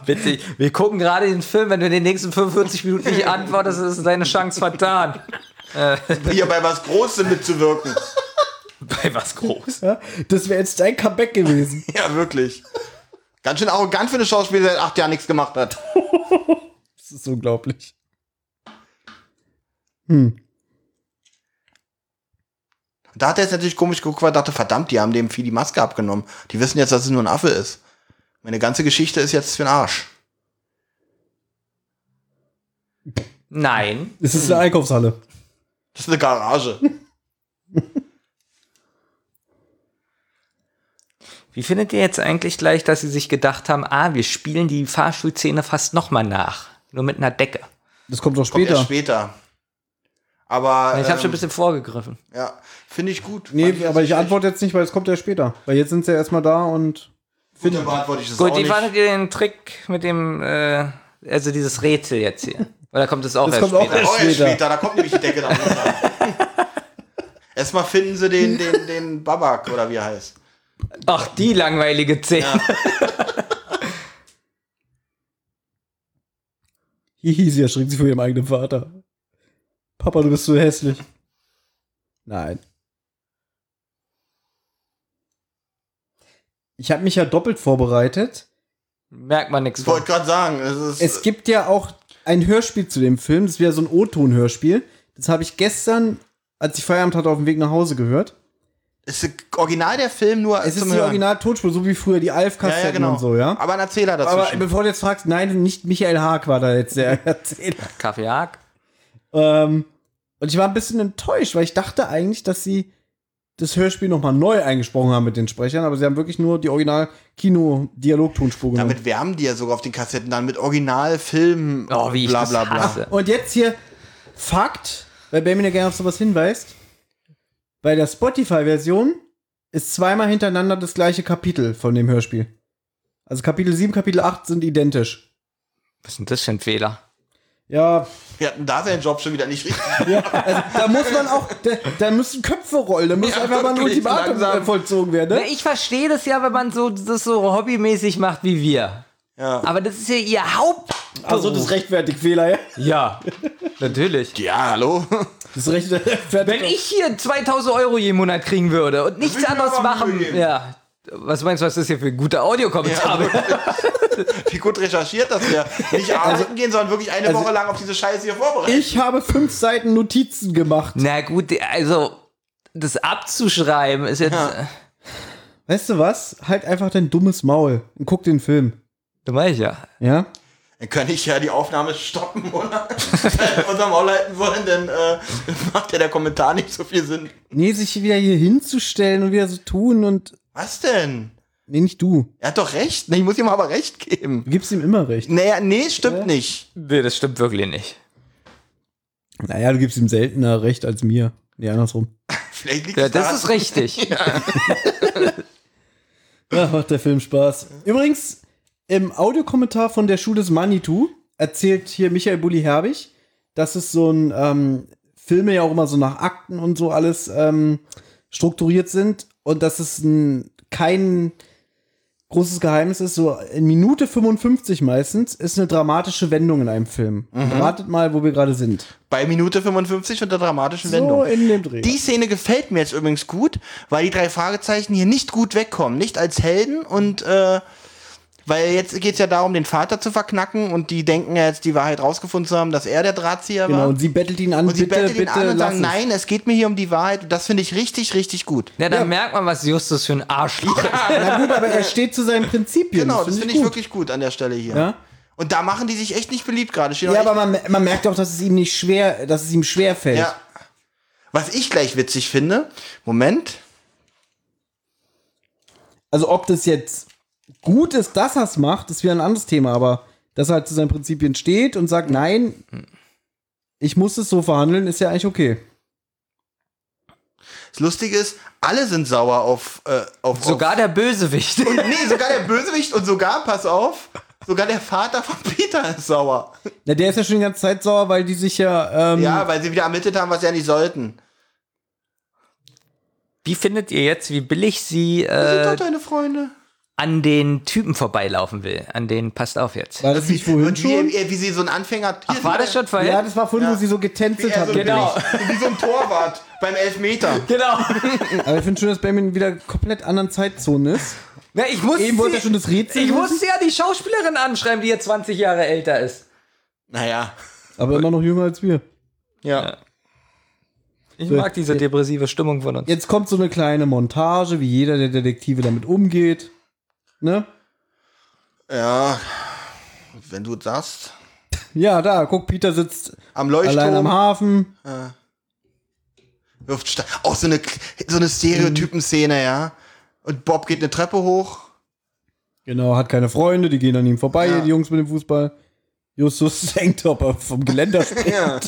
S4: Witzig. Wir gucken gerade den Film, wenn du in den nächsten 45 Minuten nicht antwortest, ist deine Chance vertan.
S3: Hier bei was Großem mitzuwirken.
S4: Bei was groß.
S2: Ja, das wäre jetzt dein Comeback [laughs] gewesen.
S3: Ja, wirklich. Ganz schön arrogant für eine Schauspielerin, die seit acht Jahren nichts gemacht hat.
S2: Das ist unglaublich.
S3: Da hat er jetzt natürlich komisch geguckt, weil er dachte, verdammt, die haben dem Vieh die Maske abgenommen. Die wissen jetzt, dass es nur ein Affe ist. Meine ganze Geschichte ist jetzt für den Arsch.
S4: Nein.
S2: Es ist eine Einkaufshalle.
S3: Das ist eine Garage.
S4: Wie findet ihr jetzt eigentlich gleich, dass sie sich gedacht haben, ah, wir spielen die Fahrstuhlszene fast nochmal nach. Nur mit einer Decke.
S2: Das kommt doch
S3: Kommt
S2: später.
S3: erst später. Aber
S4: Ich habe schon ein
S3: ähm,
S4: bisschen vorgegriffen.
S3: ja, finde ich gut. Fand
S2: nee, aber
S3: jetzt
S2: ich antworte jetzt nicht, weil es kommt ja später. Weil jetzt sind sie ja erstmal da und
S3: Gut, dann beantworte ich das
S4: Gut,
S3: auch
S4: wie
S3: nicht.
S4: fandet ihr den Trick mit dem, äh, also dieses Rätsel jetzt hier? Oder kommt das auch
S2: Das
S4: erst
S2: kommt auch
S4: später?
S2: erst-
S3: Oh, erst
S2: später.
S3: später, da kommt nämlich die Decke da
S2: [laughs]
S3: runter. Erstmal finden sie den, den, den Babak oder wie er heißt.
S4: Ach, die langweilige Szene.
S2: hihi, sie erschrickt sich vor ihrem eigenen Vater. Papa, du bist so hässlich. Nein. Ich habe mich ja doppelt vorbereitet.
S4: Merkt man nichts
S3: Ich
S4: von.
S3: wollte gerade sagen, es ist.
S2: Es gibt ja auch ein Hörspiel zu dem Film. Das wäre so ein O-Ton-Hörspiel. Das habe ich gestern, als ich Feierabend hatte, auf dem Weg nach Hause gehört.
S3: Es ist original der Film nur
S2: Es ist
S3: zum
S2: die
S3: Hören.
S2: Original-Tonspur, so wie früher die
S3: ja,
S2: Alf-Kassetten
S3: ja, genau.
S2: und so, ja?
S3: Aber ein Erzähler
S2: Aber
S3: dazwischen.
S2: bevor du jetzt fragst, nein, nicht Michael Haag war da jetzt
S3: [laughs]
S2: der Erzähler.
S4: Kaffee Haag.
S2: Ähm, und ich war ein bisschen enttäuscht, weil ich dachte eigentlich, dass sie das Hörspiel nochmal neu eingesprochen haben mit den Sprechern, aber sie haben wirklich nur die Original-Kino-Dialogtonspur genommen.
S3: Damit wärmen die ja sogar auf den Kassetten dann mit Originalfilmen.
S4: Oh, wie ich
S3: bla,
S4: das
S3: bla, bla.
S4: hasse.
S2: Und jetzt hier Fakt, weil Benjamin ja gerne auf sowas hinweist. Bei der Spotify-Version ist zweimal hintereinander das gleiche Kapitel von dem Hörspiel. Also Kapitel 7, Kapitel 8 sind identisch.
S4: Was ist denn das für ein Fehler?
S2: Ja,
S3: Wir hatten da seinen Job schon wieder nicht richtig.
S2: ja also da muss man auch, da, da müssen Köpfe rollen, da muss
S3: Ja,
S2: einfach mal ein
S3: wirklich,
S2: Ultimatum
S3: langsam.
S2: vollzogen werden.
S4: Na,
S2: Ne?
S4: Ich verstehe das ja, wenn man so, das so hobbymäßig macht wie wir.
S3: Ja.
S4: Aber das ist ja ihr Haupt.
S2: Also das rechtfertigt Fehler, ja.
S4: Ja, natürlich.
S3: Ja, hallo?
S2: Das Recht rechtfertigt.
S4: Wenn ich hier 2000 Euro jeden Monat kriegen würde und nichts
S3: würde ich mir
S4: anderes
S3: aber Mühe
S4: machen.
S3: geben.
S4: Ja. Was meinst du, was das hier für ein guter Audiokommentar ist?
S3: Wie gut recherchiert, dass wir
S4: [laughs]
S3: nicht
S4: Also
S3: arbeiten gehen, sondern wirklich eine Woche lang auf diese Scheiße hier vorbereiten.
S2: Ich habe fünf Seiten Notizen gemacht.
S4: Na gut, also das abzuschreiben ist jetzt. äh,
S3: Ja.
S2: Weißt du was? Halt einfach dein dummes Maul und guck den Film.
S4: Da mach ich ja.
S2: Ja?
S3: Dann kann ich ja die Aufnahme stoppen, oder? [laughs] Wenn wir unser Maul halten wollen, dann äh, macht ja der Kommentar nicht so viel Sinn.
S2: Nee, sich wieder hier hinzustellen und wieder so tun und.
S3: Was denn?
S2: Nee, nicht du.
S3: Er hat doch recht. Ich muss ihm aber recht geben.
S2: Du gibst ihm immer recht.
S3: Naja, nee, stimmt nicht.
S4: Nee, das stimmt wirklich nicht.
S2: Naja, du gibst ihm seltener recht als mir. Nee, andersrum.
S3: Vielleicht liegt
S4: Ja,
S3: es
S4: das
S3: daran.
S4: ist richtig.
S2: Ja, Ah, macht der Film Spaß. Übrigens, im Audiokommentar von der Schule des Manitou erzählt hier Michael Bulli Herbig, dass es so ein ähm, Filme ja auch immer so nach Akten und so alles ähm, strukturiert sind und dass es ein, kein großes Geheimnis ist. So in Minute 55 meistens ist eine dramatische Wendung in einem Film.
S3: Mhm.
S2: Ratet mal, wo wir gerade sind.
S3: Bei Minute 55 und der dramatischen Wendung.
S2: So in dem Dreh.
S3: Die Szene gefällt mir jetzt übrigens gut, weil die drei Fragezeichen hier nicht gut wegkommen. Nicht als Helden und äh, Weil jetzt geht es ja darum, den Vater zu verknacken und die denken ja jetzt die Wahrheit rausgefunden zu haben, dass er der Drahtzieher war.
S2: Genau, und sie bettelt ihn an,
S3: Und sie
S2: bitte,
S3: bettelt ihn
S2: bitte,
S3: an und
S2: lass
S3: sagen,
S2: es.
S3: nein, es geht mir hier um die Wahrheit. Und das finde ich richtig, richtig gut.
S4: Ja, dann merkt man, was Justus für ein Arschloch ist.
S2: Na gut, aber er steht zu
S3: [laughs]
S2: seinen Prinzipien.
S3: Genau, das finde ich,
S2: gut.
S3: wirklich gut an der Stelle hier.
S2: Ja?
S3: Und da machen die sich echt nicht beliebt gerade. Stehen auch
S2: Ja,
S3: echt-
S2: aber man, man merkt auch, dass es ihm nicht schwer, dass es ihm schwer fällt.
S3: ja. Was ich gleich witzig finde, Moment,
S2: Also ob das jetzt gut ist, dass er es macht, ist wieder ein anderes Thema, aber dass er halt zu seinen Prinzipien steht und sagt, nein, ich muss es so verhandeln, ist ja eigentlich okay.
S3: das Lustige ist, alle sind sauer auf, äh, auf
S4: Sogar der Bösewicht.
S3: auf, Nee, sogar der Bösewicht und sogar, pass auf, sogar der Vater von Peter ist sauer.
S2: Na, der ist ja schon die ganze Zeit sauer, weil die sich ja, ähm,
S4: Hm.
S3: Ja, weil sie wieder ermittelt haben, was sie ja nicht sollten.
S4: Wie findet ihr jetzt, wie billig sie
S3: Sind doch
S4: äh,
S3: deine Freunde.
S4: an den Typen vorbeilaufen will? An den passt auf jetzt.
S2: war das nicht vorhin
S3: Und wie,
S2: schon?
S3: wie, wie sie so einen Anfänger.
S4: Ach, war das schon vorher?
S2: Ja, das war vorhin, wo sie so
S3: Wie,
S2: getänzelt
S3: er
S2: hat.
S3: so
S4: Genau.
S3: billig- wie so ein Torwart beim Elfmeter.
S4: genau.
S2: Aber ich finde schon, dass Benjamin wieder komplett anderen Zeitzonen ist.
S4: [laughs] Na, ich muss
S2: Eben wollte
S4: sie-
S2: er schon das Rätsel
S4: Ich
S2: lösen.
S4: musste ja die Schauspielerin anschreiben, die jetzt 20 Jahre älter ist.
S3: Naja.
S2: Aber immer noch jünger als wir.
S3: Ja.
S4: Ich mag diese depressive Stimmung von uns.
S2: Jetzt kommt so eine kleine Montage, wie jeder der Detektive damit umgeht. Ne?
S3: Ja. Wenn du das sagst.
S2: Ja, da, guck, Peter sitzt
S3: Am
S2: allein am
S3: Leuchtturm
S2: Hafen.
S3: wirft Stein. Auch so eine, so eine Stereotypen-Szene, ja. Und Bob geht eine Treppe hoch.
S2: Genau, hat keine Freunde, die gehen an ihm vorbei, die Jungs mit dem Fußball. Justus [laughs] denkt, ob er vom Geländer springt.
S3: Ja.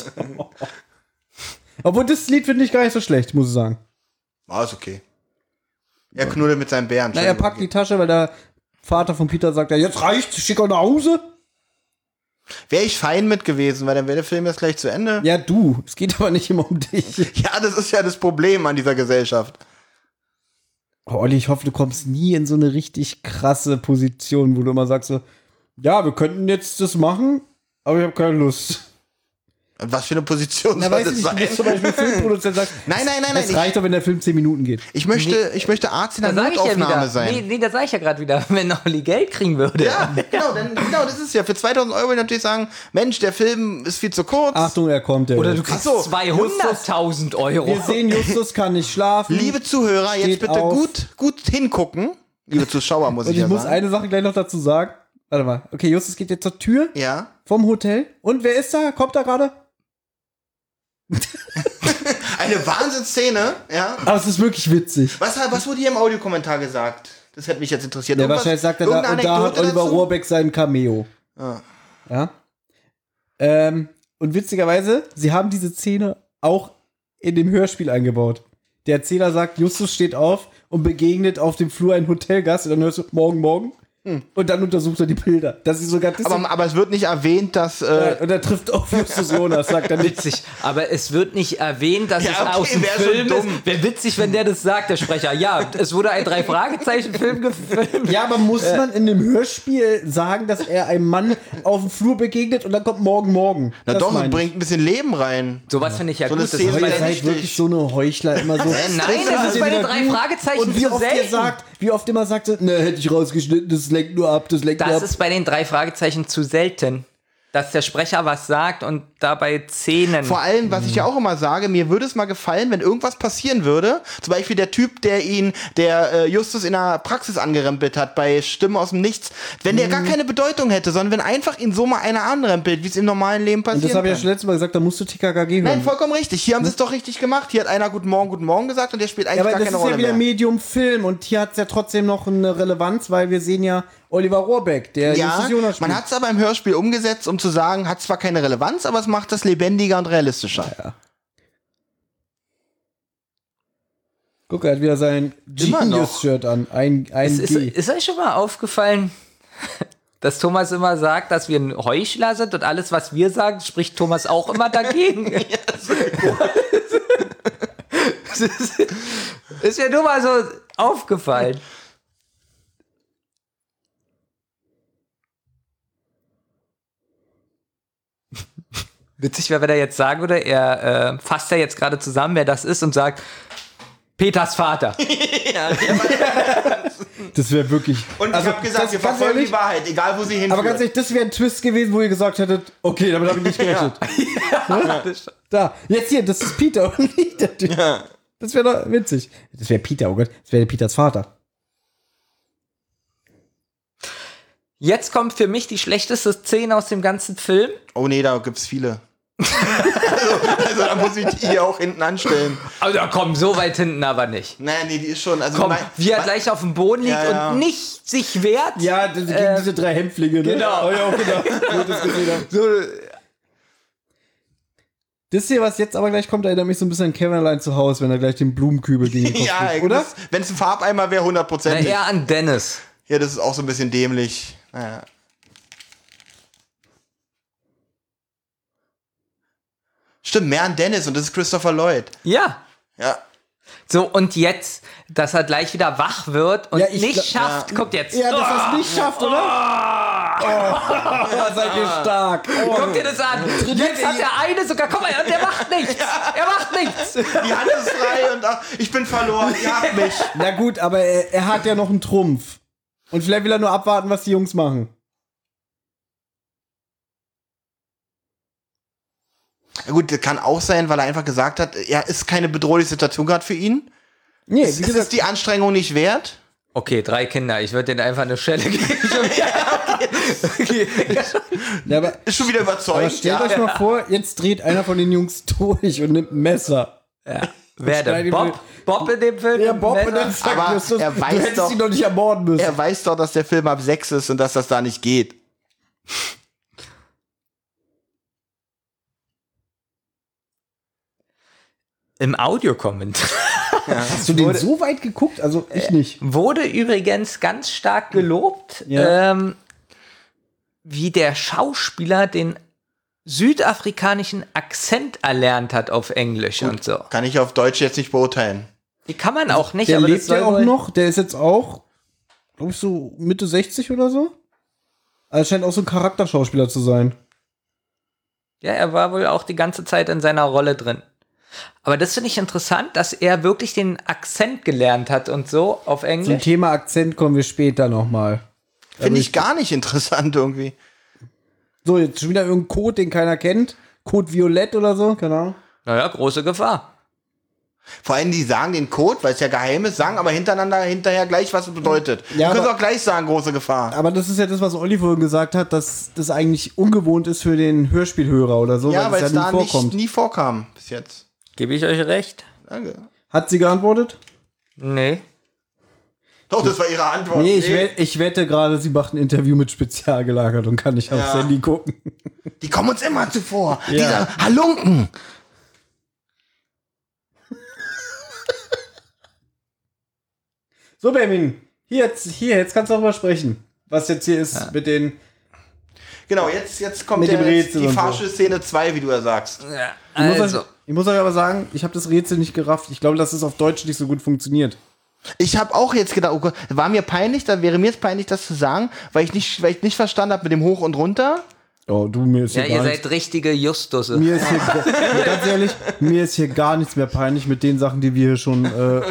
S2: Obwohl, das Lied finde ich gar nicht so schlecht, muss ich sagen.
S3: Ah, ist okay. Er knuddelt mit seinem Bären.
S2: Na, er packt die Tasche, weil der Vater von Peter sagt, ja, jetzt reicht's, schick ihn nach Hause.
S3: Wäre ich fein mit gewesen, weil dann wäre der Film jetzt gleich zu Ende.
S2: Ja, du, es geht aber nicht immer um dich.
S3: ja, das ist ja das Problem an dieser Gesellschaft.
S2: Oh, Olli, ich hoffe, du kommst nie in so eine richtig krasse Position, wo du immer sagst so, ja, wir könnten jetzt das machen, aber ich habe keine Lust.
S3: Und was für eine Position
S2: Na,
S3: soll
S2: weißt du nicht,
S3: das
S2: du
S3: sein?
S2: bist zum Beispiel Filmproduzent sagst,
S3: [laughs] Nein, nein, nein,
S2: es
S3: nein.
S2: reicht doch, wenn der Film 10 Minuten geht.
S3: Ich, ich, möchte, ich möchte Arzt in der
S4: Da sag ich ja
S3: Notaufnahme
S4: wieder.
S3: sein.
S4: Nee, nee, da sag ich ja gerade wieder, [laughs] wenn Olli Geld kriegen würde.
S3: Ja, genau, dann, genau, das ist ja. Für 2000 Euro würde ich natürlich sagen, Mensch, der Film ist viel zu kurz.
S2: Achtung, er kommt. Der
S4: Oder du kriegst
S3: so,
S4: 200.000 Euro.
S2: wir sehen, Justus kann nicht schlafen.
S3: Oh. Liebe Zuhörer, jetzt
S2: Steht
S3: bitte
S2: auf.
S3: gut, gut hingucken. Liebe Zuschauer, muss
S2: Und
S3: ich
S2: ich
S3: ja
S2: muss
S3: sagen.
S2: eine Sache gleich noch dazu sagen. Warte mal. Okay, Justus geht jetzt zur Tür
S3: Ja.
S2: vom Hotel. Und wer ist da? Kommt da gerade?
S3: Eine Wahnsinnsszene, ja.
S2: Aber Ah, es ist wirklich witzig.
S3: Was, was wurde hier im Audiokommentar gesagt? Das hätte mich jetzt interessiert.
S2: Der
S3: Irgendwas-
S2: wahrscheinlich sagt er da, und
S3: irgendeine
S2: da hat
S3: Anekdote
S2: Oliver
S3: dazu?
S2: Rohrbeck seinen Cameo.
S3: Ah.
S2: Ja. Ähm, und witzigerweise, sie haben diese Szene auch in dem Hörspiel eingebaut. Der Erzähler sagt, Justus steht auf und begegnet auf dem Flur einen Hotelgast und dann hörst du morgen, morgen. Und dann untersucht er die Bilder. Das ist sogar das
S3: Aber, aber es wird nicht erwähnt, dass. Äh,
S2: Und er trifft auf [laughs] Justus Jonas, sagt er nicht.
S4: Witzig, aber es wird nicht erwähnt, dass
S3: Ja,
S4: es
S3: okay,
S4: aus dem
S3: wär schon
S4: Film
S3: dumm.
S4: ist. Wäre witzig, wenn der das sagt, der Sprecher. Ja, es wurde ein Drei-Fragezeichen-Film gefilmt.
S2: Ja, aber muss man in dem Hörspiel sagen, dass er einem Mann auf dem Flur begegnet und dann kommt morgen, morgen?
S3: na
S2: Das
S3: doch,
S2: meine
S3: es
S2: ich.
S3: bringt ein bisschen Leben rein.
S4: Sowas finde ich ja
S3: So eine
S4: gut. Das
S3: Szene
S4: ist
S2: Ihr
S4: bei
S3: ist
S2: seid
S4: den-
S3: richtig.
S2: wirklich so eine Heuchler immer so.
S4: Nein, das ist bei den drei Fragezeichen
S2: Und wie
S4: zu
S2: oft ihr
S4: selten.
S2: sagt, wie oft immer sagt, ihr, ne, hätte ich rausgeschnitten, das lenkt nur ab, das lenkt nur
S4: Das
S2: ab.
S4: ist bei den drei Fragezeichen zu selten, dass der Sprecher was sagt und dabei Szenen.
S3: Vor allem, was ich ja auch immer sage, mir würde es mal gefallen, wenn irgendwas passieren würde. Zum Beispiel der Typ, der ihn, der äh, Justus in der Praxis angerempelt hat bei Stimmen aus dem Nichts. Wenn der
S2: Mhm.
S3: gar keine Bedeutung hätte, sondern wenn einfach ihn so mal einer anrempelt, wie es im normalen Leben
S2: Und
S3: passiert.
S2: das habe ich ja
S3: kann.
S2: schon letztes Mal gesagt, da musst du TKKG hören.
S3: Nein, vollkommen richtig. Hier haben sie es doch richtig gemacht. Hier hat einer Guten Morgen, Guten Morgen gesagt und der spielt eigentlich
S2: ja, aber
S3: gar
S2: das
S3: keine
S2: ist
S3: Rolle
S2: ja wieder
S3: mehr.
S2: Medium Film und hier hat es ja trotzdem noch eine Relevanz, weil wir sehen ja Oliver Rohrbeck, der
S3: Ja,
S2: Justus Jonas spielt.
S3: man hat es aber im Hörspiel umgesetzt, um zu sagen, hat zwar keine Relevanz, aber es macht das lebendiger und realistischer.
S2: Guck, er hat wieder sein
S3: Immer noch. äh,
S2: Genius-Shirt an. Ein, ein
S4: ist, ist,
S2: G.
S4: ist euch schon mal aufgefallen, [laughs] dass Thomas immer sagt, dass wir ein Heuchler sind und alles, was wir sagen, spricht Thomas auch
S2: [laughs]
S4: immer dagegen? Das ist, [laughs] ist mir nur mal so aufgefallen. [laughs] Witzig wäre, wenn er jetzt sagen würde, er äh, fasst ja jetzt gerade zusammen, wer das ist und sagt, Peters Vater.
S2: Das wäre wirklich.
S3: Und
S2: Also,
S3: ich habe gesagt,
S2: ganz-
S3: wir
S2: ganz
S3: verfolgen
S2: ehrlich,
S3: die Wahrheit, egal wo sie hinführt.
S2: Aber ganz ehrlich, das wäre ein Twist gewesen, wo ihr gesagt hättet, okay, damit habe ich nicht gerechnet. [laughs] Ne? Da, jetzt hier, das ist Peter und nicht der Typ. Das wäre doch witzig. Das wäre Peter, oh Gott, das wäre Peters Vater.
S4: Jetzt kommt für mich die schlechteste Szene aus dem ganzen Film.
S3: oh nee, da gibt's viele. [laughs] also, also da muss ich die hier auch hinten anstellen.
S4: Also komm, so weit hinten aber nicht.
S3: Naja, nee, die ist schon. Also
S4: Komm,
S3: mein-
S4: wie er
S3: mein-
S4: gleich auf dem Boden liegt
S3: Ja, ja.
S4: und nicht sich wehrt.
S2: Ja, das, gegen diese drei Hämpflinge, ne?
S4: genau.
S2: Oh, ja, genau. Gutes gesehen haben.
S4: So,
S2: Das hier, was jetzt aber gleich kommt, erinnert mich so ein bisschen an Kevin allein zu Hause, wenn er gleich den Blumenkübel gegen den Kopf
S3: [laughs] Ja,
S2: kriegt, oder?
S3: Wenn es ein Farbeimer wäre,
S4: na,
S3: hundertprozentig.
S4: eher an Dennis.
S3: Ja, das ist auch so ein bisschen dämlich. Naja. Stimmt, mehr an Dennis und das ist Christopher Lloyd.
S4: Ja.
S3: Ja.
S4: So, und jetzt, dass er gleich wieder wach wird und
S2: Ja, ich
S4: nicht
S2: glaub-
S4: schafft, kommt jetzt. Oh,
S2: Ja, dass er es nicht schafft, oder? Oh, seid ihr stark.
S4: Guck dir das an. Jetzt hat der eine sogar, guck mal, und der
S2: [laughs]
S4: macht nichts. Er macht nichts.
S3: Die Hand ist frei und ach, ich bin verloren, ihr habt mich.
S2: Na gut, aber er, er hat ja noch einen Trumpf. Und vielleicht will er nur abwarten, was die Jungs machen.
S3: Ja, gut, das kann auch sein, weil er einfach gesagt hat, er ist keine bedrohliche Situation gerade für ihn.
S2: Nee, wie
S3: Ist es
S2: gesagt,
S3: die Anstrengung nicht wert?
S4: Okay, drei Kinder. Ich würde denen einfach eine Schelle geben. okay.
S2: ja, aber,
S3: Ist schon wieder
S2: aber
S3: überzeugt.
S2: stellt euch mal vor, jetzt dreht einer von den Jungs durch und nimmt ein Messer.
S4: Wer denn? Bob? Bob in dem Film?
S2: Ja, Bob, und dann
S4: Messer?
S2: sagt
S3: Aber
S2: Justus,
S3: er weiß
S2: du hättest
S3: doch-
S2: ihn doch nicht ermorden müssen.
S3: Er weiß doch, dass der Film ab 6 ist und dass das da nicht geht.
S4: Im Audiokommentar.
S2: Hast du den so weit geguckt? Also ich nicht.
S4: Wurde übrigens ganz stark gelobt,
S2: Ja.
S4: ähm, wie der Schauspieler den südafrikanischen Akzent erlernt hat auf Englisch und so.
S3: Kann ich auf Deutsch jetzt nicht beurteilen.
S4: Die kann man auch nicht,
S2: Der
S4: aber
S2: lebt
S4: das soll
S2: ja auch
S4: wohl-
S2: noch. Der ist jetzt auch, glaube ich, so Mitte 60 oder so. Also scheint auch so ein Charakterschauspieler zu sein.
S4: Ja, er war wohl auch die ganze Zeit in seiner Rolle drin. Aber das finde ich interessant, dass er wirklich den Akzent gelernt hat und so auf
S2: Zum
S4: Englisch.
S2: Thema Akzent kommen wir später nochmal.
S3: Finde ich gar nicht [laughs] interessant irgendwie.
S2: So, jetzt schon wieder irgendein Code, den keiner kennt. Code Violett oder so, keine Ahnung.
S4: Naja, große Gefahr.
S3: Vor allem, die sagen den Code, weil es ja geheim ist, sagen aber hintereinander hinterher gleich, was es bedeutet.
S2: Ja,
S3: du kannst
S2: aber-
S3: auch gleich sagen, große Gefahr.
S2: Aber das ist ja das, was Olli vorhin gesagt hat, dass das eigentlich ungewohnt ist für den Hörspielhörer oder so,
S3: Ja, weil es
S2: nie
S3: da nicht, nie vorkam bis jetzt.
S4: Gebe ich euch recht?
S3: Danke.
S2: Hat sie geantwortet?
S4: Nee.
S3: Doch, das war ihre Antwort.
S2: Oh, Nee, ich, wette, ich wette gerade, sie macht ein Interview mit Spezial gelagert und kann nicht aufs
S3: Ja.
S2: Handy gucken.
S3: Die kommen uns immer zuvor. Dieser Halunken.
S2: So, Benjamin, hier jetzt, hier, jetzt kannst du darüber sprechen. Was jetzt hier ist mit den.
S3: Genau, jetzt, jetzt kommt
S2: Mit
S3: der,
S2: dem Rätsel
S3: die
S2: und so.
S3: Fahrstuhlszene 2, wie du ja sagst.
S4: Ja,
S2: Ich muss
S4: also.
S2: euch- Ich muss euch aber sagen, ich habe das Rätsel nicht gerafft. Ich glaube, dass es auf Deutsch nicht so gut funktioniert.
S3: Ich habe auch jetzt gedacht, oh Gott, war mir peinlich, da wäre mir jetzt peinlich, das zu sagen, weil ich nicht, weil ich nicht verstanden habe mit dem Hoch und Runter.
S2: Oh, du, mir ist
S4: Ja,
S2: hier gar
S4: ihr
S2: nichts-
S4: seid richtige Justusse.
S2: Mir ist hier,
S4: [laughs]
S2: Ja, ganz ehrlich, mir ist hier gar nichts mehr peinlich mit den Sachen, die wir hier schon äh,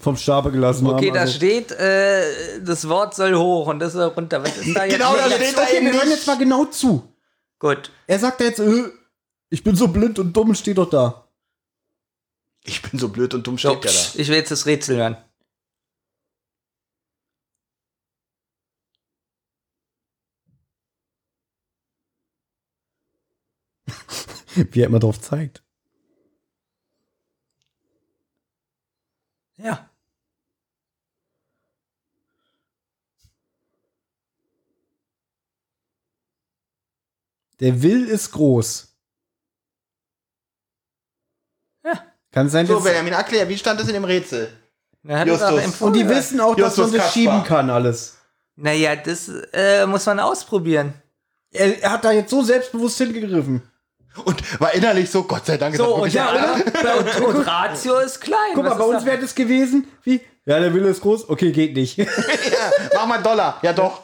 S2: vom Stapel gelassen
S4: Okay,
S2: haben.
S4: da
S2: Also-
S4: steht, äh, das Wort soll hoch und das soll runter. Was ist da jetzt?
S3: Genau, da
S4: Ja,
S3: steht- da
S2: okay,
S3: eben
S2: wir hören
S3: nicht.
S2: jetzt mal genau zu.
S4: Gut.
S2: Er sagt da jetzt, äh, ich bin so blind und dumm, steht doch da.
S3: Ich bin so blöd und dumm
S4: So,
S3: steht ja
S4: psch, ich will jetzt das Rätsel hören.
S2: Wie er immer drauf zeigt.
S4: Ja.
S2: Der Will ist groß.
S4: Ja.
S2: Kann sein,
S3: da. So,
S2: dass.
S3: Benjamin, erklär, wie stand das in dem Rätsel?
S4: Na, hat es auch
S3: Justus.
S4: empfohlen.
S2: und die wissen auch, dass
S3: Justus
S2: man das
S3: Kaspar.
S2: schieben kann, alles.
S4: Naja, das äh, muss man ausprobieren.
S2: Er, er hat da jetzt so selbstbewusst hingegriffen.
S3: Und war innerlich so, Gott sei Dank, ist
S4: So,
S3: das wirklich-
S4: und, [laughs] ja, oder? und, und Ratio ist klein.
S2: Guck mal,
S4: Was
S2: bei
S4: ist
S2: uns
S4: da-
S2: wäre das gewesen wie. Ja, der Wille ist groß. Okay, geht nicht.
S3: mach mal einen Dollar. Ja, doch.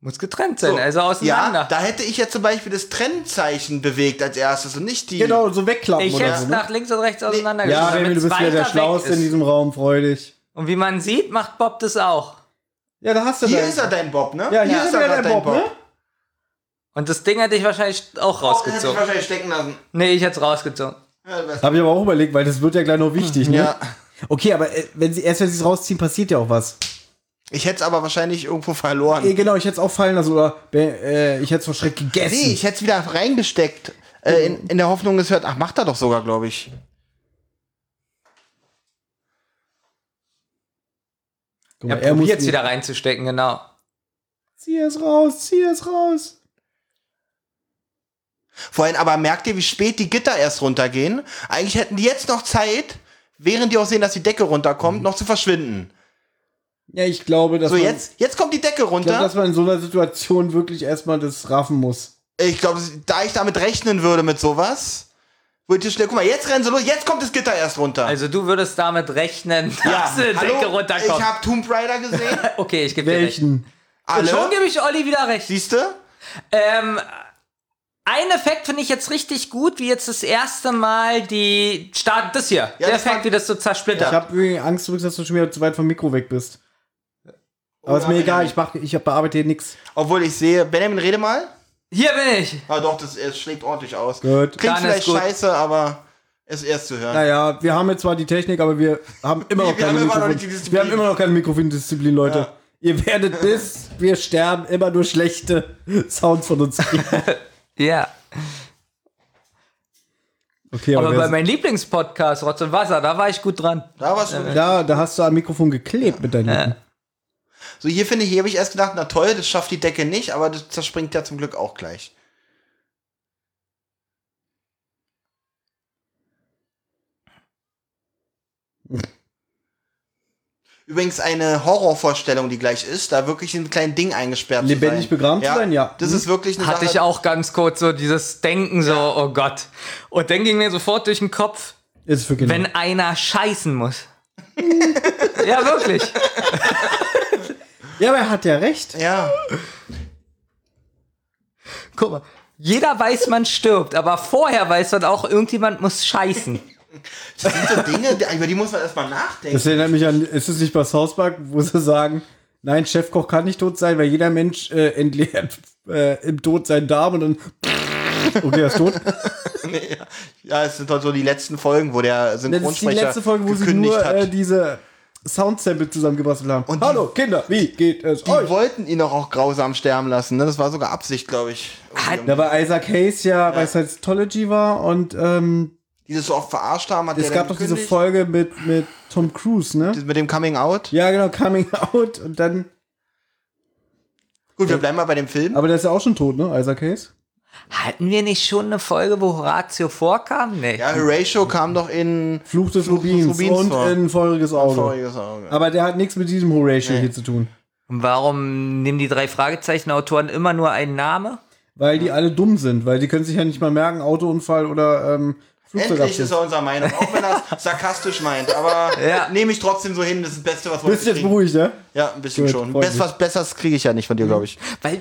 S4: Muss getrennt sein, also auseinander.
S3: Ja, da hätte ich jetzt zum Beispiel das Trennzeichen bewegt als erstes und nicht
S2: [laughs]
S3: die.
S2: Genau, so wegklappen
S4: ich hätte
S2: oder
S4: es
S2: so. Ne?
S4: nach links und rechts auseinander
S2: Ja, Remy, du bist ja der Schlauste in diesem Raum, freu dich.
S4: Und wie man sieht, macht Bob das auch.
S2: Ja, da hast du
S3: Hier
S2: deinen-
S3: ist er dein Bob, ne?
S2: Ja, hier ist er
S3: grad
S2: dein Bob, ne?
S4: Und das Ding hätte ich wahrscheinlich auch
S3: Oh, den hätte ich
S4: rausgezogen.
S3: wahrscheinlich stecken lassen.
S4: nee, ich hätte es rausgezogen.
S3: Ja, das-
S2: Habe ich aber auch überlegt, weil das wird ja gleich noch wichtig, ne?
S3: Hm, Ja.
S2: Okay, aber äh, wenn sie, erst wenn sie es rausziehen, passiert ja auch was.
S3: Ich hätte es aber wahrscheinlich irgendwo verloren.
S2: Äh, genau, ich hätte es auch fallen lassen oder äh, ich hätte es vor Schreck gegessen.
S3: nee, ich hätte es wieder reingesteckt. Äh, in, in der Hoffnung, es hört. Ach, macht er doch sogar, glaube ich.
S2: Guck
S4: Er
S2: mal, er muss
S4: probiert es
S2: ihn-
S4: wieder reinzustecken, genau.
S2: Zieh es raus, zieh es raus.
S3: Vorhin, aber merkt ihr, wie spät die Gitter erst runtergehen? Eigentlich hätten die jetzt noch Zeit, während die auch sehen, dass die Decke runterkommt, noch zu verschwinden.
S2: Ja, ich glaube, dass
S3: So,
S2: man,
S3: jetzt, jetzt kommt die Decke
S2: ich glaube,
S3: runter.
S2: dass man in so einer Situation wirklich erstmal das raffen muss.
S3: Ich glaube, da ich damit rechnen würde mit sowas, würde ich schnell, guck mal, jetzt rennen sie los, jetzt kommt das Gitter erst runter.
S4: Also du würdest damit rechnen, dass die
S3: hallo,
S4: Decke runterkommt.
S3: Ich habe Tomb Raider gesehen.
S4: okay, ich gebe dir recht.
S2: Welchen?
S4: Und schon
S3: Alle.
S4: gebe ich Olli wieder recht.
S3: Siehst du?
S4: Ähm, ein Effekt finde ich jetzt richtig gut, wie jetzt das erste Mal die Start das hier. der
S3: das
S4: Effekt,
S3: war-
S4: wie das so
S2: Ich
S4: zersplittert.
S2: habe irgendwie Angst, übrigens, dass du schon wieder zu weit vom Mikro weg bist.
S3: Oh,
S2: Aber ist mir egal, ich, mach, ich bearbeite hier nichts.
S3: Obwohl ich sehe, Benjamin, rede mal.
S4: hier bin ich.
S3: Ah, doch, das, es schlägt ordentlich aus.
S2: Gut.
S3: Klingt
S4: Dann ist
S3: vielleicht
S4: gut.
S3: scheiße, aber es ist erst zu hören.
S2: Naja, wir haben jetzt zwar die Technik, aber wir [laughs] haben immer noch
S3: Wir
S2: keine
S3: haben immer noch
S2: Mikrofon.
S3: nicht die Disziplin.
S2: Wir haben immer noch keine Mikrofondisziplin, Leute. Ihr [laughs] werdet bis wir sterben immer nur schlechte Sounds von uns kriegen.
S4: Ja.
S2: [laughs] Okay,
S4: Aber
S2: wer-
S4: bei meinem Lieblingspodcast, Rotz und Wasser, da war ich gut dran.
S3: Da war's schon.
S2: ja, da hast du am Mikrofon geklebt mit deinen Lippen.
S3: So, hier finde ich, hier habe ich erst gedacht, na toll, das schafft die Decke nicht, aber das zerspringt ja zum Glück auch gleich. Übrigens eine Horrorvorstellung, die gleich ist, da wirklich in einem kleinen Ding eingesperrt
S2: Lebendig
S3: zu sein.
S2: begraben zu sein, ja. Mhm.
S3: Das ist wirklich eine
S4: Hatte
S3: Sache.
S4: ich auch ganz kurz so dieses Denken so, oh Gott. Und dann ging mir sofort durch den Kopf,
S2: Ist für genau. Kinder.
S4: wenn
S3: Hm.
S4: einer scheißen muss. [laughs] ja, wirklich.
S2: ja, aber er hat ja recht.
S3: Ja,
S4: Guck mal. Jeder weiß, man stirbt, aber vorher weiß man auch, irgendjemand muss scheißen.
S3: das sind so Dinge, die- über die muss man erstmal nachdenken.
S2: Das erinnert mich an, ist es nicht bei South Park, wo sie sagen, nein, Chefkoch kann nicht tot sein, weil jeder Mensch äh, entleert äh, im Tod seinen Darm und [laughs] dann. Okay, er ist tot.
S3: Nee, ja. [laughs] ja, es sind halt so die letzten Folgen, wo der
S2: Das ist die
S3: Synchronsprecher
S2: letzte Folge, wo sie
S3: gekündigt
S2: nur
S3: hat.
S2: äh, diese Soundsample zusammengebastelt haben.
S3: Und die-
S2: Hallo, Kinder, wie geht es
S3: Die
S2: euch?
S3: wollten ihn doch auch grausam sterben lassen. Ne? Das war sogar Absicht, glaube ich. um
S4: Hat-
S2: Da war Isaac Hayes ja, bei Scientology war und ähm,
S3: Die das so oft verarscht haben. Hat
S2: es
S3: der
S2: gab
S3: dann
S2: doch diese
S3: gekündigt.
S2: Folge mit, mit Tom Cruise, ne?
S3: Das Mit dem Coming Out.
S2: Ja, genau, Coming Out und dann.
S3: Gut, wir bleiben mal bei dem Film.
S2: Aber der ist ja auch schon tot, ne? Isaac Hayes?
S4: Hatten wir nicht schon eine Folge, wo Horatio vorkam? Nee.
S3: Ja, Horatio kam doch in
S2: Fluch des
S3: Fluch des
S2: Rubins,
S3: Rubins
S2: und
S3: vor.
S2: in feuriges Auge.
S3: voriges Auge.
S2: Aber der hat nichts mit diesem Horatio hier zu tun.
S4: Und warum nehmen die drei Fragezeichen-Autoren immer nur einen Namen?
S2: Weil die alle dumm sind, weil die können sich ja nicht mal merken, Autounfall oder ähm,
S3: Endlich ist
S2: Flugzeugabsturz.
S3: er unserer Meinung, auch wenn er
S2: [laughs]
S3: es sarkastisch meint. Aber
S4: Ja.
S3: nehme ich trotzdem so hin, das ist das Beste, was wir
S2: Bist
S3: heute
S2: jetzt
S3: kriegen.
S2: beruhigt, ne?
S3: Ja, ein bisschen
S2: Gut,
S3: schon.
S2: freut
S3: Best,
S2: mich.
S3: was Besseres kriege ich ja nicht von dir,
S2: [laughs]
S3: glaube ich.
S4: Weil äh,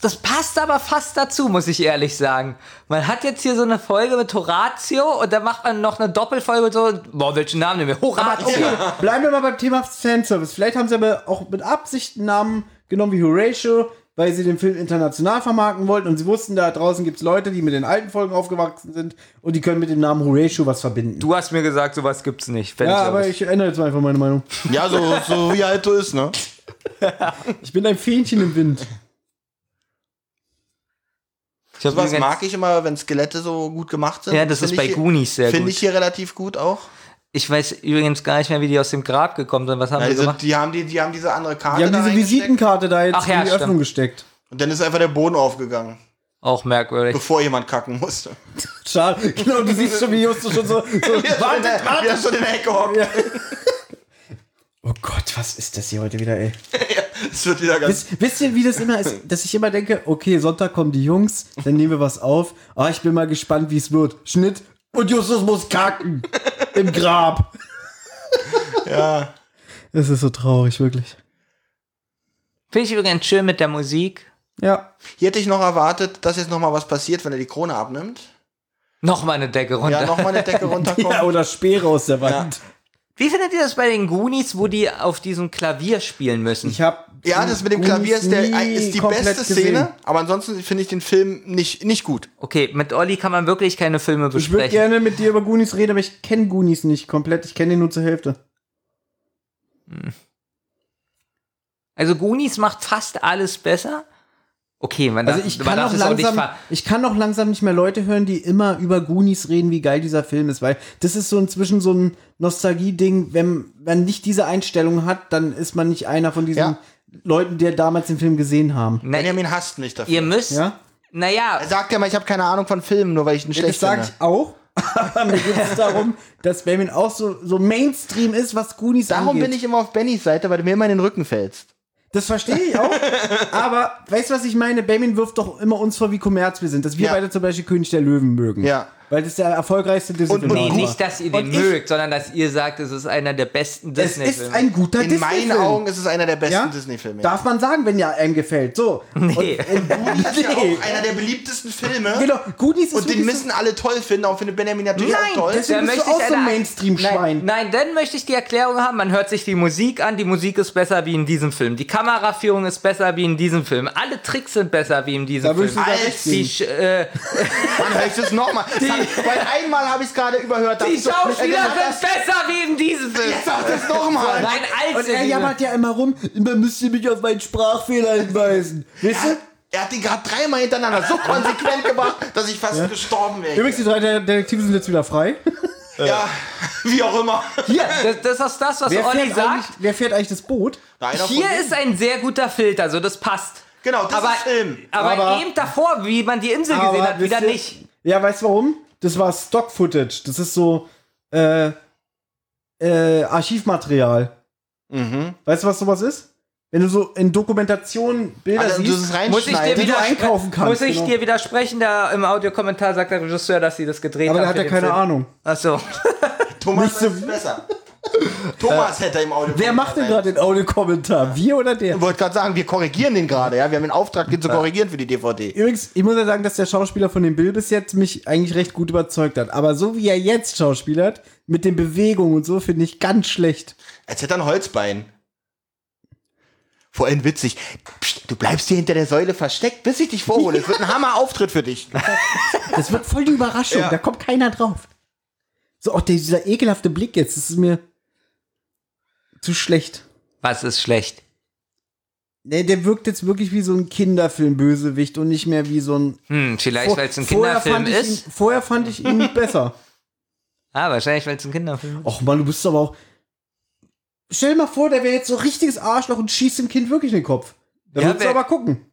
S4: das passt aber fast dazu, muss ich ehrlich sagen. Man hat jetzt hier so eine Folge mit Horatio und dann macht man noch eine Doppelfolge so, boah, welchen Namen nehmen wir? Horatio.
S2: Okay, bleiben wir mal beim Thema Fanservice. Vielleicht haben sie aber auch mit Absicht einen Namen genommen wie Horatio, weil sie den Film international vermarkten wollten und sie wussten, da draußen gibt es Leute, die mit den alten Folgen aufgewachsen sind und die können mit dem Namen Horatio was verbinden.
S4: Du hast mir gesagt, sowas gibt's nicht. Wenn
S2: ja,
S4: sowas-
S2: aber ich ändere jetzt mal einfach meine Meinung.
S3: Ja, so, so wie er halt so ist, ne?
S2: Ich bin ein Fähnchen im Wind.
S4: ich hab
S3: Sowas
S4: übrigens-
S3: Also mag ich immer, wenn Skelette so gut gemacht sind.
S4: Ja, das ist
S3: Find
S4: bei
S3: ich-
S4: Goonies sehr
S3: Finde
S4: gut.
S3: ich hier relativ gut auch.
S4: Ich weiß übrigens gar nicht mehr, wie die aus dem Grab gekommen sind. Was haben
S3: Ja,
S4: die
S3: diese,
S4: gemacht?
S3: Also die, haben die, die haben diese andere Karte.
S2: Die haben
S3: da
S2: diese
S3: reingesteckt
S2: Visitenkarte da jetzt
S4: Ach ja,
S2: in die
S4: stimmt.
S2: Öffnung gesteckt.
S3: Und dann ist einfach der Boden aufgegangen,
S4: Auch merkwürdig.
S3: bevor jemand kacken musste.
S2: Schade. [laughs] Genau, du siehst schon, wie Justus schon
S4: [laughs]
S2: so, so
S3: Wir [laughs] sind in der, wir sind in der Ecke hockt.
S2: Oh Gott, was ist das hier heute wieder, ey?
S3: Es wird wieder ganz.
S2: Wisst, wisst ihr, wie das immer ist? Dass ich immer denke, okay, Sonntag kommen die Jungs, dann nehmen wir was auf. Ah, ich bin mal gespannt, wie es wird. Schnitt und Justus muss kacken. Im Grab.
S3: Ja.
S2: Es ist so traurig, wirklich.
S4: Finde ich übrigens schön mit der Musik.
S2: Ja.
S3: Hier hätte ich noch erwartet, dass jetzt noch mal was passiert, wenn er die Krone abnimmt.
S4: Nochmal eine Decke runter.
S3: Ja, noch mal eine Decke
S2: [laughs]
S3: runterkommt.
S2: ja. Oder Speere aus der Wand.
S4: Wie findet ihr das bei den Goonies, wo die auf diesem Klavier spielen müssen?
S2: Ich habe
S3: Ja, das mit dem Klavier ist, der, ist die beste Szene, aber ansonsten finde ich den Film nicht, nicht gut.
S4: Okay, mit Olli kann man wirklich keine Filme
S2: Ich würde
S4: besprechen.
S2: gerne mit dir über Goonies reden, aber ich kenne Goonies nicht komplett. Ich kenne den nur zur Hälfte.
S4: Also Goonies macht fast alles besser. Okay, man darf,
S2: Also ich
S4: man
S2: kann,
S4: darf
S2: auch
S4: es auch nicht
S2: langsam,
S4: ver
S2: ich kann auch langsam nicht mehr Leute hören, die immer über Goonies reden, wie geil dieser Film ist, weil das ist so inzwischen so ein Nostalgie-Ding. Wenn man nicht diese Einstellung hat, dann ist man nicht einer von diesen
S3: Ja.
S2: Leuten, die damals den Film gesehen haben.
S4: Na,
S3: Benjamin hasst mich dafür.
S4: Ihr müsst.
S2: Ja? Also
S4: Naja,
S3: Er sagt ja mal, ich habe keine Ahnung von Filmen, nur weil ich ihn schlecht
S2: das sage
S3: finde.
S2: ich auch. [laughs] Aber mir geht es darum, dass Benjamin auch so, so Mainstream ist, was Goonies
S3: Darum
S2: angeht.
S3: bin ich immer auf Bennys Seite, weil du mir immer in den Rücken fällst.
S2: Das verstehe ich auch. aber weißt du, was ich meine? Benjamin wirft doch immer uns vor, wie kommerz wir sind. Dass wir
S3: Ja.
S2: beide zum Beispiel König der Löwen mögen.
S3: Ja.
S2: Weil das der erfolgreichste Disney-Film
S3: und
S4: nee,
S2: war.
S4: nicht, dass ihr den
S2: Und ich-
S4: mögt, sondern dass ihr sagt, es ist einer der besten
S2: Es ist
S4: Disney-Filme.
S2: ein guter
S3: In
S2: Disney-Film.
S3: meinen Augen ist es einer der besten
S2: ja?
S3: Disney-Filme.
S2: Darf man sagen, wenn ja einem gefällt. So.
S4: Nee.
S2: Und, und,
S3: Das ist ja
S2: nee.
S3: auch einer der beliebtesten Filme.
S2: Genau, Goonies ist
S3: Und den
S2: wirklich
S3: müssen alle toll finden, auch findet Benjamin natürlich
S2: Nein,
S3: auch toll.
S2: das- Deswegen bist
S4: Da
S2: du
S4: möchte
S2: auch
S4: ich
S2: so ein
S4: eine-
S2: Mainstream-Schwein.
S4: Nein, nein, dann möchte ich die Erklärung haben. Man hört sich die Musik an, die Musik ist besser wie in diesem Film. Die Kameraführung ist besser wie in diesem Film. Alle Tricks sind besser wie in diesem
S2: Da würdest
S4: Film.
S2: du da
S3: Als
S2: recht
S4: Die,
S2: sehen.
S4: Sch- äh,
S3: Mann, hör ich das nochmal. Weil einmal habe ich genau, es gerade überhört.
S4: die Schauspieler sind besser wie in diesem Film.
S3: Jetzt sag das nochmal.
S4: Nein, also als
S2: Und er
S4: in diesem-
S2: jammert ja immer rum, immer müsst ihr mich auf meinen Sprachfehler hinweisen. Wisst ihr?
S3: Er hat den gerade dreimal hintereinander so konsequent gemacht, dass ich fast gestorben wäre.
S2: Übrigens, die drei De- Detektive sind jetzt wieder frei.
S3: Ja, wie auch immer.
S4: [laughs] das, das ist das, was Olli
S2: eigentlich,
S4: sagt.
S2: wer fährt eigentlich das Boot?
S3: Einer von
S4: Hier
S3: denen.
S4: ist ein sehr guter Filter, so das passt.
S3: Genau, das
S4: aber,
S3: ist Film.
S4: Aber,
S2: Aber-
S4: eben davor, wie man die Insel gesehen hat,
S2: wisst
S4: wieder
S2: ihr-
S4: nicht.
S2: Ja, weißt du warum? Das war Stock-Footage. Das ist so äh, äh, Archivmaterial.
S3: Mhm.
S2: Weißt du, was sowas ist? Wenn du so in Dokumentationen Bilder
S3: Also, du
S2: siehst,
S3: es
S4: Muss ich, dir
S3: reinschneiden.
S2: wieder-
S4: widersp-
S2: einkaufen kannst,
S4: muss ich
S2: genau.
S4: dir widersprechen? Da im Audiokommentar sagt der Regisseur, dass sie das gedreht
S2: aber
S4: haben.
S2: da hat
S4: für
S2: er
S4: den
S2: keine
S4: Film.
S2: Ahnung.
S4: Achso.
S3: Thomas
S2: Nicht so- Äh,
S3: ist besser. Thomas hätte im Audio.
S2: Wer macht denn gerade den Audiokommentar? Wir oder der?
S3: Ich wollte gerade sagen, wir korrigieren den gerade, ja. Wir haben den Auftrag, den zu korrigieren für die DVD.
S2: Übrigens, ich muss ja sagen, dass der Schauspieler von dem Bill bis jetzt mich eigentlich recht gut überzeugt hat. Aber so wie er jetzt schauspielert, mit den Bewegungen und so, finde ich ganz schlecht.
S3: Als hätte er ein Holzbein. Vor allem witzig. Psst, du bleibst hier hinter der Säule versteckt, bis ich dich vorhole. Es wird ein Hammer-Auftritt für dich.
S2: Das wird voll die Überraschung. Da kommt keiner drauf. So, auch dieser ekelhafte Blick jetzt, das ist mir zu schlecht.
S4: Was ist schlecht?
S2: Nee, der wirkt jetzt wirklich wie so ein Kinderfilm-Bösewicht und nicht mehr wie so ein.
S4: Hm, vielleicht, weil es ein
S2: Vorher
S4: Kinderfilm
S2: fand ich
S4: ist.
S2: Ihn, vorher fand ich
S4: [laughs]
S2: ihn besser.
S4: Ah, wahrscheinlich, weil es ein Kinderfilm ist.
S2: Och man, du bist aber auch. Stell dir mal vor, der wäre jetzt so ein richtiges Arschloch und schießt dem Kind wirklich in den Kopf. Dann
S4: Ja,
S2: würdest du
S4: wer-
S2: aber gucken.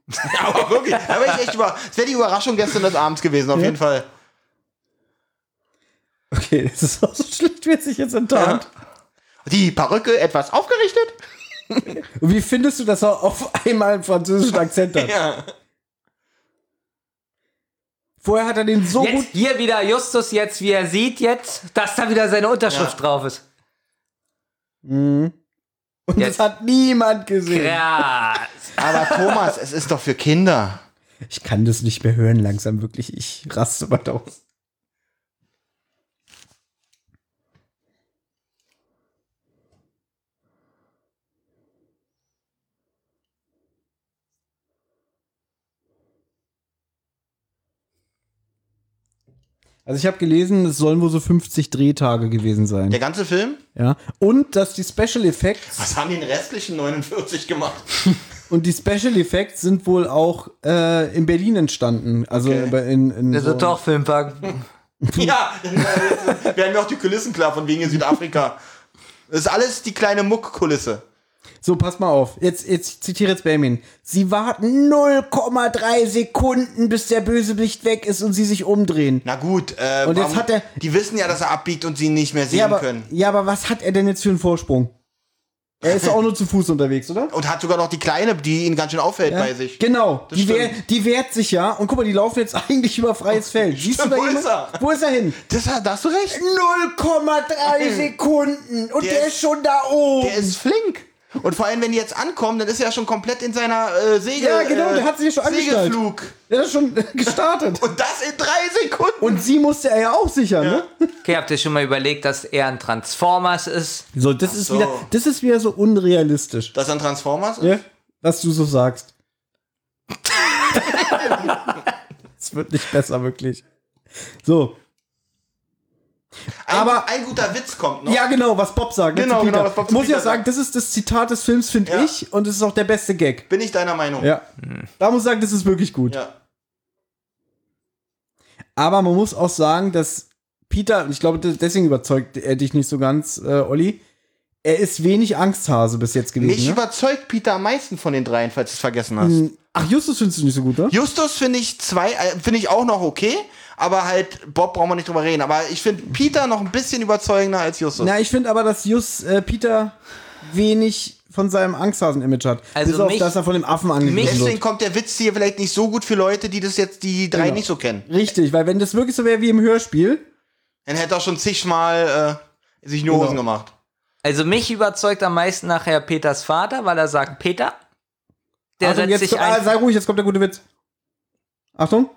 S3: Aber wirklich, da wär ich echt über. Es wäre die Überraschung gestern des Abends gewesen, auf jeden Fall.
S2: Okay, das ist auch so schlecht, wie er sich jetzt enttarnt.
S3: Die Perücke etwas aufgerichtet.
S2: Und wie findest du, dass er auf [laughs] einmal einen französischen Akzent
S4: [laughs]
S2: hat? Vorher hat er den so Oh, gut
S4: Jetzt hier wieder Justus, jetzt wie er sieht, jetzt, dass da wieder seine Unterschrift drauf ist.
S2: und das
S4: Jetzt.
S2: hat niemand gesehen.
S4: Ja.
S2: [laughs]
S3: Aber Thomas, es ist doch für Kinder.
S2: Ich kann das nicht mehr hören langsam, wirklich. Ich raste bald aus. Also ich habe gelesen, es sollen wohl so 50 Drehtage gewesen sein.
S3: Der ganze Film?
S2: Ja. Und dass die Special Effects
S3: Was haben die den restlichen 49 gemacht?
S2: und die Special Effects sind wohl auch äh, in Berlin entstanden. Also in, in
S4: Also
S2: so-
S4: doch, Filmpark.
S3: ja, wir haben ja auch die Kulissen klar, von wegen in Südafrika. Das ist alles die kleine Muck-Kulisse.
S2: So, pass mal auf. Jetzt, jetzt ich zitiere jetzt Benjamin. Sie warten 0,3 Sekunden, bis der Bösewicht weg ist und sie sich umdrehen.
S3: Na gut, äh,
S2: Und jetzt
S3: warum-
S2: hat er-
S3: die wissen ja, dass er abbiegt und sie ihn nicht mehr sehen
S2: Ja aber,
S3: können.
S2: ja, aber was hat er denn jetzt für einen Vorsprung? Er ist auch nur zu Fuß unterwegs, oder?
S3: Und hat sogar noch die Kleine, die ihn ganz schön auffällt [laughs] bei sich.
S2: Genau,
S3: Das
S2: die, wehr,
S3: stimmt.
S2: die wehrt sich ja. Und guck mal, die laufen jetzt [laughs] eigentlich über freies
S3: [laughs]
S2: Feld. Siehst du
S3: Stimmt,
S2: da
S3: wo
S2: jemand?
S3: ist er?
S2: Wo ist er hin?
S3: Das, hat- da hast du recht. [laughs]
S2: 0,3 Sekunden und der,
S3: ist-
S2: ist schon da oben.
S3: Der ist flink. Und vor allem, wenn die jetzt ankommen, dann ist er ja schon komplett in seiner äh, Segel.
S2: Ja, genau, der hat sich ja schon angestellt.
S3: Segelflug.
S2: Der ist schon [laughs] gestartet.
S3: Und das in drei Sekunden.
S2: Und sie musste er ja auch sichern, ne?
S4: Okay, habt ihr schon mal überlegt, dass er ein Transformers ist?
S2: So, das ist
S3: so.
S2: wieder, das ist wieder so unrealistisch,
S3: das an Transformers?
S2: ne? dass du so
S3: [laughs]
S2: sagst. Es wird nicht besser, wirklich. So,
S3: Ein,
S2: aber-
S3: ein guter Witz kommt noch.
S2: ja genau, was Bob sagt.
S3: Genau,
S2: Peter.
S3: genau, was Bob zu
S2: Muss ich
S3: Peter
S2: ja sagen, das ist das Zitat des Films, finde
S3: Ja.
S2: ich, und es ist auch der beste Gag.
S3: Bin ich deiner Meinung?
S2: Ja, da muss ich sagen, das ist wirklich gut.
S3: Ja.
S2: Aber man muss auch sagen, dass Peter, und ich glaube, de- deswegen überzeugt er dich nicht so ganz, äh, Olli, er ist wenig Angsthase bis jetzt
S3: Mich
S2: gewesen. Ne?
S3: überzeugt Peter am meisten von den dreien, falls du es vergessen hast.
S2: Ach, Justus findest du nicht so gut, ne?
S3: Justus finde ich zwei, äh, finde ich auch noch okay, aber halt Bob brauchen wir nicht drüber reden. Aber ich finde Peter noch ein bisschen überzeugender als Justus.
S2: Na, ich finde aber, dass Just äh, Peter wenig von seinem Angsthasen-Image hat.
S4: Also
S2: bis auf,
S4: mich-
S2: dass er von dem Affen angegriffen
S3: Deswegen
S2: wird.
S3: kommt der Witz hier vielleicht nicht so gut für Leute, die das jetzt die drei
S2: Genau.
S3: nicht so kennen.
S2: Richtig, weil wenn das wirklich so wäre wie im Hörspiel,
S3: Dann hätte er schon zigmal äh, sich in die Hosen
S2: Genau.
S3: gemacht.
S4: Also mich überzeugt am meisten nachher Peters Vater, weil er sagt, Peter, der
S2: Achtung,
S4: setzt
S2: jetzt,
S4: sich
S2: ah,
S4: ein.
S2: sei ruhig, jetzt kommt der gute Witz. Achtung.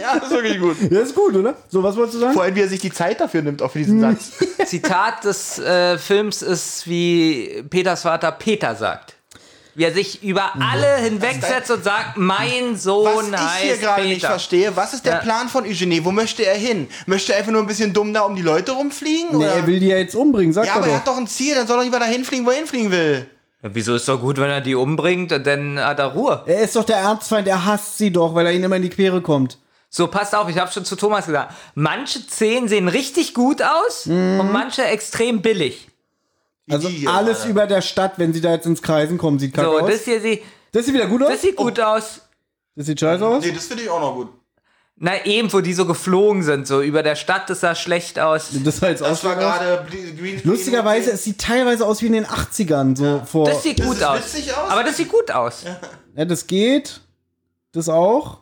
S3: Ja, das ist wirklich gut.
S2: Ja, ist gut, oder? So, was wolltest du sagen?
S3: [laughs] Vor allem, wie er sich die Zeit dafür nimmt, auch
S2: [laughs]
S3: für diesen
S2: Oh,
S3: Satz.
S4: Zitat des äh, Films ist, wie Peters Vater Peter sagt. Wie er sich über alle hinwegsetzt und sagt, mein
S3: Mhm. Was
S4: Sohn
S3: ich hier
S4: heißt
S3: gerade nicht
S4: Peter.
S3: verstehe, was ist der
S4: Ja.
S3: Plan von Eugene? Wo möchte er hin? Möchte er einfach nur ein bisschen dumm da um die Leute rumfliegen?
S2: Nee,
S3: oder?
S2: er will die ja jetzt umbringen, sagt
S3: ja, aber er
S2: er
S3: hat
S2: doch.
S3: doch ein Ziel, dann soll er lieber dahin fliegen, wo er hinfliegen will.
S4: Wieso ist doch gut, wenn er die umbringt und dann hat er Ruhe.
S2: Er ist doch der Erzfeind, er hasst sie doch, weil er ihnen immer in die Quere kommt.
S4: So, passt auf, ich habe schon zu Thomas gesagt. Manche Szenen sehen richtig gut aus
S3: Mhm.
S4: und manche extrem billig.
S2: Also
S3: die hier,
S2: alles
S3: Alter.
S2: über der Stadt, wenn sie da jetzt ins Kreisen kommen, sieht kacke
S4: So,
S2: aus.
S4: das
S2: Das,
S4: hier sieht,
S2: sieht wieder gut aus. Oh,
S4: das sieht gut
S3: Oh.
S4: aus.
S2: Das sieht scheiße aus.
S3: Nee, das finde ich auch noch gut.
S4: Na eben, wo die so geflogen sind, so über der Stadt, das sah schlecht aus.
S2: Das sah jetzt
S3: Das war
S2: auch aus.
S3: gerade Ble- Green
S2: Lustigerweise, es sieht teilweise aus wie in den 80ern. So vor.
S4: Das sieht
S3: Das
S4: gut
S3: sieht
S4: aus.
S3: witzig aus.
S4: Aber das sieht gut aus.
S2: ja, das geht. Das auch.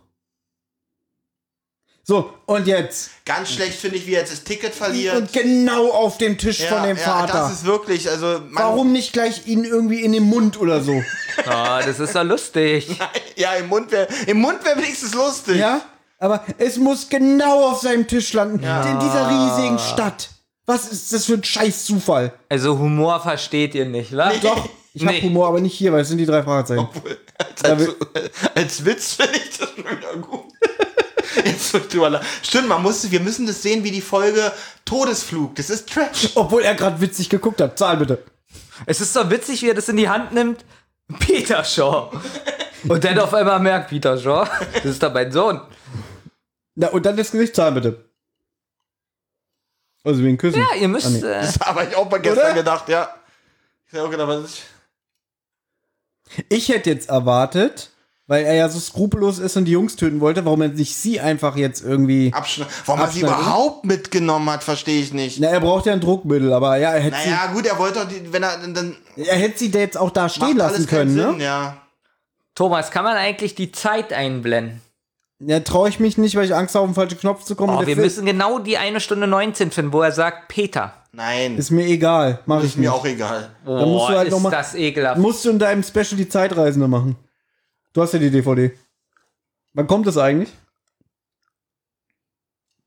S2: So, und jetzt.
S3: Ganz schlecht finde ich, wie er jetzt das Ticket verliert.
S2: Und genau auf dem Tisch
S3: ja,
S2: von dem
S3: ja,
S2: Vater.
S3: Das ist wirklich, also man,
S2: Warum nicht gleich ihn irgendwie in den Mund oder
S3: [laughs]
S2: so?
S4: Oh, das ist doch lustig.
S3: Ja, im Mund wäre im Mund wäre wenigstens lustig.
S2: ja? Aber es muss genau auf seinem Tisch landen. In dieser riesigen Stadt. Was ist das für ein scheiß Zufall?
S4: Also Humor versteht ihr nicht, wa?
S2: Doch, ich hab
S4: Nee.
S2: Humor, aber nicht hier, weil es sind die drei Fragezeichen.
S3: [laughs] Als, als, als Witz finde ich das schon wieder gut. [laughs] Jetzt wird drüber lachen. Stimmt, man muss, wir müssen das sehen wie die Folge Todesflug. Das ist Trash. [laughs]
S2: Obwohl er gerade witzig geguckt hat. Zahl bitte.
S4: Es ist doch witzig, wie er das in die Hand nimmt. Peter Shaw. Und dann auf einmal merkt Peter Shaw, das ist doch mein Sohn.
S2: Na, und dann das Gesicht zahlen, bitte. Also wegen Küssen.
S4: Ja, ihr müsst.
S2: Ah, nee.
S4: äh,
S3: Das habe ich auch mal gestern
S2: Oder?
S3: gedacht, ja. Ich habe auch gedacht, was ist.
S4: äh,
S2: Ich hätte jetzt erwartet, weil er ja so skrupellos ist und die Jungs töten wollte, warum er nicht sie einfach jetzt irgendwie.
S3: Abschn Warum er sie
S2: Abschneiden.
S3: überhaupt mitgenommen hat, verstehe ich nicht.
S2: Na, er braucht ja ein Druckmittel, aber ja, er hätte,
S3: Naja, gut, er wollte doch, die, wenn er dann. dann
S2: sie, er hätte sie da jetzt auch da stehen
S3: macht
S2: lassen
S3: alles keinen
S2: können,
S3: Sinn,
S2: ne?
S3: ja.
S4: Thomas, kann man eigentlich die Zeit einblenden?
S2: Ja, traue ich mich nicht, weil ich Angst habe, auf den falschen Knopf zu kommen. und
S4: Oh,
S2: der
S4: wir
S2: Film-
S4: müssen genau die eine Stunde 19 finden, wo er sagt Peter.
S3: Nein. Ist
S2: ist mir egal, mache ich nicht.
S3: mir auch egal.
S4: Oh,
S2: musst du halt noch
S4: ist
S2: mal-
S4: das ekelhaft.
S2: Musst du in deinem Special die Zeitreisende machen. Du hast ja die DVD. Wann kommt das eigentlich?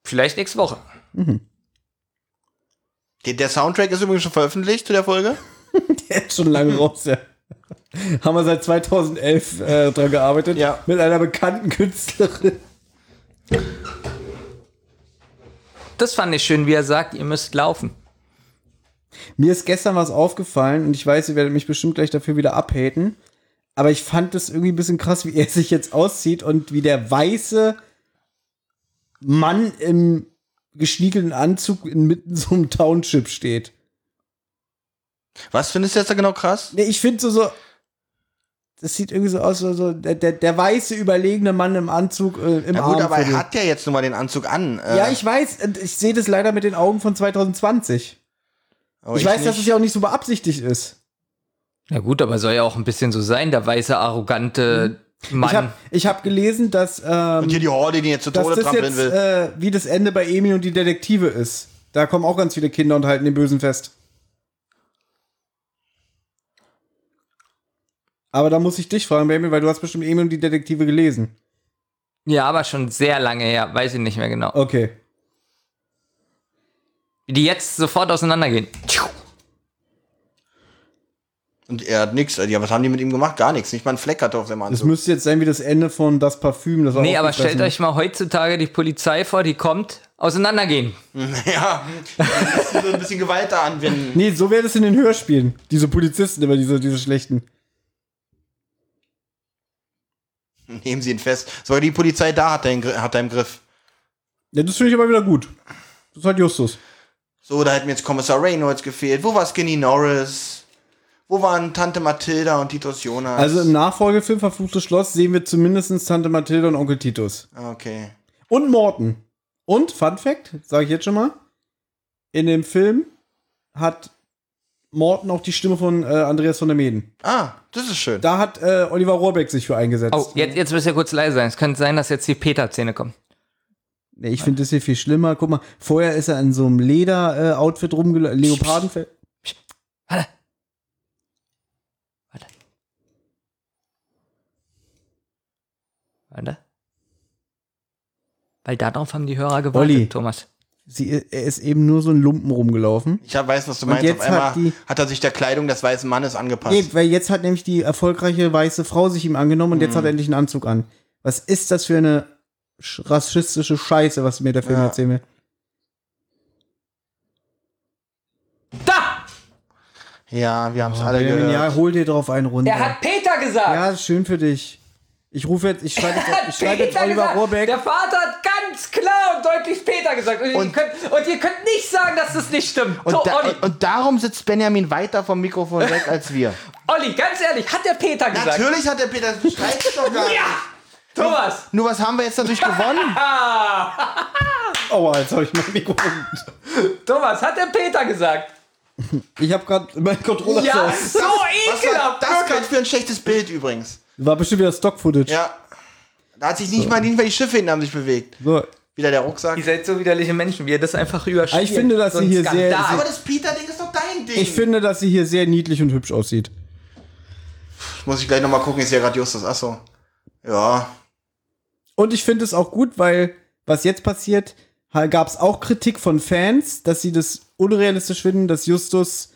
S4: Vielleicht nächste Woche.
S3: Der, der Soundtrack ist übrigens schon veröffentlicht zu der Folge.
S2: [laughs] Der ist schon
S3: Mhm.
S2: lange raus, ja. Haben wir seit 2011 äh, dran gearbeitet.
S3: Ja.
S2: Mit einer bekannten Künstlerin.
S4: Das fand ich schön, wie er sagt, ihr müsst laufen.
S2: Mir ist gestern was aufgefallen und ich weiß, ihr werdet mich bestimmt gleich dafür wieder abhaten. Aber ich fand das irgendwie ein bisschen krass, wie er [laughs] sich jetzt auszieht und wie der weiße Mann im geschniegelten Anzug inmitten so einem Township steht.
S3: Was findest du jetzt da genau krass?
S2: Nee, ich finde so, so, das sieht irgendwie so aus, so, so der, der, der weiße, überlegene Mann im Anzug äh, im
S3: Na gut, aber
S2: Abendviertel.
S3: er hat ja jetzt nun mal den Anzug an. äh,
S2: Ja, ich weiß, und ich sehe das leider mit den Augen von 2020.
S3: aber
S2: Ich, weiß, dass es
S3: Oh, nicht.
S2: ja auch nicht so beabsichtigt ist.
S4: Na gut, aber soll ja auch ein bisschen so sein, der weiße, arrogante
S2: Mhm.
S4: Mann.
S2: Ich habe ich hab gelesen, dass,
S3: Und
S2: ähm,
S3: hier die Horde, die jetzt zu
S2: dass
S3: Tode
S2: das
S3: trampeln
S2: jetzt
S3: will.
S2: äh, wie das Ende bei Emil und die Detektive ist. Da kommen auch ganz viele Kinder und halten den Bösen fest. Aber da muss ich dich fragen, Baby, weil du hast bestimmt Emil und die Detektive gelesen.
S4: Ja, aber schon sehr lange her, weiß ich nicht mehr genau.
S2: Okay.
S4: Die jetzt sofort auseinandergehen. Tschuh.
S3: Und er hat nichts. Ja, was haben die mit ihm gemacht? Gar nichts. Nicht mal ein Fleck hat er auf seinem
S2: Das
S3: Anzug.
S2: müsste jetzt sein wie das Ende von Das Parfüm. Das
S4: Nee, aber stellt euch mal heutzutage die Polizei vor, die kommt, auseinandergehen.
S3: [laughs] Ja, so ein bisschen Gewalt da anwenden.
S2: Nee, so wäre das in den Hörspielen. Diese Polizisten immer, diese, diese schlechten.
S3: Nehmen sie ihn fest. Sogar die Polizei da hat er, in, Gri- hat er im Griff.
S2: Ja, das finde ich aber wieder gut. Das hat Justus.
S3: So, da hätten mir jetzt Kommissar Reynolds gefehlt. Wo war Skinny Norris? Wo waren Tante Mathilda und Titus Jonas?
S2: Also im Nachfolgefilm Verfluchtes Schloss sehen wir zumindest Tante Mathilda und Onkel Titus.
S3: Ah, Okay.
S2: Und Morten. Und, Fun Fact, sage ich jetzt schon mal, in dem Film hat Morten auch die Stimme von äh, Andreas von der Meden.
S3: Ah, das ist schön.
S2: Da hat äh, Oliver Rohrbeck sich für eingesetzt.
S4: Oh, jetzt, jetzt müsst ihr kurz leise sein. Es könnte sein, dass jetzt die Peter-Szene kommt.
S2: Nee, ich finde das hier viel schlimmer. Guck mal, vorher ist er in so einem äh, Leder-Outfit rumgelaufen, Leopardenfell.
S4: Warte. Warte. Warte. Weil darauf haben die Hörer gewartet,
S2: Olli.
S4: Thomas.
S2: Sie, er ist eben nur so ein Lumpen rumgelaufen.
S3: Ich hab, weiß, was du meinst. Auf
S2: jetzt hat
S3: einmal hat,
S2: die-
S3: er sich der Kleidung des weißen Mannes angepasst.
S2: Nee, weil jetzt hat nämlich die erfolgreiche weiße Frau sich ihm angenommen und
S4: Mhm.
S2: jetzt hat er endlich einen Anzug an. Was ist das für eine sch- rassistische Scheiße, was mir der Film
S3: Ja.
S2: erzählen will?
S4: Da!
S3: Ja, wir haben es alle
S2: Oh, Benjamin,
S3: gehört.
S2: ja, hol dir drauf einen runter.
S4: Er hat Peter gesagt!
S2: ja, ist schön für dich. Ich rufe jetzt, ich schreibe jetzt, ich schreibe jetzt
S4: [laughs] Peter
S2: Oliver
S4: gesagt.
S2: Rohrbeck.
S4: Der Vater hat ganz klar und deutlich Peter gesagt. Und, ihr,
S3: Und-
S4: könnt, und ihr könnt nicht sagen, dass das nicht stimmt.
S3: und,
S4: so,
S3: da,
S4: Olli,
S3: und, und darum sitzt Benjamin weiter vom Mikrofon
S4: [laughs]
S3: weg als wir.
S4: Olli, ganz ehrlich, hat der Peter gesagt.
S3: Natürlich hat der Peter das bestreitet doch gar nicht.
S4: Ja! Thomas!
S3: Nur was haben wir jetzt natürlich
S4: [laughs]
S3: gewonnen?
S2: Aua, jetzt habe ich mein um. Mikrofon.
S4: Thomas, hat der Peter gesagt?
S2: Ich habe gerade mein Controller
S4: Ja,
S2: aus.
S4: so
S3: Was war
S4: ekelhaft!
S3: das gerade für ein schlechtes Bild übrigens?
S2: War bestimmt wieder Stock-Footage.
S3: Ja. Da hat sich nicht mal, nicht mal die Schiffe hinten haben sich bewegt.
S2: So.
S3: Wieder der Rucksack.
S4: Ihr seid so widerliche Menschen, wie ihr das einfach überspielt.
S2: Ich finde, dass
S4: so
S2: sie
S4: ein
S2: hier sehr-
S4: Skandal.
S3: Aber das Peter-Ding ist doch dein Ding.
S2: Ich finde, dass sie hier sehr niedlich und hübsch aussieht.
S3: Muss ich gleich nochmal gucken, ist ja gerade Justus. Achso. Ja.
S2: Und ich finde es auch gut, weil was jetzt passiert, gab es auch Kritik von Fans, dass sie das unrealistisch finden, dass Justus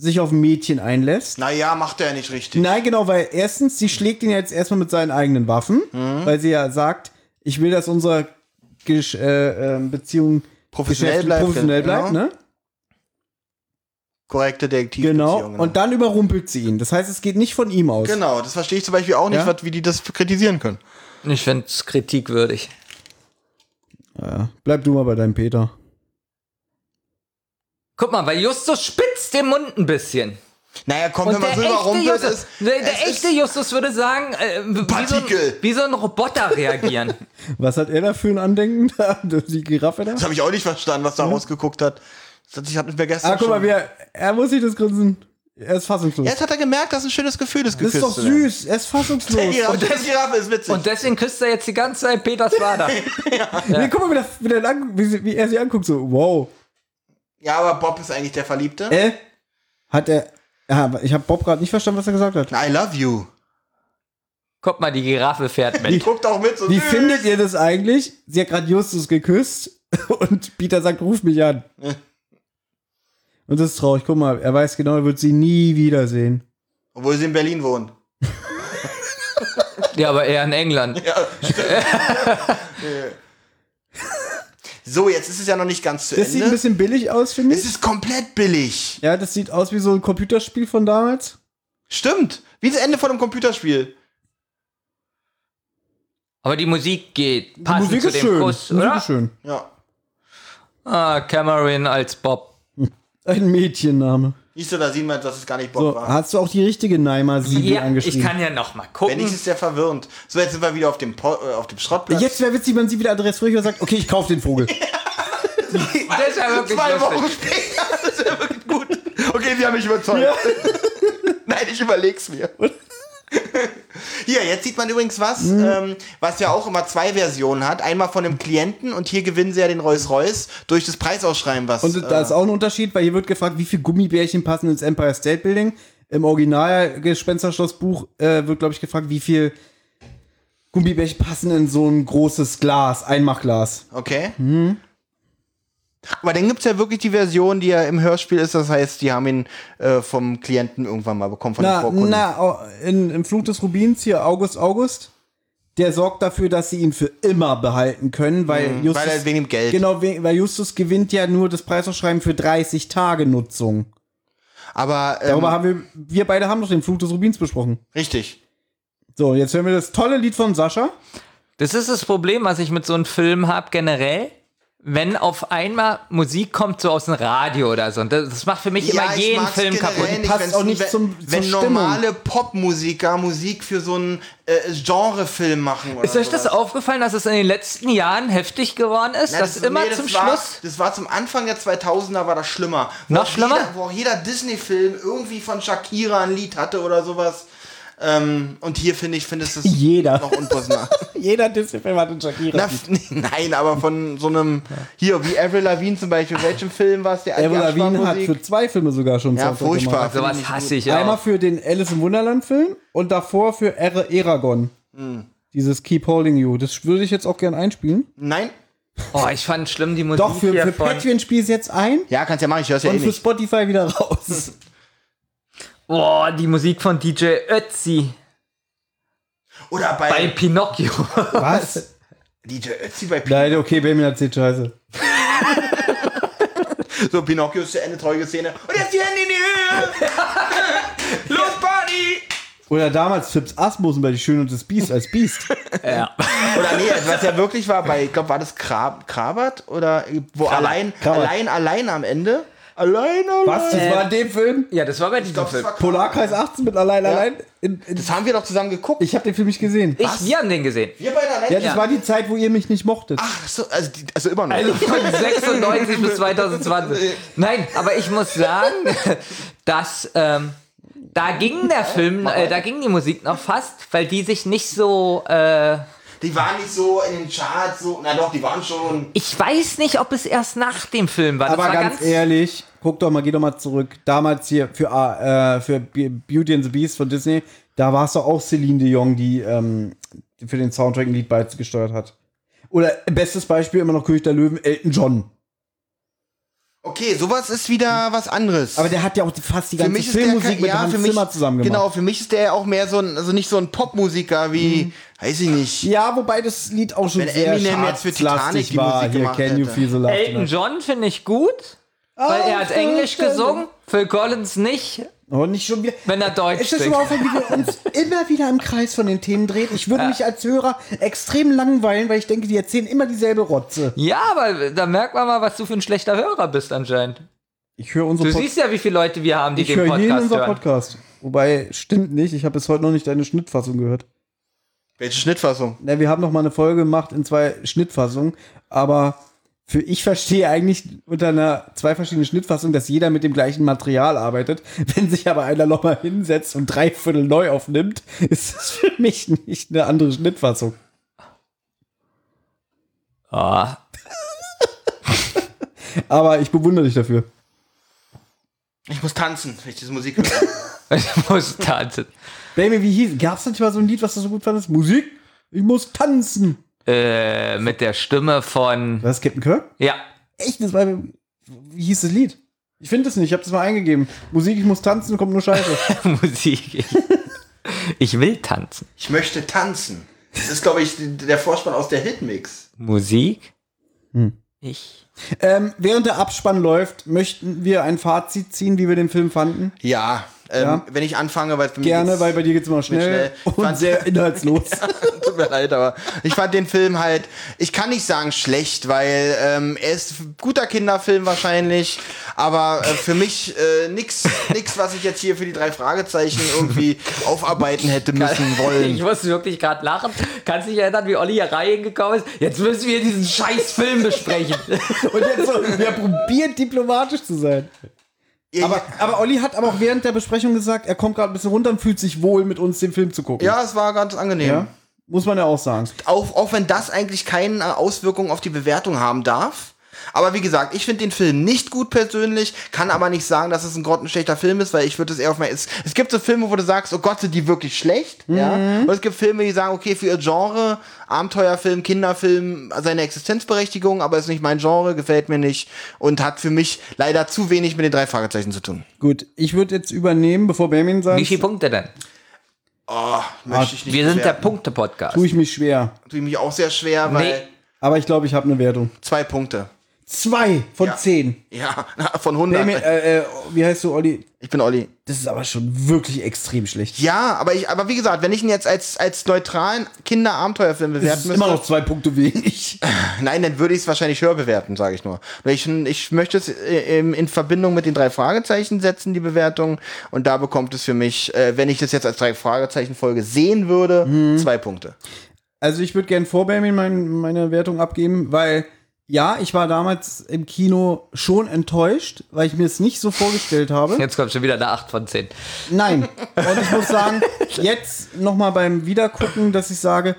S2: sich auf ein Mädchen einlässt.
S3: Naja, macht er ja nicht richtig.
S2: Nein, genau, weil erstens, sie schlägt ihn ja jetzt erstmal mit seinen eigenen Waffen,
S3: Mhm.
S2: weil sie ja sagt, ich will, dass unsere Gesch äh, ähm, Beziehung
S3: Professionell
S2: geschäftlich
S3: bleibt.
S2: professionell bleibt
S3: genau.
S2: ne?
S3: Korrekte Detektivbeziehung.
S2: Genau. Und dann überrumpelt sie ihn. Das heißt, es geht nicht von ihm aus.
S3: Genau, das verstehe ich zum Beispiel auch nicht,
S2: Ja?
S3: was, wie die das kritisieren können.
S4: Ich finde es kritikwürdig.
S2: Ja. Bleib du mal bei deinem Peter.
S4: Guck mal, weil Justus spitzt den Mund ein bisschen.
S3: Naja, komm, wenn man so überrumpelt
S4: Justus,
S3: ist.
S4: der, der
S3: es
S4: echte
S3: ist-
S4: Justus würde sagen, äh, wie, so ein,
S3: Partikel.
S4: wie so ein Roboter [laughs] reagieren.
S2: Was hat er da für ein Andenken? [laughs] da? Die Giraffe da?
S3: Das habe ich auch nicht verstanden, was da rausgeguckt hat. Das hat, ich habe mir gestern.
S2: Mhm. Ah, guck mal,
S3: schon-
S2: wer, er muss sich das grinsen. Er ist fassungslos.
S3: Jetzt hat er gemerkt, dass ein schönes Gefühl ist,
S2: das
S3: geküsst
S2: ist doch
S3: zu werden.
S2: süß. Er ist
S4: [laughs]
S2: fassungslos.
S3: Die Giraffe, die Giraffe ist witzig.
S4: Und deswegen küsst er jetzt die ganze Zeit Peters [laughs] Vater.
S2: Nee, guck mal, wie, der, wie, der lang, wie, sie- wie er sie anguckt. So, wow.
S3: ja, aber Bob ist eigentlich der Verliebte.
S2: Äh? Hat er. Ah, ich habe Bob gerade nicht verstanden, was er gesagt hat.
S3: I love you.
S4: Guck mal, die Giraffe fährt mit.
S3: Die guckt auch mit. So
S2: Wie
S3: süß.
S2: findet ihr das eigentlich? Sie hat gerade Justus geküsst [laughs] und Peter sagt, ruf mich an.
S3: Ja.
S2: Und das ist traurig. Guck mal, er weiß genau, er wird sie nie wiedersehen.
S3: Obwohl sie in Berlin wohnt.
S4: Ja, aber eher in England.
S3: So, jetzt ist es ja noch nicht ganz zu
S2: Das sieht ein
S3: Ende.
S2: bisschen billig aus, finde
S3: Es
S2: ich.
S3: ist komplett billig.
S2: Ja, das sieht aus wie so ein Computerspiel von damals.
S3: Stimmt. Wie das Ende von einem Computerspiel.
S4: Aber die Musik geht passend
S2: Musik
S4: zu
S2: ist
S4: dem
S2: schön.
S4: Kuss,
S2: Musik
S4: oder?
S2: ist schön.
S3: Ja.
S4: Ah, Cameron als Bob.
S2: Ein Mädchenname.
S3: Siehst du, da sieht man, dass es gar nicht Bob
S2: So,
S3: war.
S2: hast du auch die richtige Naima Siegel
S4: Ja, ich
S2: angeschrieben?
S4: kann ja noch mal gucken.
S3: Wenn nicht, ist der verwirrend. So, jetzt sind wir wieder auf dem, po äh, auf dem Schrottplatz.
S2: Jetzt wäre witzig, wenn sie wieder adressfrühig und sagt, okay, ich kaufe den
S4: [laughs]
S2: Vogel.
S4: das ist ja wirklich
S3: Zwei
S4: lustig.
S3: Wochen später. [laughs] Das ist ja
S2: [laughs]
S3: wirklich gut. Okay, sie haben mich überzeugt. Nein, ich überleg's mir. [laughs] Hier, jetzt sieht man übrigens was,
S2: Mhm.
S3: ähm, was ja auch immer zwei Versionen hat. Einmal von dem Klienten und hier gewinnen sie ja den Rolls-Royce durch das Preisausschreiben, was.
S2: Und da ist auch ein Unterschied, weil hier wird gefragt, wie viele Gummibärchen passen ins Empire State Building. Im Original Gespensterschlossbuch äh, wird, glaube ich, gefragt, wie viel Gummibärchen passen in so ein großes Glas, Einmachglas.
S3: äh, Okay.
S2: Mhm.
S3: Aber dann gibt es ja wirklich die Version, die ja im Hörspiel ist. Das heißt, die haben ihn äh, vom Klienten irgendwann mal bekommen, von den
S2: Na,
S3: Vorkunden.
S2: na au- in, im Flug des Rubins hier, August, August, der sorgt dafür, dass sie ihn für immer behalten können, weil Justus.
S3: Mhm, weil er wegen dem Geld.
S2: Genau, we- weil Justus gewinnt ja nur das Preisausschreiben für 30 Tage Nutzung.
S3: Aber ähm,
S2: Darüber haben wir, wir beide haben doch den Flug des Rubins besprochen.
S3: richtig.
S2: So, jetzt hören wir das tolle Lied von Sascha.
S4: Das ist das Problem, was ich mit so einem Film habe generell. Wenn auf einmal Musik kommt, so aus dem Radio oder so. Und das, das macht für mich immer
S3: ich
S4: jeden
S3: mag's
S4: Film
S3: generell
S4: kaputt.
S3: nicht,
S2: Passt
S3: wenn's-
S2: auch nicht
S3: wenn-
S2: zum-
S3: Wenn
S2: zur Stimmung.
S3: normale Popmusiker Musik für so einen äh, Genrefilm machen oder
S4: Ist euch das
S3: sowas.
S4: aufgefallen, dass es in den letzten Jahren heftig geworden ist?
S3: Ja,
S4: dass immer
S3: nee, das
S4: zum
S3: war,
S2: Hm,
S4: Schluss.
S3: Das war zum Anfang der 2000er, war das schlimmer. Wo
S4: Noch
S3: auch
S4: schlimmer?
S3: Jeder, wo auch jeder Disney-Film irgendwie von Shakira ein Lied hatte oder sowas. Ähm, und hier finde ich, findest du es
S2: Jeder.
S3: noch unpassender.
S2: [laughs] Jeder Disney-Film hat einen
S3: Na,
S2: Shakira.
S3: f- [laughs] Nein, aber von so einem, hier, wie Avril Lavigne zum Beispiel, welchem Film war es? Der
S2: Avril
S3: die
S2: Lavigne hat
S3: Abspannmusik?
S2: für zwei Filme sogar schon
S3: Ja,
S2: Soundtrack
S3: furchtbar.
S2: gemacht.
S4: Sowas hasse ich
S2: Einmal
S4: auch.
S2: für den Alice im Wunderland-Film und davor für Ere Eragon.
S3: Mhm.
S2: Dieses Keep Holding You. Das würde ich jetzt auch gern einspielen.
S3: Nein?
S4: Oh, ich fand schlimm die Musik
S2: Doch, für, für
S4: hiervon.
S2: Patreon spiel ich jetzt ein
S3: Ja, kannst ja machen, ich hör's ja eh
S2: und für
S3: nicht.
S2: Spotify wieder raus.
S4: [laughs] Boah, die Musik von DJ Ötzi
S3: Oder bei,
S4: bei Pinocchio.
S2: Was?
S3: DJ Ötzi bei P
S2: Nein, okay, Benjamin erzählt Scheiße.
S3: So, Pinocchio ist zu Ende, traurige Szene. Und jetzt die Hände in die [laughs] Höhe! Los, Party!
S2: Oder damals Fips Asmussen bei Die Schöne und das Biest als [laughs] Biest.
S4: ja.
S3: Oder nee, was ja wirklich war bei, ich glaube, war das Krab Krabat oder wo allein,
S2: Krabat.
S3: allein, allein am Ende. Allein, allein.
S2: Was? Das
S4: Äh.
S2: war in dem Film?
S4: ja, das war bei diesem
S3: Das,
S4: Film.
S3: war Krabat.
S2: Polarkreis 18 mit allein, allein. In, in,
S3: das haben wir doch zusammen geguckt.
S2: ich habe den Film nicht gesehen.
S4: Ich, wir haben den gesehen.
S3: wir beide allein.
S2: Ja, das
S4: Ja.
S2: war die Zeit, wo ihr mich nicht mochtet.
S3: Ach so, also, die, also immer noch.
S4: Also von 96 bis 2020. Nein, aber ich muss sagen, dass ähm, da ging der Film, äh, da ging die Musik noch fast, weil die sich nicht so. Äh,
S3: die waren nicht so in den Charts, so, na doch, die waren schon.
S4: ich weiß nicht, ob es erst nach dem Film war. Das
S2: Aber
S4: war
S2: ganz, ehrlich, guck doch mal, geh doch mal zurück. Damals hier für, äh, für Be- Beauty and the Beast von Disney, da war es doch auch Celine Dion, die ähm, für den Soundtrack ein Lied beigesteuert hat. Oder bestes Beispiel immer noch König der Löwen, Elton John.
S3: Okay, sowas ist wieder was anderes.
S2: Aber der hat ja auch die- fast die ganze
S3: kein-
S2: Filmmusik mit Hans
S3: für mich,
S2: Zimmer zusammen gemacht. Mhm.
S3: Genau, für mich ist der ja auch mehr so ein, also nicht so ein Popmusiker wie, weiß ich nicht.
S2: Ja, wobei das Lied auch schon
S3: Wenn
S2: sehr
S3: Eminem jetzt für Titanic
S2: chartslastig
S3: die
S2: war.
S3: Musik
S2: Hier,
S3: gemacht
S2: Can You
S3: hätte.
S2: Feel the Love
S4: Elton
S2: Tonight.
S4: John finde ich gut, weil er hat
S2: Oh,
S4: Englisch
S2: Phil
S4: gesungen, Phil Collins nicht,
S2: Oh, nicht schon wieder.
S4: wenn er Deutsch
S2: Ist das
S4: singt.
S2: überhaupt, wenn wir
S4: [laughs]
S2: uns immer wieder im Kreis von den Themen drehen? Ich würde mich als Hörer extrem langweilen, weil ich denke, die erzählen immer dieselbe Rotze.
S4: Ja, aber da merkt man mal, was du für ein schlechter Hörer bist anscheinend.
S2: Ich höre unsere
S4: Du siehst ja, wie viele Leute wir haben, die
S2: Ich
S4: den
S2: höre jeden
S4: Podcast
S2: unser
S4: hören.
S2: Podcast. Wobei, stimmt nicht. Ich habe bis heute noch nicht deine Schnittfassung gehört.
S3: Welche Schnittfassung?
S2: Na, wir haben noch mal eine Folge gemacht in zwei Schnittfassungen, aber für ich verstehe eigentlich unter einer zwei verschiedenen Schnittfassungen, dass jeder mit dem gleichen Material arbeitet. [laughs] Wenn sich aber einer noch mal hinsetzt und drei Viertel neu aufnimmt, ist das für mich nicht eine andere Schnittfassung.
S4: Ah, [laughs]
S2: Aber ich bewundere dich dafür.
S3: Ich muss tanzen, wenn ich diese Musik höre. [laughs]
S4: ich muss tanzen.
S2: Baby, wie hieß? Gab's da nicht mal so ein Lied, was du so gut fandest? Musik? Ich muss tanzen.
S4: Äh, mit der Stimme von.
S2: Was, Captain Kirk?
S4: Ja.
S2: Echt, das war. Wie hieß das Lied? Ich finde es nicht, ich habe das mal eingegeben. Musik, ich muss tanzen, kommt nur Scheiße.
S4: [laughs] Musik. Ich, ich will tanzen.
S3: Ich möchte tanzen. Das ist, glaube ich, der Vorspann aus der Hitmix.
S4: Musik? Ich.
S2: ähm, während der Abspann läuft, möchten wir ein Fazit ziehen, wie wir den Film fanden.
S3: Ja, ähm,
S2: Ja.
S3: wenn ich anfange, weil für mich
S2: Gerne,
S3: geht's-
S2: weil bei dir geht's immer schnell,
S3: schnell.
S2: und
S3: Fand-
S2: sehr inhaltslos.
S3: [laughs] Tut mir leid, aber ich fand den Film halt, ich kann nicht sagen schlecht, weil ähm, er ist ein guter Kinderfilm wahrscheinlich, aber äh, für mich äh, nix, nix, was ich jetzt hier für die drei Fragezeichen irgendwie
S2: [laughs]
S3: aufarbeiten hätte müssen
S4: [laughs] Ich
S3: wollen.
S4: musste wirklich gerade lachen. Kannst du dich erinnern, wie Olli hier reingekommen ist? Jetzt müssen wir diesen scheiß Film besprechen.
S2: und jetzt so, wer probiert diplomatisch zu sein?
S3: Ihr-
S2: Aber, aber Olli hat aber auch während der Besprechung gesagt, er kommt gerade ein bisschen runter und fühlt sich wohl, mit uns den Film zu gucken.
S3: ja, es war ganz angenehm.
S2: Ja? Muss man ja auch sagen.
S3: auch, auch wenn das eigentlich keine Auswirkung auf die Bewertung haben darf. Aber wie gesagt, ich finde den Film nicht gut persönlich, kann aber nicht sagen, dass es ein grottenschlechter Film ist, weil ich würde es eher auf mein. Es, es gibt so Filme, wo du sagst, oh Gott, sind die wirklich schlecht? Ja.
S4: Mhm.
S3: Und es gibt Filme, die sagen, okay, für ihr Genre, Abenteuerfilm, Kinderfilm, seine Existenzberechtigung, aber ist nicht mein Genre, gefällt mir nicht und hat für mich leider zu wenig mit den drei Fragezeichen zu tun.
S2: Gut, ich würde jetzt übernehmen, bevor Benjamin sagt,
S4: Wie viele Punkte denn?
S3: Oh, möchte ich nicht.
S4: Ah, Wir sind der
S3: bewerten.
S4: Punkte-Podcast.
S2: tue ich mich schwer.
S3: Tut mich auch sehr schwer, weil
S4: Nee.
S2: Aber ich glaube, ich habe eine Wertung.
S3: zwei Punkte.
S2: Zwei von
S3: Ja.
S2: zehn.
S3: Ja, [laughs] von 100.
S2: Benjamin, äh, äh, wie heißt du, Olli?
S3: ich bin Olli.
S2: Das ist aber schon wirklich extrem schlecht.
S3: Ja, aber ich, aber wie gesagt, wenn ich ihn jetzt als, als neutralen Kinderabenteuerfilm
S2: Das
S3: bewerten
S2: ist
S3: müsste,
S2: immer noch zwei Punkte wenig.
S3: nein, dann würde ich es wahrscheinlich höher bewerten, sage ich nur. Weil Ich, ich möchte es äh, in, in Verbindung mit den drei Fragezeichen setzen, die Bewertung. Und da bekommt es für mich, äh, wenn ich das jetzt als drei Fragezeichen Folge sehen würde,
S2: Mhm.
S3: zwei Punkte.
S2: Also ich würde gern vor Benjamin mein, meine Wertung abgeben, weil ja, ich war damals im Kino schon enttäuscht, weil ich mir es nicht so vorgestellt habe.
S4: [laughs] Jetzt kommt schon wieder eine 8 von 10.
S2: Nein. Und ich muss sagen, jetzt nochmal beim Wiedergucken, dass ich sage,